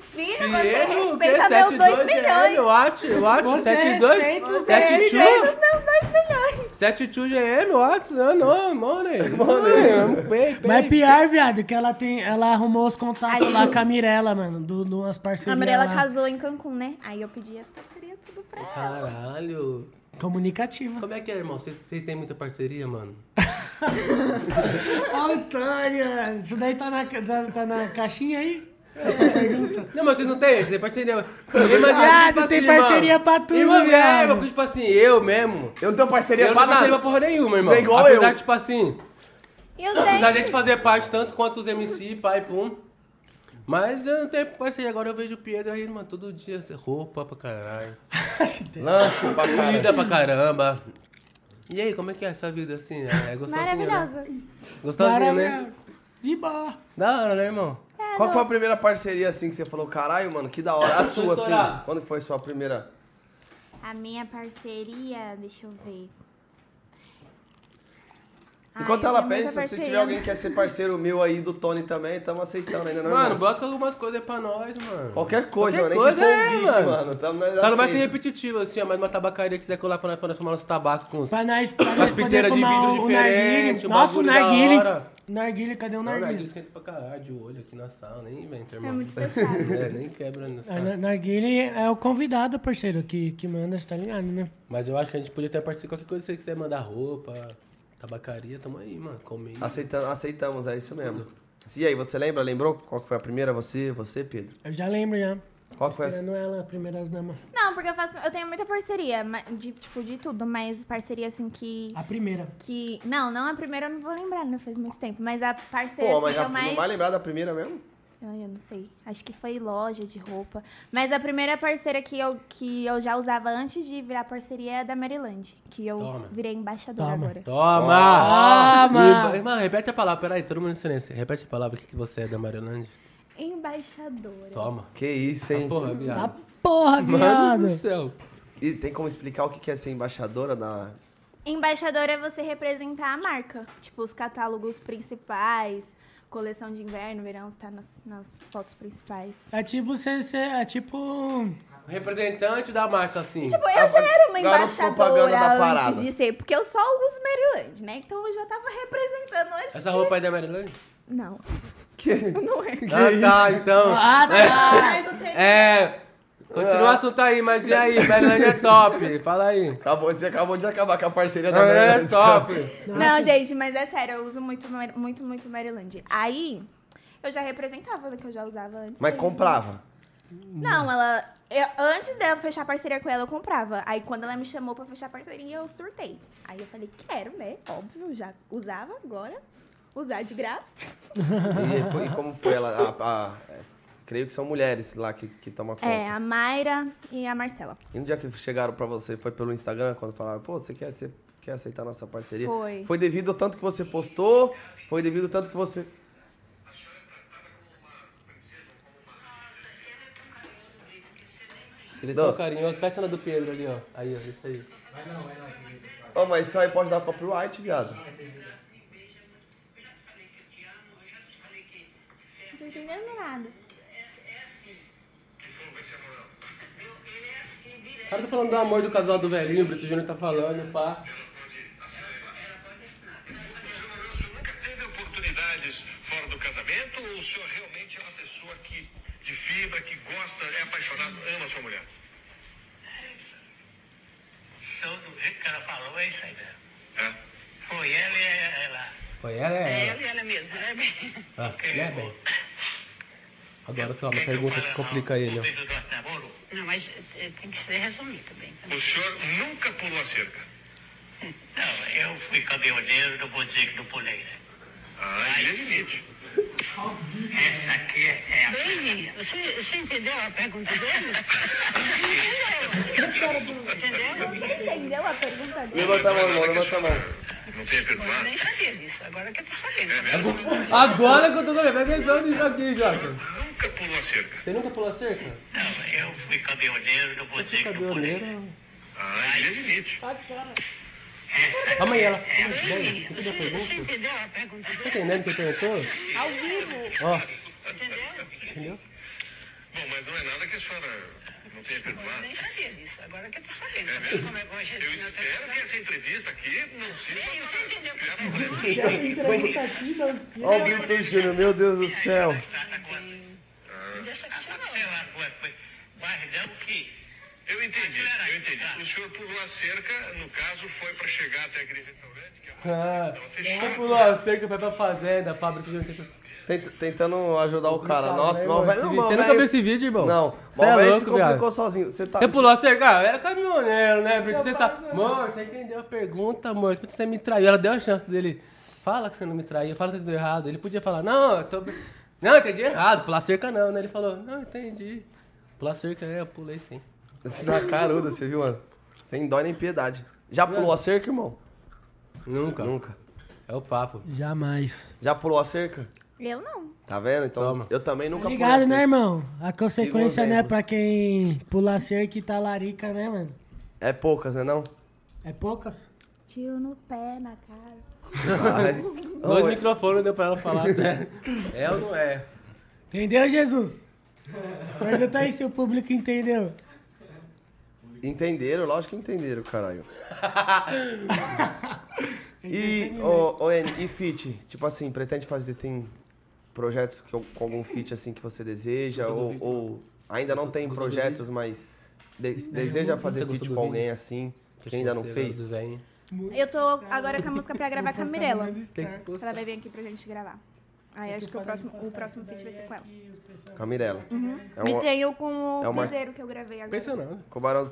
S6: Filho, você
S1: Dinheiro, o quê?
S6: respeita meus 2
S1: 72
S6: milhões.
S1: GL, what? What?
S4: Você
S6: é
S1: 72?
S4: respeita os
S1: É 72?
S6: Respeita os meus 2 milhões.
S1: 72 GM, what? Não, não, money. Money. Pay, pay.
S4: é Mas é pior, viado, que ela tem. Ela arrumou os contatos
S6: Ali.
S4: lá com a Mirella, mano. Do, de umas
S6: A
S4: parcerias.
S6: Mirella
S4: lá.
S6: casou em Cancún, né? Aí eu pedi as parcerias tudo
S2: Uhum.
S6: pra ela.
S1: Caralho.
S4: Comunicativa.
S1: Como é que é, irmão? Vocês vocês têm muita parceria, mano?
S4: Antônia! Isso daí tá na, tá, tá na caixinha aí?
S1: Não, mas vocês não têm, vocês têm parceria. Ninguém mais-
S4: Viado, Ah, tem parceria pra tudo,
S1: tipo assim, Irmão, é,
S4: viado.
S1: mas, tipo assim, eu mesmo.
S2: Eu não tenho parceria
S1: eu não
S2: pra
S1: tenho
S2: nada.
S1: parceria pra porra nenhuma, irmão.
S2: Você é igual
S1: Apesar
S2: eu.
S1: de, tipo assim,
S6: E os
S1: da
S6: dentes?
S1: gente fazer parte tanto quanto os MC, pai, pum. Mas eu não tenho parceria. Agora eu vejo o Pedro aí, mano, todo dia. assim, Roupa pra caralho.
S2: Lanche pra caralho.
S1: Comida pra caramba. E aí, como é que é essa vida assim? É gostosinha, né?
S6: Maravilhosa.
S1: Gostosinha, né?
S4: Maravilha. De boa.
S1: Da hora, né, irmão?
S6: É,
S2: Qual que foi a primeira parceria, assim, que você falou, caralho, mano, que da hora. A sua, assim.
S1: estourado.
S2: Quando que foi a sua primeira?
S6: A minha parceria, deixa eu ver. Ai,
S2: Enquanto
S6: eu
S2: ela
S6: tenho muita
S2: pensa, se
S6: parceria.
S2: tiver alguém que quer ser parceiro meu aí, do Tony também, tamo aceitando ainda, não, é
S1: Mano,
S2: irmão?
S1: bota algumas coisas aí pra nós, mano.
S2: Qualquer coisa,
S1: Qualquer
S2: mano. Nem que
S1: coisa,
S2: for um
S1: é,
S2: vídeo,
S1: mano.
S2: mano. Tamo, nós
S1: Só não vai ser
S2: aceita.
S1: repetitivo, assim, ó, mas uma tabacaria quiser colar pra nós, pra nós fumar nosso tabaco com os...
S4: Pra nós, pra nós poder
S1: piteiras de
S4: fumar
S1: vidro
S4: o, o
S1: diferente,
S4: narguile.
S1: o
S4: Nossa, o
S1: bagulho da
S4: narguile.
S1: hora. Tá
S4: Narguile, cadê o
S1: Não, narguilha
S4: narguile?
S1: esquenta pra caralho de olho aqui na sala, nem inventa,
S6: É
S1: irmão.
S6: muito fechado.
S1: É, nem quebra na
S4: A
S1: sala.
S4: na- Narguile é o convidado, parceiro, que, que manda, você tá ligado, né?
S1: Mas eu acho que a gente podia até participar qualquer coisa que você quiser mandar roupa, tabacaria, tamo aí, mano, comendo.
S2: Aceitamos, aceitamos, é isso mesmo. E aí, você lembra? Lembrou qual que foi a primeira? Você, você, Pedro?
S4: Eu já lembro já.
S2: Qual que foi essa?
S4: Esperando É, ela, primeiras damas.
S6: Não, porque eu faço. Eu tenho muita parceria, ma- de, tipo, de tudo, mas parceria assim que.
S4: A primeira.
S6: que não, não, a primeira eu não vou lembrar, não faz muito tempo. Mas a parceria
S2: Pô,
S6: assim,
S2: mas
S6: que
S2: já,
S6: eu mais.
S2: não vai lembrar da primeira mesmo?
S6: Ai, eu não sei. Acho que foi loja de roupa. Mas a primeira parceira que eu, que eu já usava antes de virar parceria é a da Maryland. Que eu
S1: Toma.
S6: virei embaixadora
S4: Toma.
S6: agora.
S1: Toma!
S4: Toma!
S1: Irmão, repete a palavra, peraí, todo mundo em silêncio. Repete a palavra, o que, que você é da Maryland?
S6: Embaixadora. embaixadora.
S1: Toma.
S2: Que isso, hein?
S1: Porra, viado.
S4: Tá porra,
S1: Mano do
S4: viado.
S1: céu.
S2: E tem como explicar o que que é ser embaixadora na.
S6: Embaixador é você representar a marca. Tipo, os catálogos principais, coleção de inverno, verão, está nas, nas fotos principais.
S4: É tipo você ser. É tipo.
S1: Representante da marca, assim.
S6: Tipo,
S2: Ah,
S6: eu já era uma
S2: garoto propaganda
S6: embaixadora
S2: da parada.
S6: antes de ser, porque eu só uso Maryland, né? Então eu já tava representando
S4: assim.
S6: antes
S1: Essa
S6: de-
S1: roupa aí da Maryland?
S6: Não,
S2: Que...
S6: não é.
S1: Ah, tá, então.
S4: Ah, tá.
S6: Mas eu tenho-
S1: É. Continua o assunto aí, mas e aí? Maryland é top. Fala aí.
S2: Acabou, você acabou de acabar com a parceria da então.
S1: Maryland é
S2: Maryland.
S1: top.
S6: Não, gente, mas é sério, eu uso muito, Mar- muito, muito Maryland. Aí, eu já representava o que eu já usava antes.
S2: Mas
S6: dele.
S2: comprava.
S6: Não, ela. eu- antes dela fechar parceria com ela, eu comprava. Aí quando ela me chamou pra fechar parceria, eu surtei. Aí eu falei, quero, né? Óbvio, já usava agora. Usar de graça.
S2: E, co- e como foi ela? A, a- é, creio que são mulheres lá que, que tomam conta.
S6: É, a Mayra e a Marcela.
S2: E no dia que chegaram pra você, foi pelo Instagram, quando falaram, pô, você quer, você quer aceitar nossa parceria?
S6: Foi.
S2: Foi devido ao tanto que você postou? Foi devido ao tanto que você...
S1: Ele é
S2: Não.
S1: tão carinhoso. Pega ela do Pedro ali, ó. Aí, ó. Isso aí.
S2: Ó, mas isso aí pode dar copyright, viado.
S6: Não tô entendendo nada.
S1: O cara tá falando do amor do casal do velhinho, o Brito Júnior tá falando, pá.
S10: nunca teve oportunidades fora do casamento ou o senhor realmente é uma pessoa que de fibra, que gosta, é apaixonado, ama sua mulher?
S11: Então, do jeito que ela falou, é isso aí mesmo.
S10: É?
S11: Foi ela e ela.
S1: Foi ela, é ela.
S11: e ela mesmo, né, bem?
S1: Ah, né, bem? Agora toma, pergunta que complica ele, ó.
S11: Não, mas eh, tem que ser resumido bem.
S10: O senhor nunca pulou a cerca?
S11: Não, eu fui caminhoneiro, não vou dizer que não pulei, né?
S10: Ah, ele é limite.
S11: Essa aqui é a...
S12: Dele? Você, você entendeu a pergunta dele? Entendeu?
S6: Você entendeu a pergunta dele?
S2: Levanta a mão, irmão, levanta a mão.
S10: Não É tem
S12: Eu
S10: perdoado?
S12: nem sabia disso, agora que eu tô sabendo.
S1: Agora que eu tô sabendo, vai lembrando isso aqui, Jota.
S10: Nunca pulou a cerca?
S1: Você nunca pulou a cerca?
S11: Não, eu fui caminhoneiro, não vou
S1: Você
S11: dizer
S1: é
S11: que não pulei.
S1: caminhoneiro.
S10: Ah, ele é limite.
S1: Calma aí, ela.
S11: É.
S1: Bem,
S12: Dele?
S1: o que que eu
S12: Você, você
S1: pergunto?
S12: entendeu a pergunta
S1: Tá
S12: dele?
S1: entendendo o que eu perguntou?
S6: Ao vivo.
S1: Ó,
S12: Entendeu?
S1: entendeu?
S10: Bom, mas não é nada que a senhora não tenha
S12: Eu
S11: né?
S10: perdoado.
S12: nem sabia disso, agora que eu tô sabendo. Tá vendo como é bom a gente não
S10: Eu
S12: ter-
S10: espero que essa entrevista aqui não
S12: Ei,
S10: sirva
S12: você entendeu?
S10: para criar problemas.
S4: Essa entrevista aqui, não sei.
S2: Ó o Brito Júnior, meu Deus do céu.
S11: Tá, Sei lá, foi, foi. Mas não que...
S10: Eu entendi, eu
S11: tá.
S10: entendi. O senhor pulou a cerca, no caso, foi para chegar até aquele restaurante que a
S1: Ah,
S10: estava
S1: você
S10: fechada.
S1: pulou a cerca, vai pra fazenda, pá, Brito Júnior. tem que-
S2: Tent- Tentando ajudar o cara.
S1: Tá,
S2: Nossa,
S1: né,
S2: mal
S1: mano?
S2: velho. Não, mal
S1: Você nunca
S2: velho-
S1: viu esse vídeo, irmão?
S2: Não,
S1: Você
S2: mal
S1: é
S2: velho se
S1: louco, viado.
S2: complicou sozinho. Você tá.
S1: Você pulou a cerca? Ah, eu era caminhoneiro, né, Brito? Você sabe. Amor, você entendeu a pergunta, amor? Por que Você me traiu. Ela deu a chance dele. Fala que você não me traiu, fala que você deu errado. Ele podia falar, não, eu tô. brin- Não, eu entendi errado, pular cerca não, né? Ele falou, não, entendi. Pular cerca, é, eu pulei sim.
S2: Na caruda, você viu, mano? Sem dó nem piedade. Já pulou a cerca, irmão?
S1: Nunca.
S2: Nunca.
S1: É o papo.
S4: Jamais.
S2: Já pulou a cerca?
S6: Eu não.
S2: Tá vendo? Então
S1: Toma.
S2: eu também nunca pulei a
S4: Obrigado,
S2: cerca.
S4: né, irmão? A consequência, né,
S2: exemplos.
S4: pra quem pular cerca e tá larica, né, mano?
S2: É poucas, né não?
S4: É poucas?
S6: Tiro no pé, na cara.
S2: Ai. é.
S1: Dois
S2: Oi.
S1: microfones deu pra ela falar né? até.
S2: É ou não é?
S4: Entendeu, Jesus? Pergunta aí se o público entendeu.
S2: Entenderam? Lógico que entenderam, caralho. e, ô, ô, N, e fit? Tipo assim, pretende fazer, tem projetos que- com algum fit assim que você deseja?
S1: Gostou do
S2: Ou,
S1: vídeo?
S2: ou ainda não
S1: Gostou-
S2: tem
S1: gostou do né?
S2: projetos, mas de- deseja fazer
S1: Você gostou
S2: fit
S1: do
S2: com
S1: vídeo?
S2: alguém assim, que ainda não
S1: Você gosta
S2: fez?
S1: do velhinho?
S6: Eu tô agora com a música pra gravar com a Mirella.
S1: Tem que postar.
S6: Ela vai vir aqui pra gente gravar. Aí acho que o próximo, o próximo feat vai ser com ela.
S2: Camirela. É
S6: E
S2: um
S6: tenho com o
S2: é uma-
S6: piseiro que eu gravei agora.
S1: Pensa não, né?
S2: Cobarão.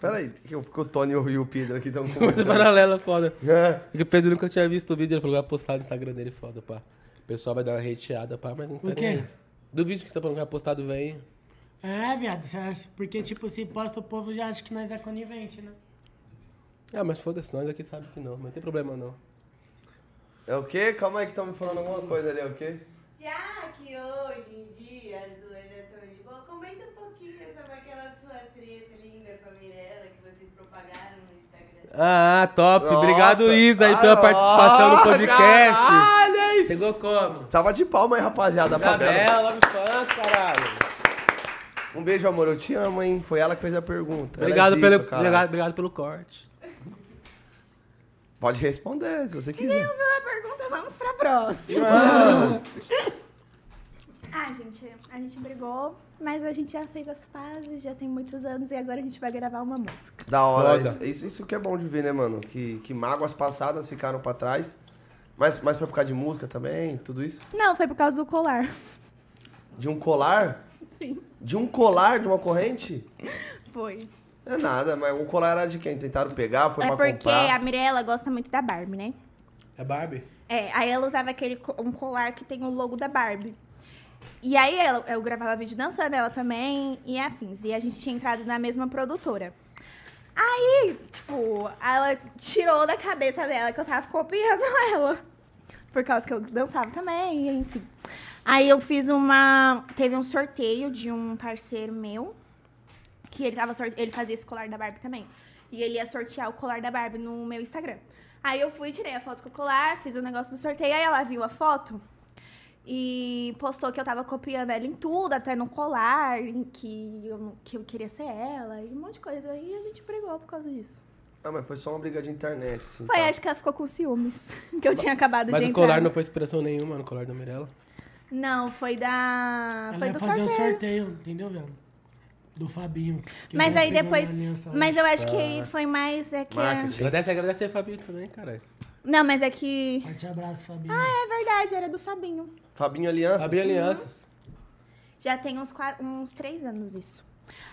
S2: Peraí, que o que o Tony e o Pedro aqui estão
S1: Coisa
S2: conversando.
S1: paralela, foda.
S2: É.
S1: Porque o Pedro nunca tinha visto o vídeo, ele falou que vai postar no Instagram dele, foda, pá. O pessoal vai dar uma hateada, pá, mas não tá
S4: O quê?
S1: nem aí. Do vídeo que tá falando que vai postar do velho.
S4: É, viado, você acha- porque, tipo, se posta o povo já acha que nós é conivente, né?
S1: Ah, mas foda-se, nós aqui sabe que não, mas não tem problema não.
S2: É o quê? Calma aí que estão me falando alguma coisa ali, é o quê?
S13: Já que hoje em dia um
S6: Apagaram no Instagram.
S1: Ah, top.
S2: Nossa.
S1: Obrigado, Isa, aí, pela
S2: Ah,
S1: participação no
S2: ah,
S1: podcast.
S2: Caralho, hein?
S1: Chegou como?
S2: Salva de palma aí, rapaziada.
S1: Tá
S2: pra Bela.
S1: Gabriela, logo os fãs, caralho.
S2: Um beijo, amor. Eu te amo, hein? Foi ela que fez a pergunta. Ela é
S1: Obrigado,
S2: zica,
S1: pelo,
S2: caralho.
S1: obrigado, obrigado pelo corte.
S2: Pode responder, se você quiser.
S6: Viu a pergunta? Vamos pra próxima. ah, gente, a gente brigou, mas a gente já fez as pazes, já tem muitos anos e agora a gente vai gravar uma música.
S2: Da hora.
S1: Foda.
S2: Isso, isso, isso que é bom de ver, né, mano? Que, que mágoas passadas ficaram pra trás. Mas, mas foi por causa de música também, tudo isso.
S6: Não, foi por causa do colar.
S2: De um colar?
S6: Sim,
S2: De um colar, de uma corrente?
S6: foi.
S2: É nada, mas o colar era de quem? Tentaram pegar, foi
S6: é
S2: pra
S6: porque a
S2: comprar.
S6: Mirella gosta muito da Barbie, né?
S1: É Barbie?
S6: É, aí ela usava aquele co- um colar que tem o logo da Barbie. E aí ela, eu gravava vídeo dançando ela também e afins. E a gente tinha entrado na mesma produtora. Aí, tipo, ela tirou da cabeça dela que eu tava copiando ela. Por causa que eu dançava também, e enfim. Aí eu fiz uma. Teve um sorteio de um parceiro meu. Que ele tava sorte... ele fazia esse colar da Barbie também. E ele ia sortear o colar da Barbie no meu Instagram. Aí eu fui, tirei a foto com o colar, fiz o negócio do sorteio, aí ela viu a foto e postou que eu tava copiando ela em tudo, até no colar, em que eu, não- que eu queria ser ela, e um monte de coisa. E a gente brigou por causa disso.
S2: Ah, mas foi só uma briga de internet, assim.
S6: Foi,
S2: tá.
S6: acho que ela ficou com ciúmes, que eu tinha acabado
S1: Mas
S6: de
S1: o
S6: entrar.
S1: colar não foi inspiração nenhuma no colar da Mirella.
S6: Não, foi da.
S4: Ela
S6: Ah, foi
S4: ia
S6: do
S4: fazer
S6: sorteio.
S4: um sorteio, entendeu, velho? Do Fabinho. que
S6: Mas
S4: eu
S6: aí
S4: peguei na
S6: depois.
S4: aliança lá.
S6: Mas eu acho
S1: Ah.
S6: que foi mais. É que...
S2: Marketing.
S1: Agradece, agradece aí, Fabinho, também, caralho.
S6: Não, mas é que.
S4: Forte abraço, Fabinho.
S6: É verdade, era do Fabinho.
S2: Fabinho Aliança. assim?
S1: Abri alianças.
S6: Já tem uns, qua- uns três anos isso.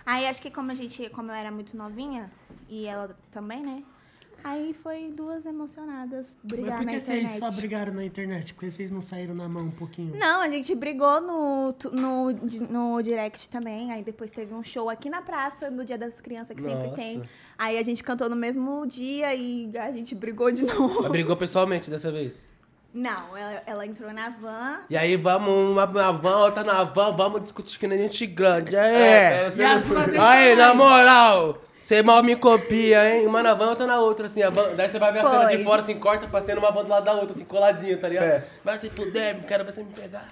S6: Aí acho que como a gente. Como eu era muito novinha, e ela também, né? Aí foi duas emocionadas
S4: Mas
S6: brigar
S4: por
S6: na
S4: que vocês
S6: internet.
S4: só brigaram na internet? Por que vocês não saíram na mão um pouquinho?
S6: Não, a gente brigou no, tu- no, di- no direct também. Aí depois teve um show aqui na praça, no Dia das Crianças, que sempre
S1: Nossa.
S6: tem. Aí a gente cantou no mesmo dia e a gente brigou de novo.
S1: Mas brigou pessoalmente dessa vez.
S6: Não, ela, ela entrou na van.
S1: E aí, vamos uma na van, outra na van, vamos discutir que nem gente grande.
S2: É,
S1: É.
S2: é,
S4: E as duas
S1: Aí, na moral, você mal me copia, hein? Uma na van, outra na outra, assim. a van- Daí você vai ver a cena
S6: Foi.
S1: de fora, assim, corta, passando uma van do lado da outra, assim, coladinha, tá ligado?
S2: É.
S1: Vai se fuder, cara, você me pegar.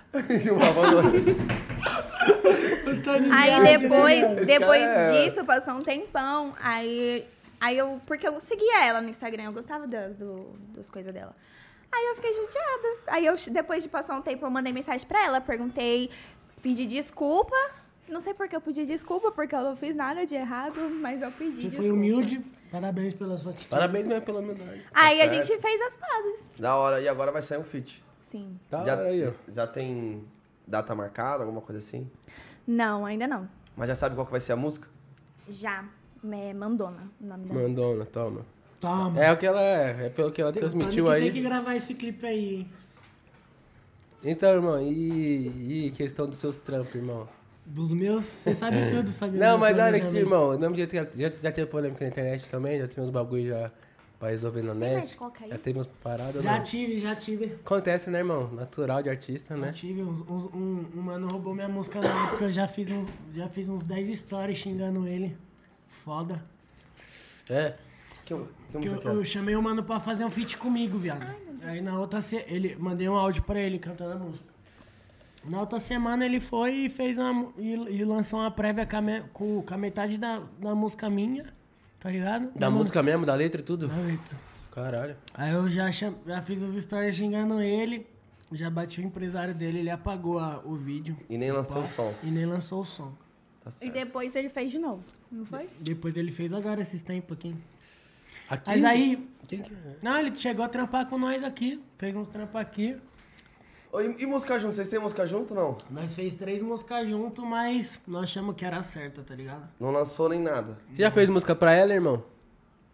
S2: Uma valor-
S6: Aí depois, depois
S2: cara é-
S6: disso, passou um tempão. Aí, aí eu. Porque eu seguia ela no Instagram, eu gostava da- do, das coisas dela. Aí eu fiquei chateada. Aí eu, depois de passar um tempo, eu mandei mensagem pra ela, perguntei, pedi desculpa. Não sei por que eu pedi desculpa, porque eu não fiz nada de errado, mas eu pedi
S4: Você
S6: desculpa.
S4: foi humilde, parabéns pela sua atitude.
S1: Parabéns mesmo pela humildade.
S6: Aí a
S2: certo.
S6: gente fez as pazes.
S2: Da hora. E agora vai sair um feat.
S6: Sim.
S1: Tá
S2: já,
S1: aí, ó.
S2: já tem data marcada, alguma coisa assim?
S6: Não, ainda não.
S2: Mas já sabe qual que vai ser a música?
S6: Já. É Mandona, o nome da música.
S1: Mandona, toma.
S4: Toma.
S1: É o que ela é, é pelo que ela transmitiu
S4: Tem que
S1: aí.
S4: gravar esse clipe aí, hein?
S1: Então, irmão, e, e questão dos seus trampos, irmão?
S4: Dos meus, você sabe tudo, sabe?
S1: É. Não,
S4: Meu
S1: mas olha aqui,
S4: planejamento.
S1: irmão, do mesmo jeito que já, já teve polêmica na internet também, já teve uns bagulho já pra resolver na
S6: mais
S1: net.
S6: coca aí?
S1: Já teve umas paradas.
S4: Já
S1: né?
S4: tive, já tive.
S1: Acontece, né, irmão? Natural de artista,
S4: Já
S1: né?
S4: tive. Uns, uns- um, um mano roubou minha música na época, eu já fiz uns, já fiz uns 10 stories xingando ele. Foda.
S1: É.
S2: Que, que
S4: Que
S2: música
S4: eu,
S2: que é?
S4: eu chamei o mano pra fazer um feat comigo, viado. Aí na outra se... ele mandei um áudio pra ele cantando a música. Na outra semana ele foi e fez uma mu- e, e lançou uma prévia com a, me- com, com a metade da, da música minha, tá ligado?
S1: Da música mesmo, da letra e tudo.
S4: Da letra.
S1: Caralho.
S4: Aí eu já, cham- já fiz as histórias xingando ele, já bati o empresário dele, ele apagou a- o vídeo
S2: é? E nem lançou o som.
S4: e nem lançou o som.
S2: Tá
S6: E
S2: certo.
S6: depois ele fez de novo, não foi?
S4: Depois ele fez agora esses tempos aqui.
S1: Aqui,
S4: Mas aí.
S1: Quem que é?
S4: Não, ele chegou a trampar com nós aqui, fez uns trampas aqui.
S2: Ô, E, e música junto? Vocês têm música junto ou não?
S4: Nós fez três músicas junto, mas nós achamos que era certa, tá ligado?
S2: Não lançou nem nada.
S1: Você já fez música pra ela, irmão?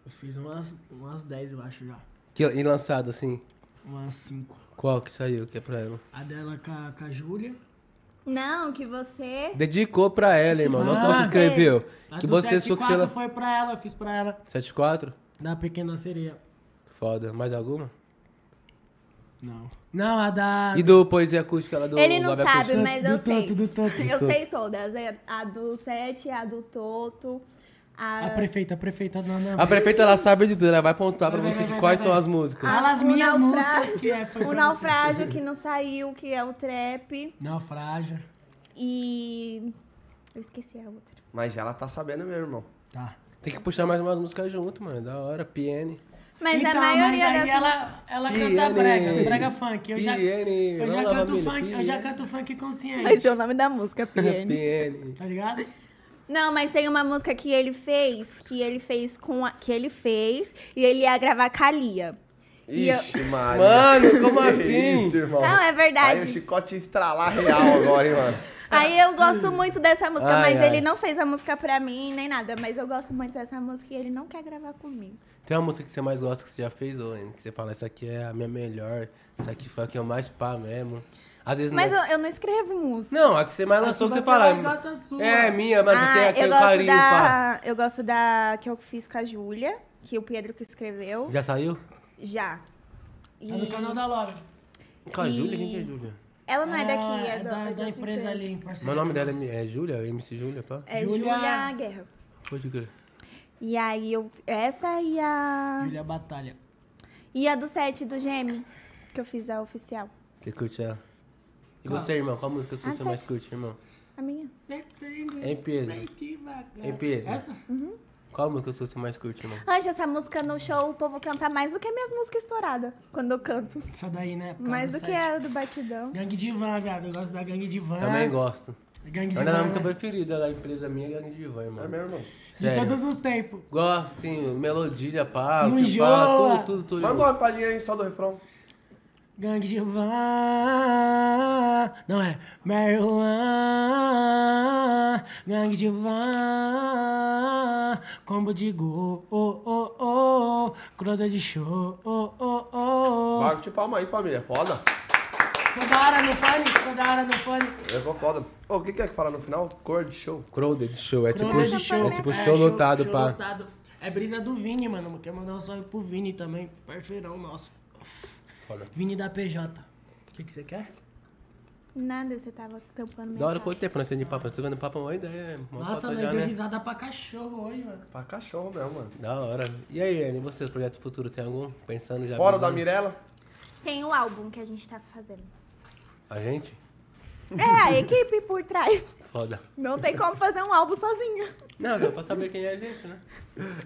S4: Eu fiz umas, umas 10, eu acho já.
S1: Que, e lançado, assim.
S4: Umas cinco.
S1: Qual que saiu que é pra ela?
S4: A dela com a, com a Júlia.
S6: Não, que você
S1: Dedicou pra ela, irmão. não que
S4: Ah.
S1: você escreveu.
S4: A
S1: Que
S4: do
S1: você
S4: 7 e
S1: só que você...
S4: 4
S1: lan-
S4: foi pra ela, eu fiz pra ela.
S1: 74?
S4: Da Pequena Sereia.
S1: Foda. Mais alguma?
S4: Não. Não, a da.
S1: E do Poesia Acústica, ela do
S6: Ele não
S1: Love
S6: sabe,
S1: Acústica?
S6: mas eu
S4: do
S6: sei.
S4: Toto, do Toto.
S6: Eu sei todas. É A do 7, a do é Toto, A,
S4: A prefeita, a prefeita da Ana.
S1: A prefeita, ela sabe de tudo. Ela vai apontar pra
S4: Vai,
S1: você
S4: vai,
S1: que
S4: vai,
S1: quais
S4: vai,
S1: são
S4: vai.
S1: as músicas.
S4: Fala as
S6: Ah, o
S4: minhas
S6: naufrágio-
S4: músicas que é. foi
S6: O
S4: pra
S6: naufrágio que não saiu, que é o trap.
S4: você. Naufrágio.
S6: E. Eu esqueci a outra.
S2: Mas ela tá sabendo mesmo, irmão.
S4: Tá.
S1: Tem que puxar mais umas músicas junto, mano. É Da hora. PN.
S6: Mas a
S4: Então,
S6: maioria
S4: mas aí
S6: das
S4: ela, ela canta
S1: Piene.
S4: brega, brega funk. Eu já,
S1: Piene,
S4: eu já
S1: vamos lá,
S4: canto
S1: família,
S4: funk, eu já
S1: Piene.
S4: canto funk consciente.
S6: Mas é o nome da música, Piene.
S1: PN.
S4: Tá ligado?
S6: Não, mas tem uma música que ele fez, que ele fez com a, que ele fez e ele ia gravar com a Lia. E eu-
S2: Ixi, Maria.
S1: Mano, como
S2: Que
S1: assim?
S2: Isso, irmão.
S6: Não, é verdade.
S2: Aí o chicote ia estralar real agora, hein, mano.
S6: Aí eu gosto muito dessa música,
S1: Hum. Ai,
S6: mas
S1: ai.
S6: ele não fez a música pra mim nem nada, mas eu gosto muito dessa música e ele não quer gravar comigo.
S1: Tem uma música que você mais gosta que você já fez, ou que você fala, essa aqui é a minha melhor, essa aqui foi a que eu mais pá mesmo. Às vezes
S6: Mas
S1: não. é
S6: eu, eu não escrevo um música.
S1: Não, a que você mais lançou que você
S4: você
S1: fala.
S4: mais gosta sua.
S1: É minha, mas
S6: Ah,
S1: tem a que
S6: eu
S1: eu
S6: gosto
S1: carinho, pá.
S6: da eu gosto da que eu fiz com a Júlia, que o Pedro que escreveu
S1: Já saiu?
S6: já. E
S4: Tá no canal da Laura.
S1: Com a
S6: E-
S1: Júlia? Quem que é Júlia?
S6: ela não é daqui, é,
S4: é
S6: do- é de
S4: da, da
S6: outra
S4: empresa ali, em parceria.
S1: Mas o nome dela
S4: nossa.
S1: é, é Júlia? MC Júlia, pá?
S6: É
S4: Júlia-
S6: Júlia Guerra.
S1: Pode crer.
S6: E aí eu. Essa e a.
S4: Julia Batalha.
S6: E a do set do Gêmeo, que eu fiz a oficial.
S1: Você curte ela? E você, irmão? Qual música sua
S6: Ah,
S1: você
S6: certo.
S1: mais curte, irmão?
S6: A minha.
S1: Hein, Pedro? Hein, Pedro?
S4: Essa?
S1: Qual música sua você mais curte, irmão?
S6: Anja, essa música no show o povo canta mais do que minhas músicas estouradas quando eu canto.
S4: Essa daí, né? Por causa
S6: mais do
S4: site.
S6: que a do batidão.
S4: Gangue de Van, viado. Eu gosto da Gangue de Van.
S1: Também gosto. é
S4: Gangue de
S1: Mas a minha música
S4: Van. né?
S1: preferida da empresa minha é Gangue de Van, irmão.
S2: É meu irmão.
S4: De
S1: Sério.
S4: todos os tempos.
S1: Gosto, sim, melodia, pá,
S4: Não
S1: o que fala,
S4: enjoa.
S1: tudo, tudo, tudo.
S2: Manda
S1: irmão.
S2: uma palhinha aí só do refrão.
S4: Gangue de Van. Não é. Marijuana. Gangue de Van. Combo de gol. Oh, oh, oh. Cruda de show. Oh, oh, oh.
S2: Bate palma aí, família. Foda.
S4: Ficou da hora no pane. Ficou da hora no pane.
S2: Levou foda. Ô, o que que é que fala no final? Cor de show.
S1: Crowded show, é tipo,
S4: Crowded
S1: é tipo
S4: É,
S1: show lotado,
S4: show
S1: pá.
S4: lotado. É brisa do Vini, mano. Quero mandar um salve pro Vini também. Parceirão nosso.
S1: Foda.
S4: Vini da PJ. O que que você quer?
S6: Nada, você tava tampando minha
S1: Da hora
S6: cara.
S1: quanto tempo nós temos de papo, nós tocando papo é uma ideia. uma
S4: Nossa,
S1: foto
S4: nós
S1: já,
S4: deu
S1: né?
S4: risada pra cachorro hoje, mano.
S2: Pra cachorro mesmo, mano.
S1: Da hora. E aí, Anne, e você, projeto futuro tem algum? Pensando já. né?
S2: Fora da
S1: visando?
S2: Mirella.
S6: Tem o álbum que a gente tá fazendo.
S1: A gente?
S6: É, a equipe por trás.
S1: Foda.
S6: Não tem como fazer um álbum sozinho.
S1: Não, só pra saber quem é a gente, né?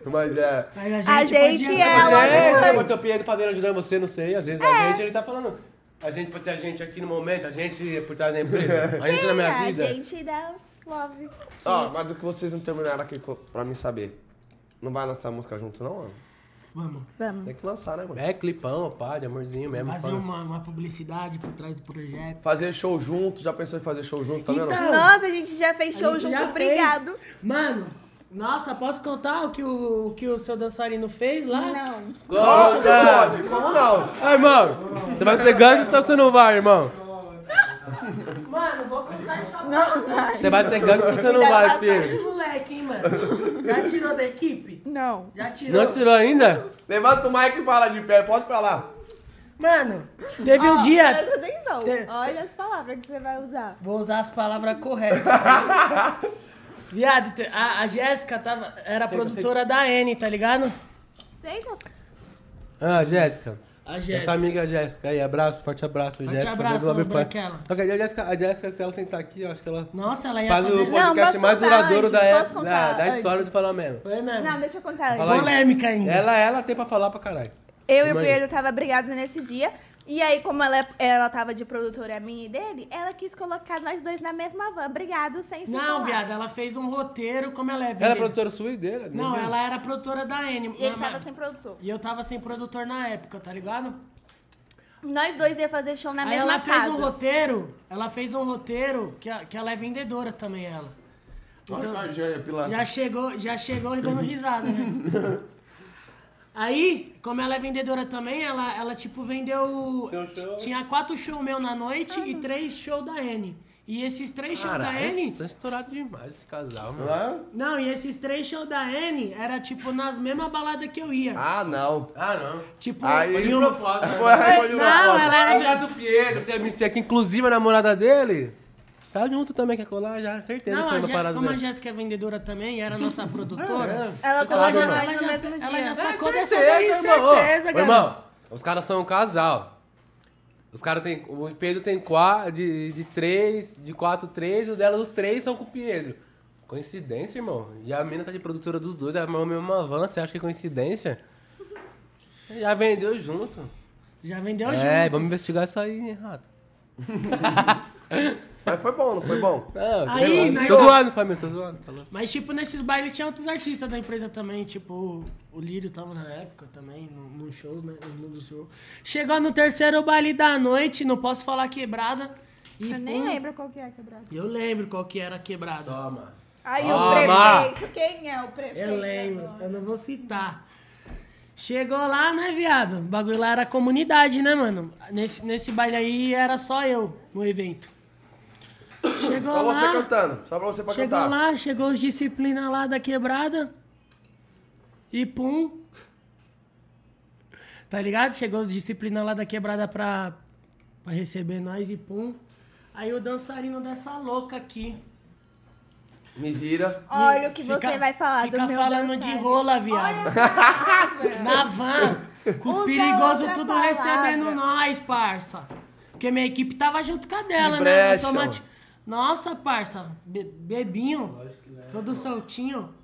S2: Mas é.
S4: Mas
S6: A gente
S4: podia-
S6: é a Laura
S1: é,
S6: Fran.
S1: pode ser o Pedro Padeiro ajudando você, não sei. Às vezes
S4: É.
S1: a gente, ele tá falando. A gente pode ser a gente aqui no momento, a gente é por trás da empresa. A gente na minha
S6: a
S1: vida.
S6: gente dá love.
S2: Ó, mas do que vocês não terminaram aqui co- pra mim saber. Não vai lançar música junto, não, mano?
S4: Vamos.
S6: Vamos.
S2: Tem que lançar, né, mano?
S1: É clipão, pá, de amorzinho mesmo.
S4: Fazer
S1: fala.
S4: uma, uma publicidade por trás do projeto.
S2: Fazer show junto. Já pensou em fazer show junto tá também, ou não?
S4: Então,
S6: Nossa, a gente já fez
S4: a
S6: show
S4: gente
S6: junto,
S4: já fez.
S6: obrigado.
S4: Mano, nossa, posso contar o que o, o que o seu dançarino fez lá?
S6: Não.
S2: Nossa,
S1: Gosta!
S2: pode. Como não?
S1: Ai, Ah, irmão, você vai ser gangue ou você não vai, irmão?
S4: Mano, vou contar isso agora.
S6: Não, vai.
S1: Você vai ser gangue ou você não vai, filho?
S4: moleque, hein, mano? Já tirou da equipe?
S6: Não.
S4: Já tirou.
S1: Não tirou ainda?
S2: Levanta o mic e fala de pé. Pode falar.
S4: Mano, teve
S6: Ó,
S4: um dia.
S6: Presta atenção.
S4: Te-
S6: Olha as palavras que você vai usar.
S4: Vou usar as palavras corretas. Viado, te- a, a Jéssica tava, era produtora da N, tá ligado?
S6: Sei que eu
S1: Ah, Jéssica.
S4: A
S1: Essa
S4: Jéssica.
S1: amiga é Jéssica aí, abraço, forte abraço,
S4: Forte
S1: Jéssica.
S4: abraço,
S1: Love Fun.
S4: Branquela.
S1: Só que a Jéssica, a Jéssica, se ela sentar aqui, eu acho que ela
S4: Nossa, ela ia
S1: faz o
S4: fazer.
S6: Não,
S1: podcast
S6: posso
S1: mais
S6: contar
S1: duradouro
S6: antes,
S1: da,
S6: posso
S1: da,
S6: contar
S1: da
S6: antes.
S1: história do Flamengo.
S4: Foi mesmo.
S6: Não, deixa eu contar antes.
S1: Fala aí.
S4: Polêmica ainda.
S1: Ela, ela tem pra falar pra caralho.
S6: Eu e o
S1: Imagina.
S6: Pedro tava brigado nesse dia. E aí, como ela, ela tava de produtora minha e dele, ela quis colocar nós dois na mesma van. Obrigado, sem se
S4: Não,
S6: falar.
S4: viado, ela fez um roteiro como ela é.
S1: Ela é
S4: beleza.
S1: produtora sua e dele?
S4: Não,
S6: é
S1: entendi.
S4: ela era produtora da N.
S6: E ele
S4: mas-
S6: tava sem produtor.
S4: E eu tava sem produtor na época, tá ligado?
S6: Nós dois ia fazer show na
S4: Aí
S6: mesma
S4: ela fez
S6: casa.
S4: um roteiro, ela fez um roteiro que, a- que ela é vendedora também, ela. Então,
S2: joia, Pilar.
S4: já chegou, já chegou dando risada, né? Aí, como ela é vendedora também, ela, ela tipo vendeu.
S1: Seu show.
S4: Tinha quatro shows meu na noite e três shows da N. E esses três shows da
S6: é?
S1: Caralho,
S4: N.
S1: vocês são estourados demais esse casal, mano.
S2: Hã?
S4: Não, e esses três shows da N era tipo nas mesmas baladas que eu ia.
S2: Ah, não.
S1: Ah, não.
S4: Tipo,
S2: Aí-
S1: Foi
S4: em
S1: de
S4: uma-
S1: propósito. né?
S2: Foi- foi de
S4: Não,
S2: propósito.
S4: ela
S1: Ela
S4: é era
S1: é do Pietro, tem a MC aqui, inclusive a namorada dele. Tá junto também, quer colar já, certeza
S4: Não,
S1: que foi
S4: a
S1: uma
S4: Jé-
S1: parada
S4: como a é
S1: dessa. É.
S4: Jéssica é vendedora também, era nossa produtora.
S6: Ela colou
S1: Sabe,
S6: já
S1: mano.
S6: nós no mesmo dia.
S4: Ela já sacou
S1: É,
S4: dessa
S1: certeza,
S4: daí,
S1: irmão. Ô,
S4: certeza,
S1: ô,
S4: galera.
S1: Irmão, os caras são um casal. Os caras tem. O Pedro tem quatro, de, de três, de quatro, três, e o dela, os três são com o Pedro. Coincidência, irmão. E a mina tá de produtora dos dois, é a mesma van, você acha que é coincidência? Já vendeu junto.
S4: Já vendeu
S1: é,
S4: junto.
S1: vamos investigar isso aí, hein, rato.
S2: Mas foi bom, não foi bom?
S1: Não, tô, zoando,
S4: Aí, mas-
S1: tô zoando, família, tô zoando. Falou.
S4: Mas, tipo, nesses bailes tinha outros artistas da empresa também, tipo, o Lírio tava na época também, no- nos shows, né? No do show. Chegou no terceiro baile da noite, não posso falar quebrada. E,
S6: Eu nem
S4: pum,
S6: lembro qual que é quebrado.
S4: Eu lembro qual que era a quebrada.
S1: Toma.
S6: Aí
S1: Toma.
S6: o prefeito, quem é o prefeito?
S4: Eu lembro, eu não vou citar. Chegou lá, né, viado? O bagulho lá era comunidade, né, mano? Nesse, nesse baile aí era só eu no evento. Chegou
S2: Só você é
S4: lá,
S2: cantando, só pra você pra
S4: chegou
S2: cantar.
S4: lá, chegou os disciplina lá da quebrada. E pum. Tá ligado? Chegou os disciplina lá da quebrada pra, pra receber nós e pum. Aí o dançarino dessa louca aqui.
S2: Me vira.
S6: Olha o que
S4: Fica-
S6: você vai falar do
S4: fica
S6: meu
S4: falando
S6: dançarino.
S4: de rola, viado. Na van, com os
S6: Usa
S4: perigosos
S6: outra
S4: tudo
S6: palavra.
S4: recebendo nós, parça. Porque minha equipe tava junto com a dela,
S2: Que
S4: né?
S2: brecha,
S4: Automati- Nossa, parça, be- bebinho, todo soltinho.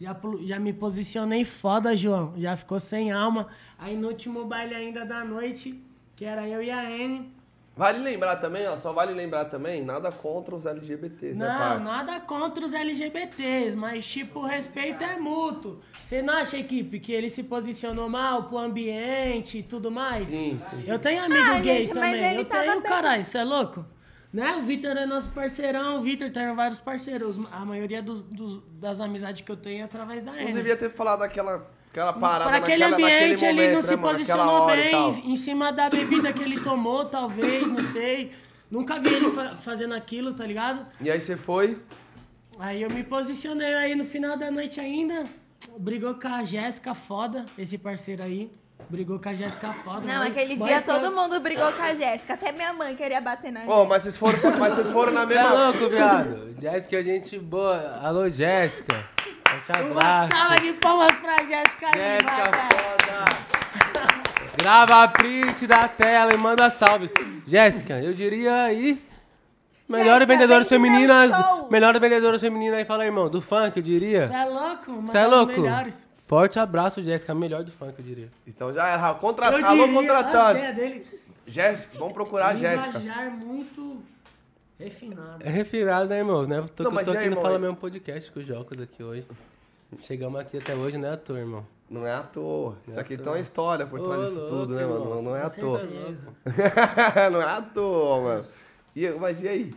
S4: Já, pul- já me posicionei foda, João. Já ficou sem alma. Aí no último baile ainda da noite, que era eu e a Anne.
S2: Vale lembrar também, ó, só vale lembrar também, nada contra os LGBTs, né,
S4: Não,
S2: parça?
S4: nada contra os LGBTs, mas tipo, o respeito é mútuo. Você não acha, equipe, que ele se posicionou mal pro ambiente e tudo mais?
S2: Sim, sim.
S4: Eu tenho amigo
S6: Ah,
S4: gay
S6: gente, mas
S4: também.
S6: ele
S4: Eu
S6: tava
S4: tenho,
S6: bem.
S4: caralho, você é louco? Né? O Vitor é nosso parceirão, o Vitor tem vários parceiros. A maioria dos- dos- das amizades que eu tenho é através da
S2: Não
S4: Anne.
S2: devia ter falado daquela, aquela parada
S4: Para aquele
S2: naquela, naquele
S4: ambiente,
S2: momento,
S4: ele não
S2: né,
S4: se
S2: mano? Aquela
S4: posicionou
S2: hora e tal.
S4: bem em cima da bebida que ele tomou, talvez, não sei. Nunca vi ele fa- fazendo aquilo, tá ligado?
S2: E aí você foi,
S4: Aí eu me posicionei aí no final da noite ainda. Brigou com a Jéssica foda, esse parceiro aí. Brigou com a Jéssica foda.
S6: Não,
S4: né?
S6: aquele
S4: Mas
S6: dia
S4: que eu-
S6: todo mundo brigou com a Jéssica. Até minha mãe queria bater na gente.
S2: Ô, mas vocês foram, mas vocês foram na
S1: Você é
S2: mesma...
S1: louco, viado. Jéssica, é gente boa. Alô, Jéssica. Eu te
S4: Uma
S1: abraço.
S4: salva de palmas pra Jéssica
S1: Jéssica
S4: Lima, cara.
S1: foda. Grava a print da tela e manda salve. Jéssica, eu diria aí. Melhor
S6: Jéssica,
S1: vendedora
S6: vem que
S1: feminina.
S6: meus shows.
S1: Melhor vendedora feminina aí, fala, irmão. Do funk, eu
S4: Você
S1: diria.
S4: é louco? Uma
S1: Você é
S4: das
S1: louco?
S4: melhores.
S1: Forte abraço, Jéssica. Melhor do funk, eu diria.
S2: Então já era, contra...
S4: Eu
S2: alô,
S4: diria, Ah, A ideia
S2: contratantes.
S4: dele,
S2: Jéssica, vamos procurar a Jéssica.
S4: linguajar muito refinado.
S1: É refinado, né, irmão? Né? Tô,
S2: Não,
S1: eu
S2: mas
S1: tô
S2: e aí,
S1: aqui no
S2: irmão?
S1: Fala Mesmo Podcast com os jogos aqui hoje. Chegamos aqui até hoje, não é à toa, irmão.
S2: Não é à toa. Isso aqui tem uma história por trás
S1: Ô,
S2: disso
S1: louco,
S2: tudo, né,
S1: irmão.
S2: mano? Não, não é à toa.
S4: certeza.
S2: não é à toa, mano. E, mas e aí?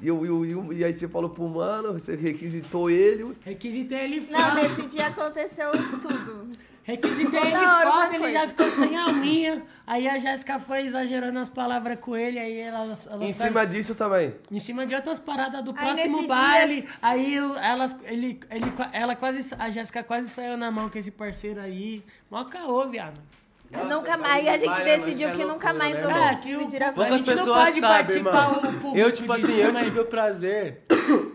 S2: E, o- e o- e o- e aí você falou pro mano, você requisitou ele.
S4: Requisitei ele
S6: Não,
S4: foda.
S6: nesse dia aconteceu tudo.
S4: Requisitei ele
S6: Toda hora uma
S4: foda, ele
S6: coisa.
S4: já ficou sem alminha. Aí a Jéssica foi exagerando as palavras com ele, aí ela, ela
S2: Em
S4: saiu-
S2: cima disso também.
S4: Em cima de outras paradas do
S6: Aí
S4: próximo
S6: nesse
S4: baile. Aí eu- elas, ele, ele, ela quase. A Jéssica quase saiu na mão com esse parceiro aí. Mó caô, viado.
S6: Eu
S1: então
S6: nunca mais, a gente decidiu que nunca mais
S1: né,
S6: vamos
S1: irmão?
S4: É, que o
S6: dividir a
S4: povo-
S1: Poucas
S4: A gente não
S1: pessoas
S4: pode
S1: sabem,
S4: participar
S1: irmão.
S4: o público
S1: Eu, tipo
S4: disso
S1: assim, eu
S4: também.
S1: tive o prazer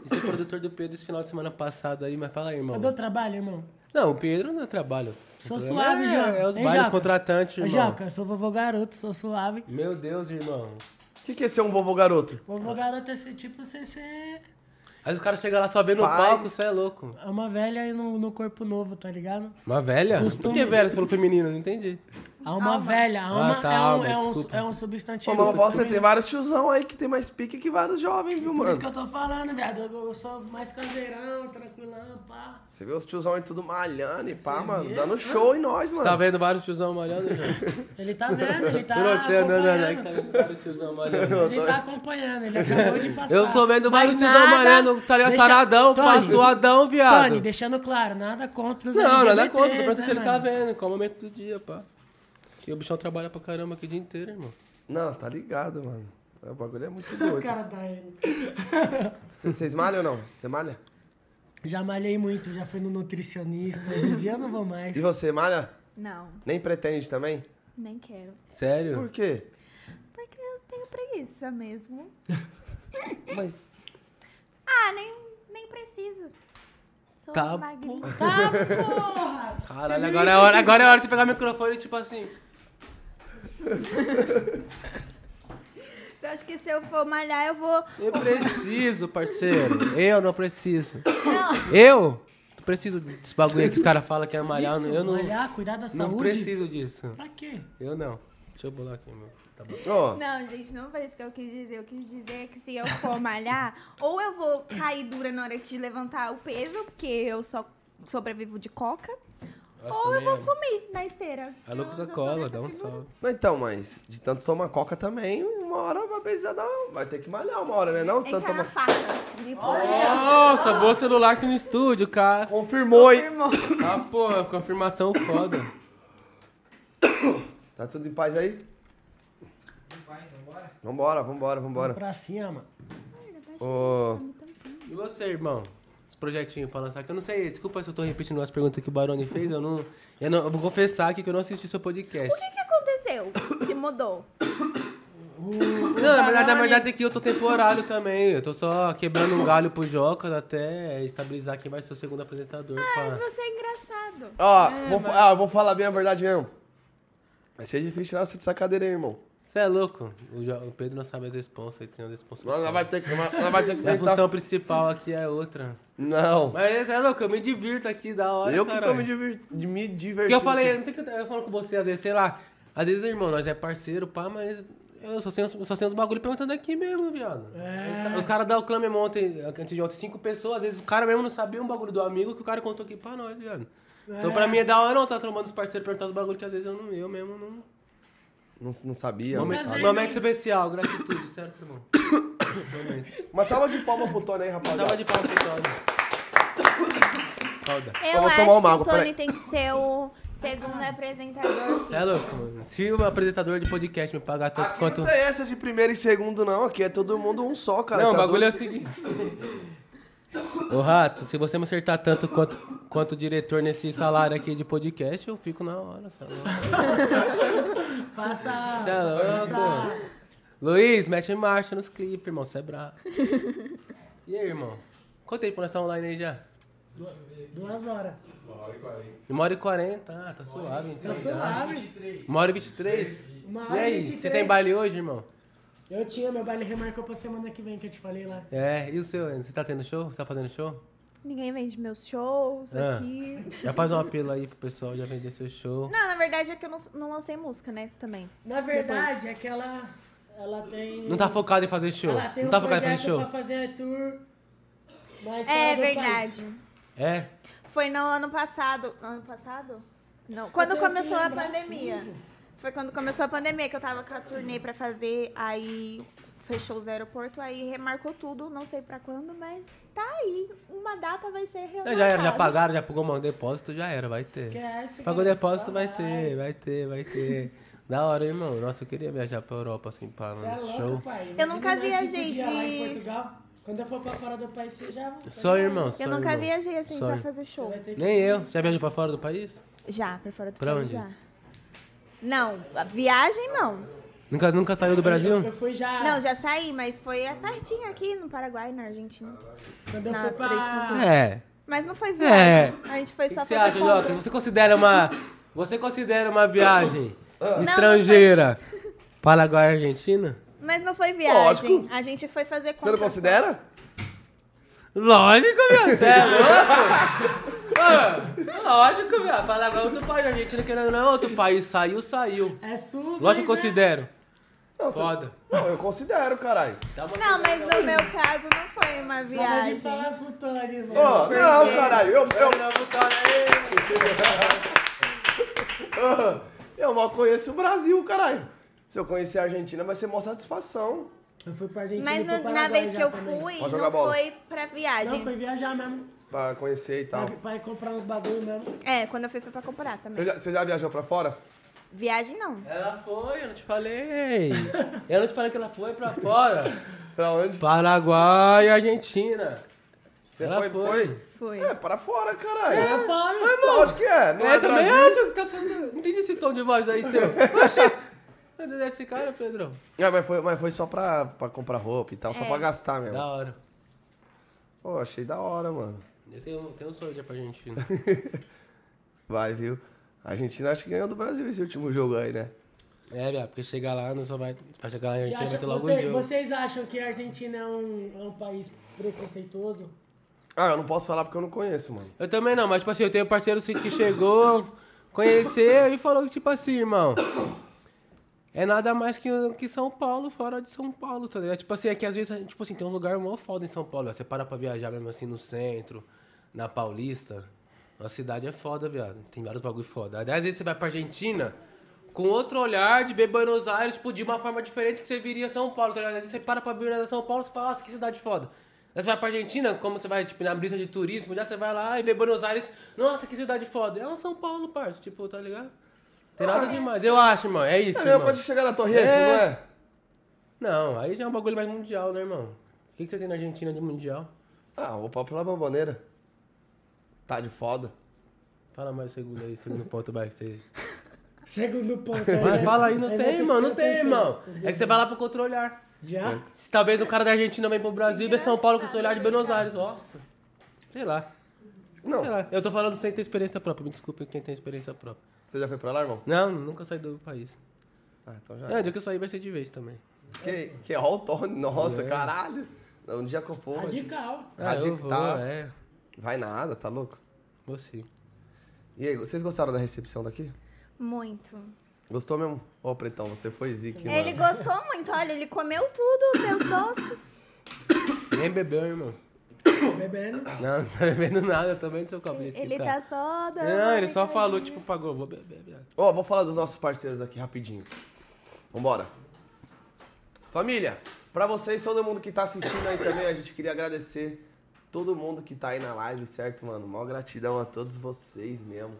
S1: de ser produtor do Pedro esse final de semana passado aí, mas fala aí, irmão.
S4: Eu dou trabalho, irmão.
S1: Não, o Pedro não é trabalho.
S4: Sou
S1: O
S4: suave,
S1: problema é,
S4: Joca.
S1: É os
S4: Hein,
S1: vários
S4: Joca?
S1: contratantes,
S4: Ô,
S1: irmão.
S4: Joca, eu sou vovô garoto, sou suave.
S1: Meu Deus, irmão.
S2: O que, que é ser um vovô garoto?
S4: Vovô garoto é ser tipo você ser
S1: Aí os caras chegam lá só vendo no
S2: Paz.
S1: palco, você é louco.
S4: uma velha e no, no corpo novo, tá ligado?
S1: Uma velha? Por
S4: Costume.
S1: que velha? Você falou feminino, não entendi.
S4: Alma, velha, alma
S1: tá,
S4: é, um,
S1: alma,
S4: é, um,
S1: desculpa.
S4: é um substantivo.
S2: Ô, mano, você
S4: feminino.
S2: tem vários tiozão aí que tem mais pique que vários jovens, viu,
S4: Por
S2: mano?
S4: isso que eu tô falando, viado. Eu, eu sou mais canjeirão, tranquilão, pá.
S2: Você vê os tiozão aí tudo malhando e pá, mano, dando show em nós, mano.
S1: Tá vendo vários tiozão malhando, Joca?
S4: Ele tá vendo, ele tá
S1: Não, você não, não, não, é que tá
S4: acompanhando.
S1: vendo vários tiozão malhando.
S4: Ele tá acompanhando, ele acabou de passar.
S1: Eu tô vendo
S4: Mas
S1: vários tiozão
S4: nada-
S1: malhando, tá ligado?
S4: Deixa-
S1: Saradão,
S4: Tony,
S1: passou adão, viado.
S4: Tony, deixando claro, nada contra os
S1: Não, é
S4: LGBTs,
S1: nada contra, tô perguntando se
S4: né,
S1: ele tá
S4: mano?
S1: vendo, qual o momento do dia, pá. Que o bichão trabalha pra caramba aqui o dia inteiro, irmão.
S2: Não, tá ligado, mano. O bagulho é muito doido.
S4: Cara, tá ele.
S2: Vocês vocês malham ou não? Você malha?
S4: Já malhei muito, já fui no nutricionista. Hoje em dia eu não vou mais.
S2: E você malha?
S6: Não,
S2: Nem pretende também?
S6: nem quero.
S1: Sério?
S2: Por quê?
S6: Porque eu tenho preguiça mesmo.
S2: Mas
S6: Ah, nem, nem precisa. Sou
S1: Tá,
S6: magrinha.
S1: Caralho, agora é a hora, agora é a hora de pegar o microfone e tipo assim.
S6: Você acha que se eu for malhar, eu vou.
S1: Eu preciso, parceiro. Eu não preciso.
S6: Não,
S1: Eu não preciso desse bagulho aí que os caras falam que é malhar.
S4: Isso,
S1: eu não,
S4: malhar, cuidar da
S1: não
S4: saúde.
S1: preciso disso.
S4: Pra quê?
S1: Eu não. Deixa eu bolar aqui, meu. Tá bom.
S2: Ó,
S6: não, gente, não foi isso que eu quis dizer. Eu quis dizer que se eu for malhar, ou eu vou cair dura na hora de levantar o peso, porque eu só sobrevivo de coca,
S1: Nossa,
S6: ou eu
S1: também
S6: vou
S1: é-
S6: sumir na esteira. Então,
S1: Alô,
S6: Eu sou só
S1: Coca-Cola,
S6: dessa
S1: dá um
S6: figura.
S1: salve.
S2: não, então, mas de tanto tomar coca também, uma hora vai precisar dar, uma- vai ter que malhar uma hora, né? Não
S6: Entra
S2: tanto tomar.
S6: na faca.
S1: Nossa, boa celular aqui no estúdio, cara.
S2: Confirmou, hein?
S1: Ah, porra, confirmação foda.
S2: Tá tudo em paz aí?
S5: Em paz, vambora?
S2: Vambora, vambora, vambora.
S4: Pra cima.
S2: Ô,
S1: E você, irmão? Os projetinhos pra lançar, que eu não sei, desculpa se eu tô repetindo as perguntas que o Baroni fez, eu não. Eu, não, eu vou confessar aqui que eu não assisti seu podcast.
S6: O que, que aconteceu que mudou?
S1: Não, na verdade, na verdade é que eu tô temporário também. Eu tô só quebrando um galho pro Joca até estabilizar quem vai ser o segundo apresentador. pra-
S6: Mas você é engraçado.
S2: ó, vou, fa- ah, eu vou falar bem a verdade mesmo. Vai ser difícil tirar você dessa cadeira aí, irmão.
S1: Você é louco? O, Jo- o Pedro não sabe as responsas, ele tem as responsas.
S2: Nós nós vai ter que, nós- nós vai ter que
S1: Minha
S2: tentar-
S1: função principal aqui é outra.
S2: Não.
S1: Mas você é louco, eu me divirto aqui da hora.
S2: eu que tô
S1: caralho.
S2: me, divir, de- me divertindo.
S1: Porque eu falei, não sei o que eu eu falo com você às vezes, sei lá. Às vezes, irmão, nós é parceiro, pá, mas eu só sei, uns- só sei uns bagulho perguntando aqui mesmo, viado.
S2: É.
S1: Os, os caras da Oclã mesmo ontem, antes de ontem, cinco pessoas, às vezes o cara mesmo não sabia um bagulho do amigo que o cara contou aqui pra nós, viado. Então pra mim é da hora não tá trombando os parceiros perguntando os bagulho que às vezes eu, não, eu mesmo não.
S2: Não, não sabia.
S1: Momento,
S4: vezes-
S1: momento especial, gratitude, certo, irmão? Momento.
S2: Uma salva de palmas pro Tony aí, rapaziada.
S1: Salva de palmas pro Tony. Foda.
S6: Eu
S2: vou
S6: acho
S2: tomar uma
S6: que
S2: água,
S6: o Tony
S2: peraí.
S6: tem que ser o segundo apresentador.
S1: Você é louco, mano. Se o apresentador de podcast me pagar tanto
S2: Aqui
S1: quanto.
S2: não tem essa de primeiro e segundo, não. Aqui é todo mundo um só, cara.
S1: não,
S2: Tá
S1: o bagulho é o
S2: doido?
S1: seguinte. Ô rato, se você me acertar tanto quanto, quanto diretor nesse salário aqui de podcast, eu fico na hora. Você é louco.
S4: Passa.
S1: Cê é louco. Luiz, mexe marcha nos clipes, irmão. Você é bravo. E aí, irmão? Quanto tempo nós estamos online aí já?
S4: Duas horas.
S1: Uma hora e quarenta. Ah, tá suave. Então.
S4: Eu sou árabe.
S1: Uma hora e vinte e três?
S4: Uma
S1: E
S4: hora
S1: aí,
S4: vinte e
S1: você
S4: três.
S1: tem baile hoje, irmão?
S4: Eu tinha, meu baile remarcou pra semana que vem que eu te falei lá.
S1: É, e o seu, Enzo? Você tá tendo show? Você tá fazendo show?
S6: Ninguém vende meus shows
S2: É.
S1: Ah.
S6: aqui.
S1: Já faz um apelo aí pro pessoal já vender seu show.
S6: Não, na verdade é que eu não, não lancei música, né? Também.
S4: Na verdade, é que ela, ela tem.
S1: Não tá focado em fazer show.
S4: Ela tem
S1: Não
S4: um
S1: tá focado em
S4: projeto
S1: fazer show.
S4: pra fazer tour. Mas
S6: É verdade.
S1: É?
S6: Foi no ano passado. Ano passado? Não. Quando
S4: tenho que
S6: começou a
S4: lembrar
S6: pandemia. Foi quando começou a pandemia que eu tava com a turnê pra fazer, aí fechou os aeroportos, aí remarcou tudo, não sei pra quando, mas tá aí. Uma data vai ser
S1: Não,
S6: realizada.
S1: É, já era, já pagaram, já pagou o depósito, já era, vai ter.
S4: Esquece,
S1: Pagou o
S4: cara,
S1: depósito,
S4: só
S1: vai ter, vai ter, vai ter. da hora, hein, irmão. Nossa, eu queria viajar pra Europa, assim, pra
S4: Você é
S1: um
S4: louco,
S1: show.
S4: pai.
S6: Eu nunca
S4: Imagina nós
S6: viajei
S4: cinco dias lá em
S6: de-
S4: Portugal. Quando eu for pra fora do país, você já.
S1: Só, irmão, só,
S6: Eu nunca
S1: irmão.
S6: viajei assim
S1: Só,
S6: pra
S1: irmão.
S6: fazer show.
S4: Vai ter que-
S1: Nem eu. Já viajou pra fora do país?
S6: Já, pra fora do
S1: Pra
S6: país,
S1: onde?
S6: já. Não, a viagem não.
S1: Nunca, nunca saiu do Brasil?
S4: Eu fui já.
S6: Não, já saí, mas foi é pertinho aqui no Paraguai, na Argentina.
S4: Quando eu
S6: Nas
S4: fui pra.
S6: três fronteiras.
S1: É.
S6: Mas não foi viagem. A gente foi
S1: O que
S6: só
S1: que você
S6: fazer
S1: acha,
S6: compra.
S1: Jota? Você considera uma. Você considera uma viagem estrangeira? Paraguai e Argentina?
S6: Mas não foi viagem.
S2: Lógico.
S6: A gente foi fazer
S2: Você
S6: compra.
S2: não considera?
S1: Lógico, meu, você é louco? Ô, Lógico, meu. Paraguai é outro país, Argentina querendo ou não é outro país. Saiu, saiu.
S4: É sul.
S1: Lógico que eu
S4: mas é-
S1: considero.
S2: Não, você-
S1: Foda.
S2: Não, eu considero, caralho.
S1: Dá uma-
S6: Não, mas no meu caso não foi uma
S4: Só pode
S6: viagem.
S4: falar pro Tony, mano.
S2: Ó, não, caralho. Eu, eu,
S1: Dá uma vitória aí.
S2: ah, eu mal conheço o Brasil, caralho. Se eu conhecer a Argentina, vai ser maior satisfação.
S4: Eu fui pra Argentina.
S6: Mas
S4: e pro
S6: no- na
S4: Paraguai
S6: vez
S4: já
S6: que eu
S4: também.
S6: fui,
S2: Pode jogar
S6: não
S2: bola.
S6: foi pra viagem.
S4: Não, foi viajar mesmo.
S2: Pra conhecer e tal.
S4: Pra, pra ir comprar uns bagulho mesmo.
S6: É, quando eu fui foi pra comprar
S2: Você
S6: também.
S2: já, você já viajou pra fora?
S6: Viagem não.
S1: Ela foi, eu não te falei. Eu não te falei que ela foi pra fora.
S2: Pra onde?
S1: Paraguai e Argentina.
S2: Você
S1: Ela
S2: foi,
S1: foi.
S2: foi?
S6: Foi.
S2: É, pra fora, caralho.
S1: Para,
S2: Lógico que é. Não é,
S1: Eu também
S2: Brasil.
S1: acho que tá fazendo. Não entendi esse tom de voz aí, seu. Oxi. Eu dei esse cara, Pedrão.
S2: É, mas foi, mas foi só pra, pra comprar roupa e tal, só pra gastar mesmo.
S1: Da hora.
S2: Pô, achei da hora, mano.
S1: Eu tenho, tenho um sonho de ir pra Argentina.
S2: Vai, viu? A Argentina acho que ganhou do Brasil esse último jogo aí, né?
S1: É, viado, porque chegar lá, não só vai. Vai chegar lá na
S4: Você
S1: Argentina, vai
S4: acha-
S1: ter logo um
S4: você-
S1: jogo.
S4: vocês acham que a Argentina é um, é um país preconceituoso?
S2: Ah, eu não posso falar porque eu não conheço, mano.
S1: Eu também não, mas tipo assim, eu tenho parceiro assim que chegou, conheceu e falou que tipo assim, irmão. É nada mais que, que São Paulo, fora de São Paulo, tá ligado? Tipo assim, é que às vezes, a gente, tipo assim, tem um lugar mó foda em São Paulo, ó. você para pra viajar mesmo assim no centro, na Paulista, a cidade é foda, viado. Tem vários bagulho foda. Aí, às vezes você vai pra Argentina com outro olhar de ver Buenos Aires, tipo, de uma forma diferente que você viria São Paulo, tá ligado? Às vezes você para pra virar São Paulo, você fala, nossa, que cidade foda. Aí você vai pra Argentina, como você vai, tipo, na brisa de turismo, já você vai lá e vê Buenos Aires, nossa, que cidade foda. É um São Paulo, parça, tipo, tá ligado? Tem nada demais, eu acho, irmão. É isso,
S2: É
S1: irmão.
S2: mesmo quando chegar na Torre
S1: É.
S2: Eiffel, não é?
S1: Não, aí já é um bagulho mais mundial, né, irmão? O que, que você tem na Argentina de mundial?
S2: Ah, vou pra lá bomboneira. Estádio foda.
S1: Fala mais o segundo aí, segundo ponto, vai, que você...
S4: Segundo ponto.
S1: Mas
S4: né?
S1: fala aí,
S4: Eu
S1: não
S4: vou ter
S1: tem,
S4: que
S1: irmão,
S4: ser
S1: não
S4: o
S1: tem,
S4: terceiro.
S1: irmão. É que você vai lá pro outro olhar.
S4: Já?
S1: Se talvez um cara da Argentina vem pro Brasil e vê São Paulo com o seu olhar de Buenos Aires. Nossa. Sei lá.
S2: Não.
S1: Sei lá. Eu tô falando sem ter experiência própria. Me desculpe quem tem experiência própria.
S2: Você já foi pra lá, irmão?
S1: Não, nunca saí do país.
S2: Ah, então já.
S1: É, o dia que eu sair vai ser de vez também.
S2: Que, que é o Tony, nossa, caralho. Não, um dia que eu
S4: Tá
S2: for, vai ser-
S4: Radical.
S1: Ah, eu vou,
S2: Radical.
S1: é.
S2: Vai nada, tá louco?
S1: Vou sim.
S2: E aí, vocês gostaram da recepção daqui?
S6: Muito.
S2: Gostou mesmo? Ô, Pretão, você foi zique, mano.
S6: Ele gostou muito, olha, ele comeu tudo, meus doces.
S1: Nem bebeu, irmão.
S4: Bebendo.
S1: Não, não tá bebendo nada também do seu cabelo.
S6: Ele tá só dando.
S1: Não, ele
S6: uma
S1: só
S6: brincadinha.
S1: falou, tipo, pagou, vou beber, viado.
S2: Ó, vou falar dos nossos parceiros aqui rapidinho. Vambora. Família, pra vocês, todo mundo que tá assistindo aí também, a gente queria agradecer todo mundo que tá aí na live, certo, mano? Maior gratidão a todos vocês mesmo.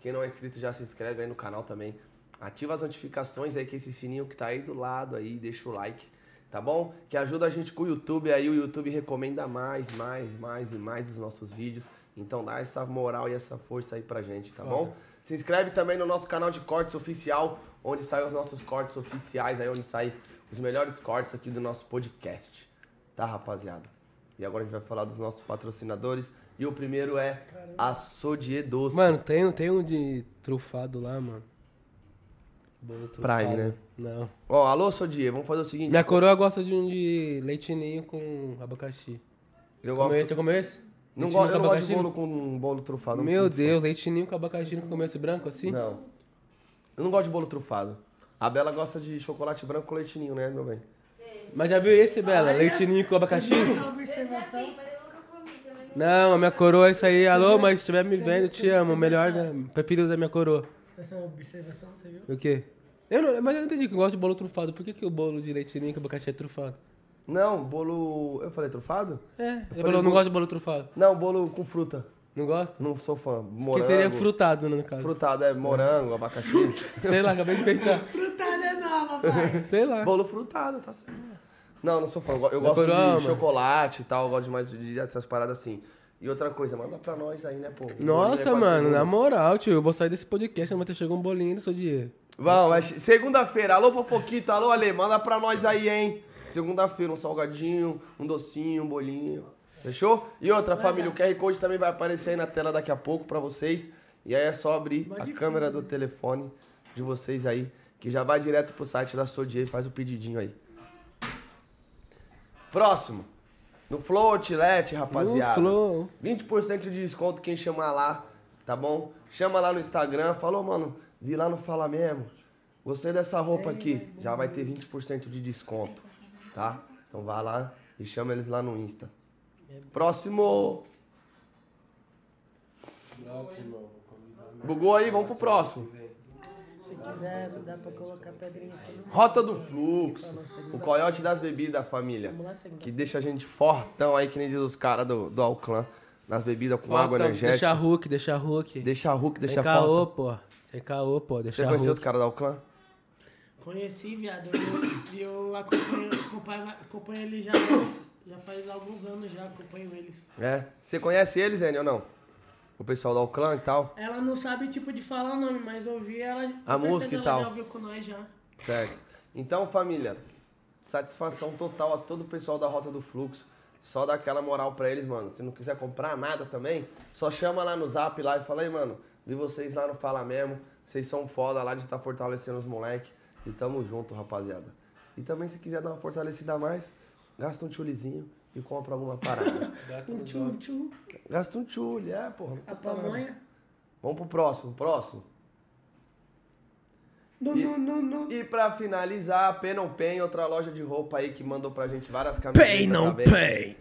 S2: Quem não é inscrito já se inscreve aí no canal também. Ativa as notificações aí, que esse sininho que tá aí do lado aí, deixa o like, tá bom? Que ajuda a gente com o YouTube aí, o YouTube recomenda mais, mais, mais e mais os nossos vídeos. Então dá essa moral e essa força aí pra gente, tá bom? Se inscreve também no nosso canal de cortes oficial, onde saem os nossos cortes oficiais, aí onde saem os melhores cortes aqui do nosso podcast. Tá, rapaziada? E agora a gente vai falar dos nossos patrocinadores. E o primeiro é Açodier Doces.
S1: Mano, tem, tem um de trufado lá, mano. Bolo trufado.
S2: Prime, né?
S1: Não.
S2: Ó, alô, Açodier, vamos fazer o seguinte.
S1: Minha coroa gosta de um de leitinho com abacaxi.
S2: Eu
S1: Comeu
S2: gosto...
S1: esse? Você comeu esse?
S2: Não
S1: Leitinho com
S2: go- eu não gosto de
S1: abacaxi?
S2: bolo com bolo trufado. não
S1: Meu
S2: sinto fome.
S1: Deus, leitinho com abacaxi no começo branco assim?
S2: Não. Eu não gosto de bolo trufado. A Bela gosta de chocolate branco com leitinho, né, meu bem?
S1: Mas já viu esse, Bela?
S4: Olha
S1: leitinho com abacaxi?
S4: Você viu essa é observação?
S1: Não, a minha coroa é isso aí. Alô,
S4: viu
S1: mas
S4: essa-
S1: se estiver me
S4: você
S1: vendo,
S4: viu- você
S1: te
S4: viu
S1: amo.
S4: essa-
S1: Melhor, da, prefiro da minha coroa.
S4: Essa é observação, você viu?
S1: O quê? Eu não, mas eu não entendi que eu gosto de bolo trufado. Por que, que o bolo de leitinho com abacaxi é trufado?
S2: Não, bolo... Eu falei trufado?
S1: É,
S2: falei
S1: eu falou, não
S2: bolo-
S1: gosto de bolo trufado.
S2: Não, bolo com fruta.
S1: Não gosta?
S2: Não sou fã.
S1: Que
S2: Morango.
S1: seria frutado, né, no caso.
S2: Frutado, é morango, abacaxi.
S1: Sei lá, acabei de inventar.
S4: Frutada é nova, pai.
S1: Sei lá.
S2: Bolo frutado, tá certo. Não, não sou fã. Eu go- Eu
S1: Da
S2: gosto
S1: Corama.
S2: de chocolate e tal, eu gosto demais de, de essas paradas assim. E outra coisa, manda pra nós aí, né, pô?
S1: Nossa,
S2: Bolinho aí pra
S1: mano,
S2: segunda.
S1: na moral, tio, eu vou sair desse podcast, mas ter chegou um bolinho do seu dinheiro.
S2: Vamos, é che- segunda-feira. Alô, Fofoquito, alô, Ale, manda pra nós aí, hein? Segunda-feira, um salgadinho, um docinho, um bolinho. Fechou? E outra, família, o QR Code também vai aparecer aí na tela daqui a pouco pra vocês. E aí é só abrir a câmera do telefone de vocês aí, que já vai direto pro site da Sodier e faz o pedidinho aí. Próximo. No Flow Outlet, rapaziada.
S1: No Flow.
S2: 20% de desconto quem chamar lá, tá bom? Chama lá no Instagram, falou, mano, vi lá no Fala Mesmo. Gostei dessa roupa aqui, já vai ter 20% de desconto, tá? Então vai lá e chama eles lá no Insta. Próximo. Bugou aí, vamos pro próximo.
S4: Se quiser, dá pra colocar pedrinha aqui no.
S2: Rota do Fluxo, o coiote das bebidas, família.
S4: Vamos lá, segunda.
S2: Que deixa a gente fortão aí, que nem diz os caras do, do Alclã. Nas bebidas com água
S1: Falta- Deixa
S2: energética.
S1: Hulk, deixa Hulk.
S2: Deixa a Hulk, deixa
S1: Sem
S2: a
S1: caô,
S2: foto.
S1: pô. Sem caô, pô. Deixa
S2: Você conheceu os
S1: Hulk.
S2: caras do Alclã?
S4: Conheci, viado. E eu, eu acompanho, acompanho, acompanho ele já, há uns- já faz alguns anos já, acompanho eles.
S2: É. Você conhece eles, Enio, ou não? O pessoal do Alclã e tal?
S4: Ela não sabe tipo de falar o nome, mas ouvir ela. com
S2: A música e
S4: certeza
S2: tal.
S4: Ela já ouviu com nós já.
S2: Certo. Então, família, satisfação total a todo o pessoal da Rota do Fluxo. Só dá aquela moral pra eles, mano. Se não quiser comprar nada também, só chama lá no zap lá e fala, aí, mano, vi vocês lá no Fala Mesmo. Vocês são foda lá de estar fortalecendo os moleques. E tamo junto, rapaziada. E também, se quiser dar uma fortalecida a mais, gasta um tchulizinho e compra alguma parada.
S1: Gasta
S4: Um
S1: nos
S4: tchum,
S1: olhos.
S4: tchum.
S2: gasta um tchule, é, porra. não
S4: A
S2: custa nada.
S4: pamonha.
S2: Vamos pro próximo, próximo.
S4: No,
S2: E-
S4: no, no, no.
S2: E pra finalizar, a Pen on Pen, outra loja de roupa aí que mandou pra gente várias camisetas. também.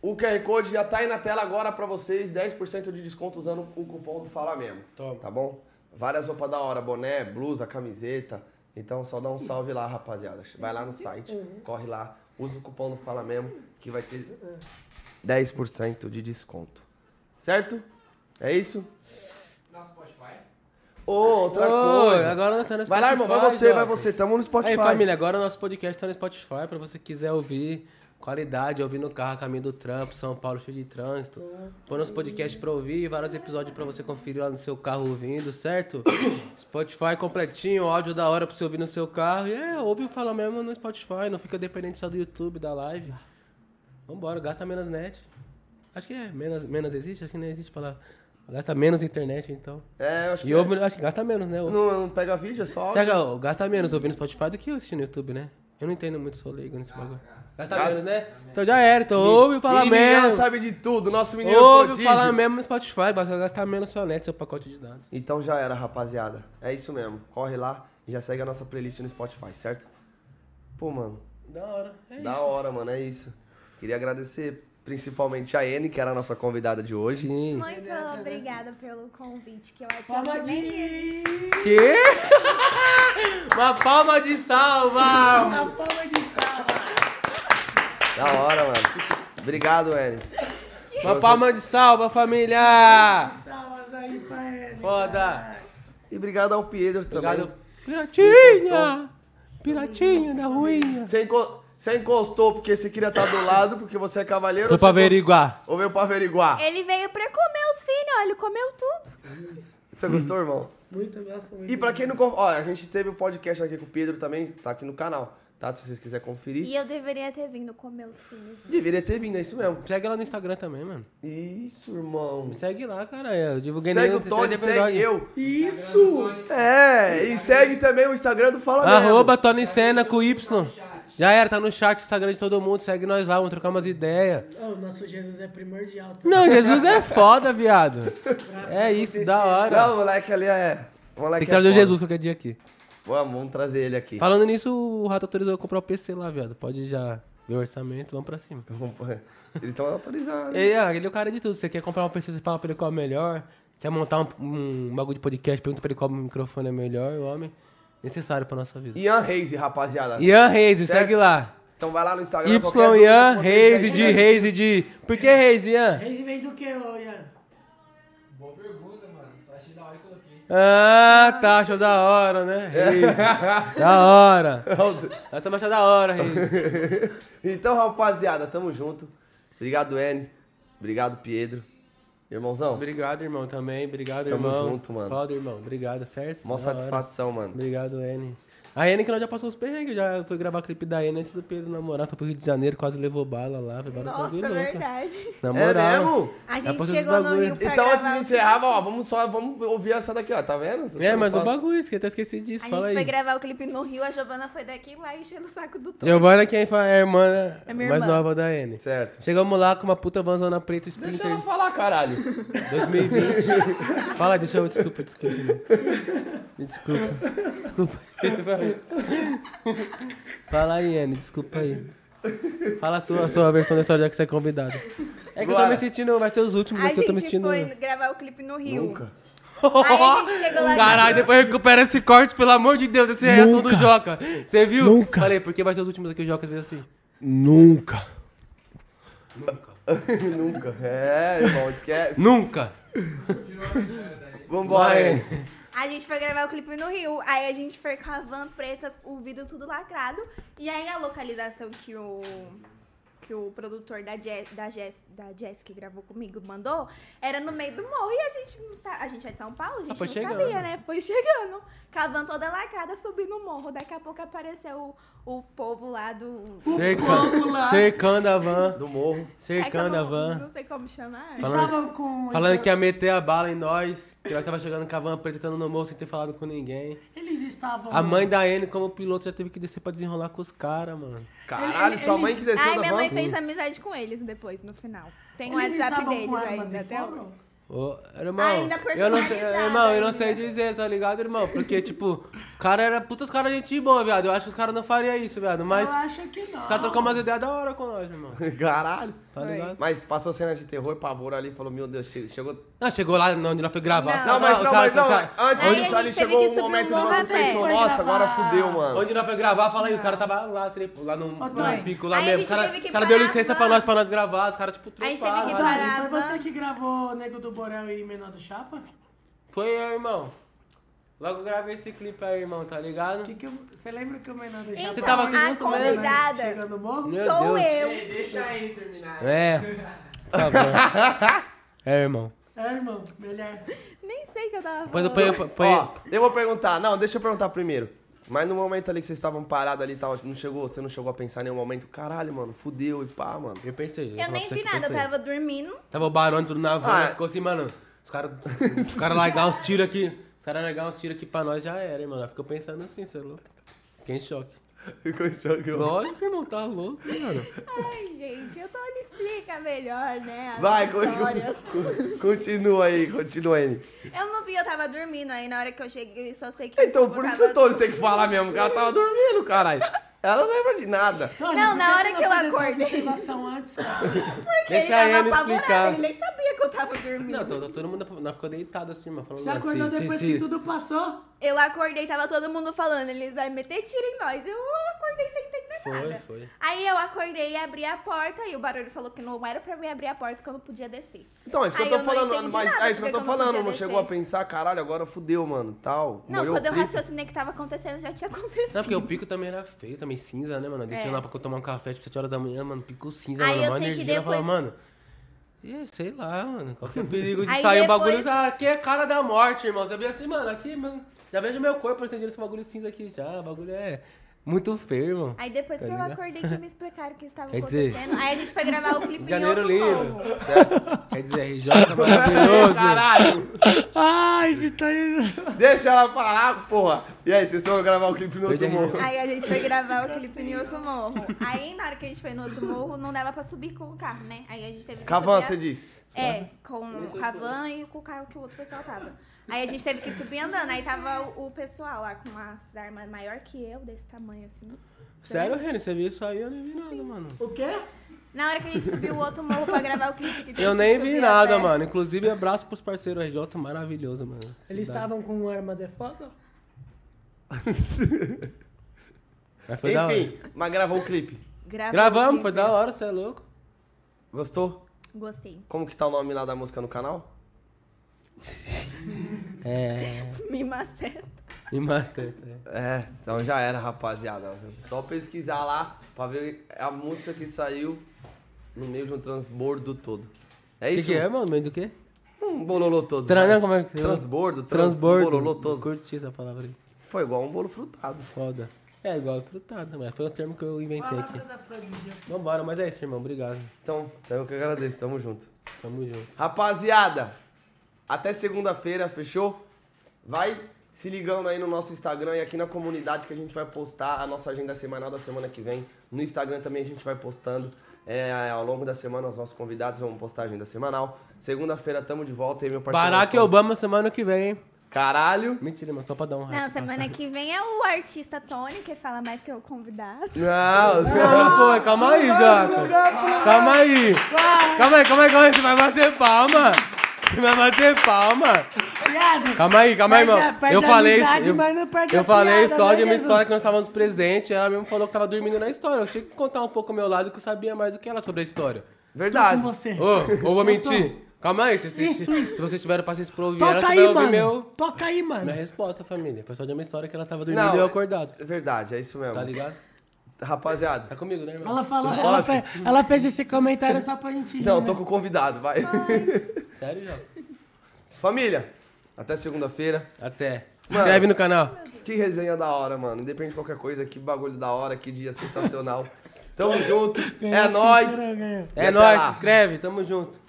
S2: O QR Code já tá aí na tela agora pra vocês, 10% de desconto usando o cupom do Fala Mesmo.
S1: Toma.
S2: Tá bom? Várias roupas da hora, boné, blusa, camiseta. Então só dá um salve lá, rapaziada. Vai lá no site,
S1: Uhum.
S2: corre lá, usa o cupom do Fala Mesmo que vai ter 10% de desconto. Certo? É isso?
S5: Nosso Spotify.
S2: Ô, outra
S1: Ô,
S2: coisa.
S1: Agora nós tá no
S2: Vai lá, irmão, vai
S1: Spotify,
S2: você, vai
S1: Jota.
S2: você. Tamo no Spotify.
S1: Aí, família, agora o nosso podcast tá no Spotify pra você quiser ouvir. Qualidade, ouvir no carro, caminho do trampo, São Paulo cheio de trânsito. Põe nosso podcast pra ouvir, vários episódios pra você conferir lá no seu carro ouvindo, certo? Spotify completinho, áudio da hora pra você ouvir no seu carro. E é, ouve o Fala Mesmo no Spotify, não fica dependente só do YouTube, da live. Vambora, gasta menos net. Acho que é, menos, menos existe? Acho que não existe palavra. Gasta menos internet, então.
S2: É, eu acho
S1: E
S2: que
S1: ouve, acho que gasta menos, né? Ouve.
S2: Não, não pega vídeo, é só áudio.
S1: Será que gasta menos ouvindo Spotify do que assistindo no YouTube, né? Eu não entendo muito, sou leigo nesse bagulho. Gasta menos, né? Então já era, então ouve o Fala
S2: Meninão
S1: Mesmo.
S2: sabe de tudo, nosso menino
S1: Ouve é o
S2: prodígio.
S1: Fala Mesmo no Spotify, basta gastar menos sua net, seu pacote de dados.
S2: Então já era, rapaziada. É isso mesmo. Corre lá e já segue a nossa playlist no Spotify, certo? Pô, mano,
S1: Da hora, é
S2: da
S1: isso.
S2: hora, mano, é isso. Queria agradecer principalmente a N, que era a nossa convidada de hoje.
S1: Sim.
S6: Muito obrigada pelo convite, que eu achava
S4: Palma
S6: que nem ia
S4: de...
S1: Quê? Uma palma de salva!
S4: A palma de palma.
S2: Da hora, mano. Obrigado, N.
S1: Uma palma de salva, família!
S4: Salvas aí pra ele.
S1: Foda!
S2: E obrigado ao Pedro também.
S1: Obrigado. Piratinha! Piratinha da ruinha!
S2: Você, enco- você encostou porque você queria estar do lado, porque você é cavaleiro.
S1: Tô
S2: ou
S1: pra
S2: você encostou-
S1: averiguar.
S2: Ou veio pra averiguar.
S6: Ele veio pra comer os filhos, ó, ele comeu tudo.
S2: Você gostou, irmão?
S4: Muito, eu gosto muito.
S2: E pra quem não... con- Ó, a gente teve o podcast aqui com o Pedro também, tá aqui no canal, tá? Se vocês quiserem conferir.
S6: E eu deveria ter vindo comer os filhos.
S2: Deveria ter vindo, é isso mesmo.
S1: Segue lá no Instagram também, mano.
S2: Isso, irmão.
S1: Me segue lá, cara. Eu divulguei
S2: Segue
S1: nem-
S2: o Tony,
S1: três
S2: segue
S1: episódios.
S2: eu.
S4: Isso!
S2: É, e segue também o Instagram do Fala Mesmo.
S1: Arroba Tony Senna com Y. Já era, tá no chat, Instagram de todo mundo. Segue nós lá, vamos trocar umas ideias.
S4: Ô, nosso Jesus é primordial. Tá?
S1: Não, Jesus é foda, viado. É isso, da hora.
S2: Não, o moleque ali é... O moleque
S1: Tem que trazer o
S2: é foda.
S1: Jesus qualquer dia aqui.
S2: Vamos, vamos trazer ele aqui.
S1: Falando nisso, o Rato autorizou eu comprar o PC lá, viado. Pode já ver o orçamento, vamos pra cima.
S2: Eles estão autorizados.
S1: Ele, ah, ele é o cara de tudo. Você quer comprar um PC, você fala pra ele qual é o melhor. Quer montar um, um bagulho de podcast, pergunta pra ele qual microfone é melhor. O homem necessário pra nossa vida.
S2: Ian Reis, rapaziada.
S1: Ian Reis,
S2: Certo.
S1: segue lá.
S2: Então vai lá no Instagram.
S1: Y
S2: qualquer dúvida
S1: Ian,
S2: que vocês né?
S1: Reis
S2: tenham.
S1: de Reis de. Por que Reis, Ian?
S4: Reis vem do que, ô Ian?
S5: Boa pergunta, mano. Só achei da hora e coloquei.
S1: Ah, tá, achou da hora, né? Reis. da hora.
S2: É
S1: Nós estamos achando da hora, Reis.
S2: Então, rapaziada, tamo junto. Obrigado, N. Obrigado, Pedro. Irmãozão,
S1: Obrigado, irmão, também. Obrigado,
S2: Tamo
S1: irmão.
S2: junto, mano.
S1: Foda, irmão. Obrigado, certo?
S2: mó
S1: Da hora.
S2: satisfação, mano.
S1: Obrigado, N. A N que nós já passou os perrengues, já fui gravar clipe da N antes do Pedro namorar, foi pro Rio de Janeiro, quase levou bala lá, foi bala
S6: Nossa, é
S1: né?
S6: verdade.
S1: Na
S2: É
S1: moral.
S2: mesmo?
S6: A
S1: Dá pra
S6: gente
S1: fazer
S6: chegou
S1: os
S6: no
S1: bagulho.
S6: Rio pra
S2: Então, antes
S6: gravar
S2: de
S6: o
S2: encerrar, ó, vamos só vamos ouvir essa daqui, ó. Tá vendo? Se você
S1: É,
S2: não
S1: mas o
S2: fala-
S1: bagulho, esqueci, até esqueci disso,
S6: A gente
S1: fala
S6: foi
S1: aí.
S6: gravar o clipe no Rio, a Giovana foi daqui lá enchendo o saco do Tom.
S1: Giovana, que é a irmã
S6: É minha
S1: mais
S6: irmã.
S1: nova da N.
S2: Certo.
S1: Chegamos lá com uma puta vanzona preta
S2: Deixa
S1: Sprinter
S2: ela falar, caralho.
S1: 2020. Fala, deixa eu. Desculpa, desculpa. irmão. Me desculpa. Desculpa. Fala aí, Anne, desculpa aí. Fala a sua, a sua versão da história já que você é convidado. É que eu tô
S2: Bora.
S1: me sentindo, vai ser os últimos
S6: A
S1: aqui, é eu tô me
S6: gente
S1: sentindo.
S6: foi gravar o clipe no Rio.
S2: Nunca.
S6: Aí a gente chegou lá
S1: Caralho,
S6: gravou-
S1: depois recupera esse corte, pelo amor de Deus, essa é a reação do Joca. Você viu?
S4: Nunca.
S1: Falei, porque vai ser os últimos aqui, o Joca fez assim.
S4: Nunca.
S2: Nunca. É, irmão, esquece.
S1: Nunca!
S2: Vambora,
S1: Vai.
S2: hein?
S6: A gente foi gravar o clipe no Rio. Aí a gente foi com a van preta, o vidro tudo lacrado. E aí a localização que o. Que que o produtor da Jess, da Jess, da Jess que gravou comigo mandou, era no meio do morro e a gente não sabe. A gente é de São Paulo, a gente
S1: Ah, foi
S6: não
S1: chegando.
S6: sabia, né? Foi chegando, cavando toda lacrada, subindo o morro. Daqui a pouco apareceu o, o povo lá do.
S2: Um
S1: Cercando, cercando a van.
S2: Do morro.
S6: É que eu
S1: Cercando a
S6: não-
S1: van. Tá
S6: Não sei como chamar.
S1: Falando-
S4: Estavam com.
S1: Falando que ia meter a bala em nós, que nós tava chegando com a van preta tentando no morro sem ter falado com ninguém.
S4: Eles estavam.
S1: A mãe da Anne, como piloto, já teve que descer pra desenrolar com os caras, mano.
S2: Caralho, sua mãe que desceu
S6: Ai,
S2: da
S6: minha mãe
S2: van?
S6: fez amizade com eles depois, no final. Tem o
S4: Eles
S6: WhatsApp
S4: estavam com
S6: deles
S4: arma
S6: ainda,
S4: de
S6: até um-
S4: fogo?
S6: hoje.
S1: Ô, irmão,
S6: Ainda
S1: eu não sei,
S6: personalizada
S1: irmão, eu não
S6: ainda.
S1: sei dizer, tá ligado, irmão? Porque, tipo, o cara era puta, os caras gente boa, viado. Eu acho que os caras não fariam isso, viado. Mas
S4: Eu
S1: os
S4: acho que não.
S1: caras trocam umas ideias da hora com nós, irmão.
S2: Caralho.
S1: Tá ligado?
S2: Mas passou cena de terror, pavor ali, falou, meu Deus, che- chegou...
S1: Não, Ah, chegou lá onde nós foi gravar.
S6: Não.
S2: Não, mas
S1: os
S2: não,
S1: caras-
S2: mas não, ah.
S1: os caras-
S2: antes
S6: Aí a
S2: disso
S6: gente
S2: ali
S6: teve
S2: chegou
S6: que
S2: um
S6: subir
S2: momento
S6: um
S2: que
S6: morro a
S2: você
S6: pé.
S2: pensou,
S4: Foi
S2: nossa, agora
S4: gravar.
S2: fudeu, mano.
S1: Onde nós foi gravar, fala aí, os caras tava lá, trepo, lá no, no
S4: Tony.
S1: pico lá
S6: Aí a
S1: mesmo.
S6: gente
S1: Os caras
S6: teve que
S1: cara deu
S6: parar a
S1: licença
S6: van.
S1: pra nós, pra nós gravar, os caras, tipo,
S6: A gente
S1: troparam.
S6: teve que
S1: lá.
S6: parar.
S4: Dani, Ah, foi
S6: Parava.
S4: você que gravou Nego do Borel e Menor do Chapa?
S1: Foi eu, irmão. Logo eu gravei esse clipe aí, irmão, tá ligado?
S4: Que que eu- você lembra que o Menor do Chapa
S6: Então,
S1: Você tava
S6: a
S1: junto mesmo?
S6: convidada
S4: chega né? no morro?
S1: Meu
S6: sou
S1: Deus.
S6: eu.
S5: Ei, deixa ele terminar.
S1: É. Por favor. É, irmão.
S4: É, irmão, melhor.
S6: Nem sei o que eu tava
S1: Depois eu
S6: falando.
S1: ponho. ponho-
S2: Ó, eu vou perguntar. Não, deixa eu perguntar primeiro. Mas no momento ali que vocês estavam parados ali e tal, não chegou, você não chegou a pensar em nenhum momento, caralho, mano, fudeu e pá, mano.
S1: Eu pensei. vou
S6: Eu
S1: falar
S6: nem
S1: pra você
S6: vi
S1: que
S6: nada, eu
S1: pensei.
S6: tava dormindo.
S1: Tava o barão tudo na van,
S2: Ah.
S1: ficou assim, mano. Os caras os cara largar uns tiros aqui. Os caras largar uns tiros aqui pra nós já era, hein, mano. Ficou pensando assim, você é louco. Fiquei em choque.
S2: Ficou em choque, mano.
S1: Lógico, irmão, tá louco, mano.
S6: Ai, gente, eu tô lhe explica melhor, né? as
S2: Vai,
S6: histórias.
S2: continua, continua aí, continua aí.
S6: Eu não vi, eu tava dormindo. Aí na hora que eu cheguei, eu só sei que. o
S2: Então,
S6: povo
S2: por isso que
S6: tava-
S2: o Tony tem que falar mesmo, o cara tava dormindo, caralho. Ela não lembra de nada.
S4: Tony,
S6: Não,
S4: por
S6: na
S4: você
S6: hora que eu
S4: fez essa
S6: acordei.
S4: observação antes, cara.
S6: Porque
S1: Deixa
S6: ele
S1: ele
S6: tava apavorado,
S1: explicar.
S6: ele nem sabia que eu tava dormindo.
S1: Não, tô, tô- todo mundo nós ficou deitado assim, mano. Falando,
S4: Você
S1: mano,
S4: acordou
S1: se- se-
S4: depois
S1: se-
S4: que tudo passou?
S6: Eu acordei, tava todo mundo falando, eles vão meter tiro em nós. Eu acordei sem entender
S1: Foi,
S6: nada.
S1: foi.
S6: Aí eu acordei e abri a porta e o barulho falou que não era pra mim abrir a porta que eu não podia descer.
S2: Então, é isso que eu
S6: Aí
S2: tô
S6: eu não
S2: falando,
S6: entendi
S2: mas
S6: nada,
S2: é isso que eu
S6: porque
S2: tô
S6: eu não
S2: falando,
S6: podia
S2: não
S6: descer.
S2: chegou a pensar, caralho, agora fudeu, mano, tal.
S6: Não,
S2: Molhou
S6: quando eu
S2: o pico.
S6: raciocinei que tava acontecendo, já tinha acontecido.
S1: Não, porque o pico também era feio, também cinza, né, mano? Desceu
S6: É.
S1: lá pra tomar um café, tipo, 7 horas da manhã, mano, pico cinza,
S6: Aí
S1: mano.
S6: eu
S1: mó
S6: sei que
S1: energia, eu falava,
S6: depois-
S1: mano. E, é, sei lá, mano, qualquer perigo de
S6: Aí
S1: sair um
S6: depois-
S1: bagulho, ah, aqui é cara da morte, irmão. Você vê assim, mano, aqui, mano, já vejo meu corpo estendendo esse bagulho cinza aqui já, o bagulho é muito feio, irmão.
S6: Aí depois
S1: Tá
S6: que eu
S1: ligado?
S6: acordei que me explicaram o que estava
S1: Quer dizer-
S6: acontecendo. Aí a gente foi gravar o clipe em
S1: Janeiro
S6: outro
S1: lindo,
S6: morro.
S1: certo? Quer dizer, RJ maravilhoso.
S2: Caralho,
S4: Ai, de tá indo.
S2: deixa ela parar, porra. E aí, vocês foram gravar o clipe no outro
S1: Deixa
S2: morro?
S6: Aí a gente foi gravar o clipe em outro morro. Aí na hora que a gente foi no outro morro, não dava pra subir com o carro, né? Aí a gente teve que
S2: Cavan,
S6: subir. a-
S2: você disse.
S6: É, com o Cavan e com o carro que o outro pessoal tava. Aí a gente teve que subir andando. Aí tava o o pessoal lá com umas armas maior que eu, desse tamanho assim.
S1: Sério, Reni, você viu isso aí? Eu nem vi nada, mano.
S4: O quê?
S6: Na hora que a gente subiu o outro morro pra gravar o clipe. que teve
S1: Eu
S6: que
S1: nem
S6: subir
S1: vi
S6: a
S1: nada,
S6: pé.
S1: mano. Inclusive, abraço pros parceiros RJ, maravilhoso, mano.
S4: Eles estavam com arma de fogo?
S1: Mas foi da hora.
S2: Enfim, mas gravou o clipe.
S6: Gravamos,
S1: Gravamos,
S6: o
S1: foi
S6: clipe.
S1: da hora, você é louco.
S2: Gostou?
S6: Gostei.
S2: Como que tá o nome lá da música no canal?
S1: É,
S6: Me maceta.
S1: me maceta. é.
S2: É, então já era, rapaziada. Só pesquisar lá pra ver a música que saiu no meio de um transbordo todo. É
S1: O que,
S2: isso?
S1: que é, mano? Meio do quê?
S2: Um bololô todo.
S1: Tran-
S2: vai.
S1: não, como é que-
S2: Transbordo, trans-
S1: Transbordo.
S2: Um bololô todo.
S1: Curti essa palavra aí.
S2: Foi igual um bolo frutado.
S1: Foda. É igual frutado, mas foi o termo que eu inventei aqui.
S4: Palavras afrodisíacas.
S1: Vambora, mas é isso, irmão. Obrigado.
S2: Então, então eu que agradeço, tamo junto.
S1: Tamo junto.
S2: Rapaziada, até segunda-feira, fechou? Vai se ligando aí no nosso Instagram e aqui na comunidade que a gente vai postar a nossa agenda semanal da semana que vem. No Instagram também a gente vai postando é, ao longo da semana os nossos convidados vão postar a agenda semanal. Segunda-feira tamo de volta aí, meu parceiro.
S1: Barack é Obama semana que vem, hein?
S2: Caralho!
S1: Mentira, mano, só pra dar um
S6: Não,
S1: raio.
S6: semana que vem é o artista Tony, que fala mais que o convidado.
S2: Não,
S1: Não, foi, calma aí, Jota. Calma aí. Calma aí, calma aí, calma aí. Você vai bater palma. Você vai bater palma.
S4: Viado!
S1: Calma aí, calma aí,
S4: Perde a-
S1: irmão.
S4: perde
S1: eu
S4: a
S1: falei
S4: amizade,
S1: eu,
S4: mas não perde
S1: eu
S4: a
S1: falei
S4: piada,
S1: só
S4: né,
S1: de uma
S4: Jesus?
S1: história que nós estávamos presentes, ela mesmo falou que tava dormindo na história. Eu tinha que contar um pouco o meu lado que eu sabia mais do que ela sobre a história.
S2: verdade.
S4: Com você.
S1: Ô, ou vou mentir. Calma aí, se, se,
S4: Isso,
S1: se,
S4: isso.
S1: se vocês tiveram paciência pra ouvir ela,
S4: Toca
S1: você
S4: aí,
S1: vai ouvir
S4: mano.
S1: meu, Né?
S4: Toca aí, mano.
S1: minha resposta, família. Foi só de uma história que ela tava dormindo
S2: Não,
S1: e eu acordado.
S2: É verdade, é isso mesmo.
S1: Tá ligado?
S2: Rapaziada.
S1: Tá comigo, né, irmão?
S4: Ela, falou, ela, fe- ela fez esse comentário só pra gente rir,
S2: Não,
S4: né?
S2: então, tô com o convidado, vai.
S1: Sério, Jota?
S2: Família, até segunda-feira.
S1: Até. Se inscreve no canal.
S2: Que resenha da hora, mano. Independente de qualquer coisa, que bagulho da hora, que dia sensacional. Tamo junto, é
S4: Ganhou
S2: nóis.
S4: cintura, ganhou.
S2: E até
S1: É nóis, se
S2: lá.
S1: inscreve. Tamo junto.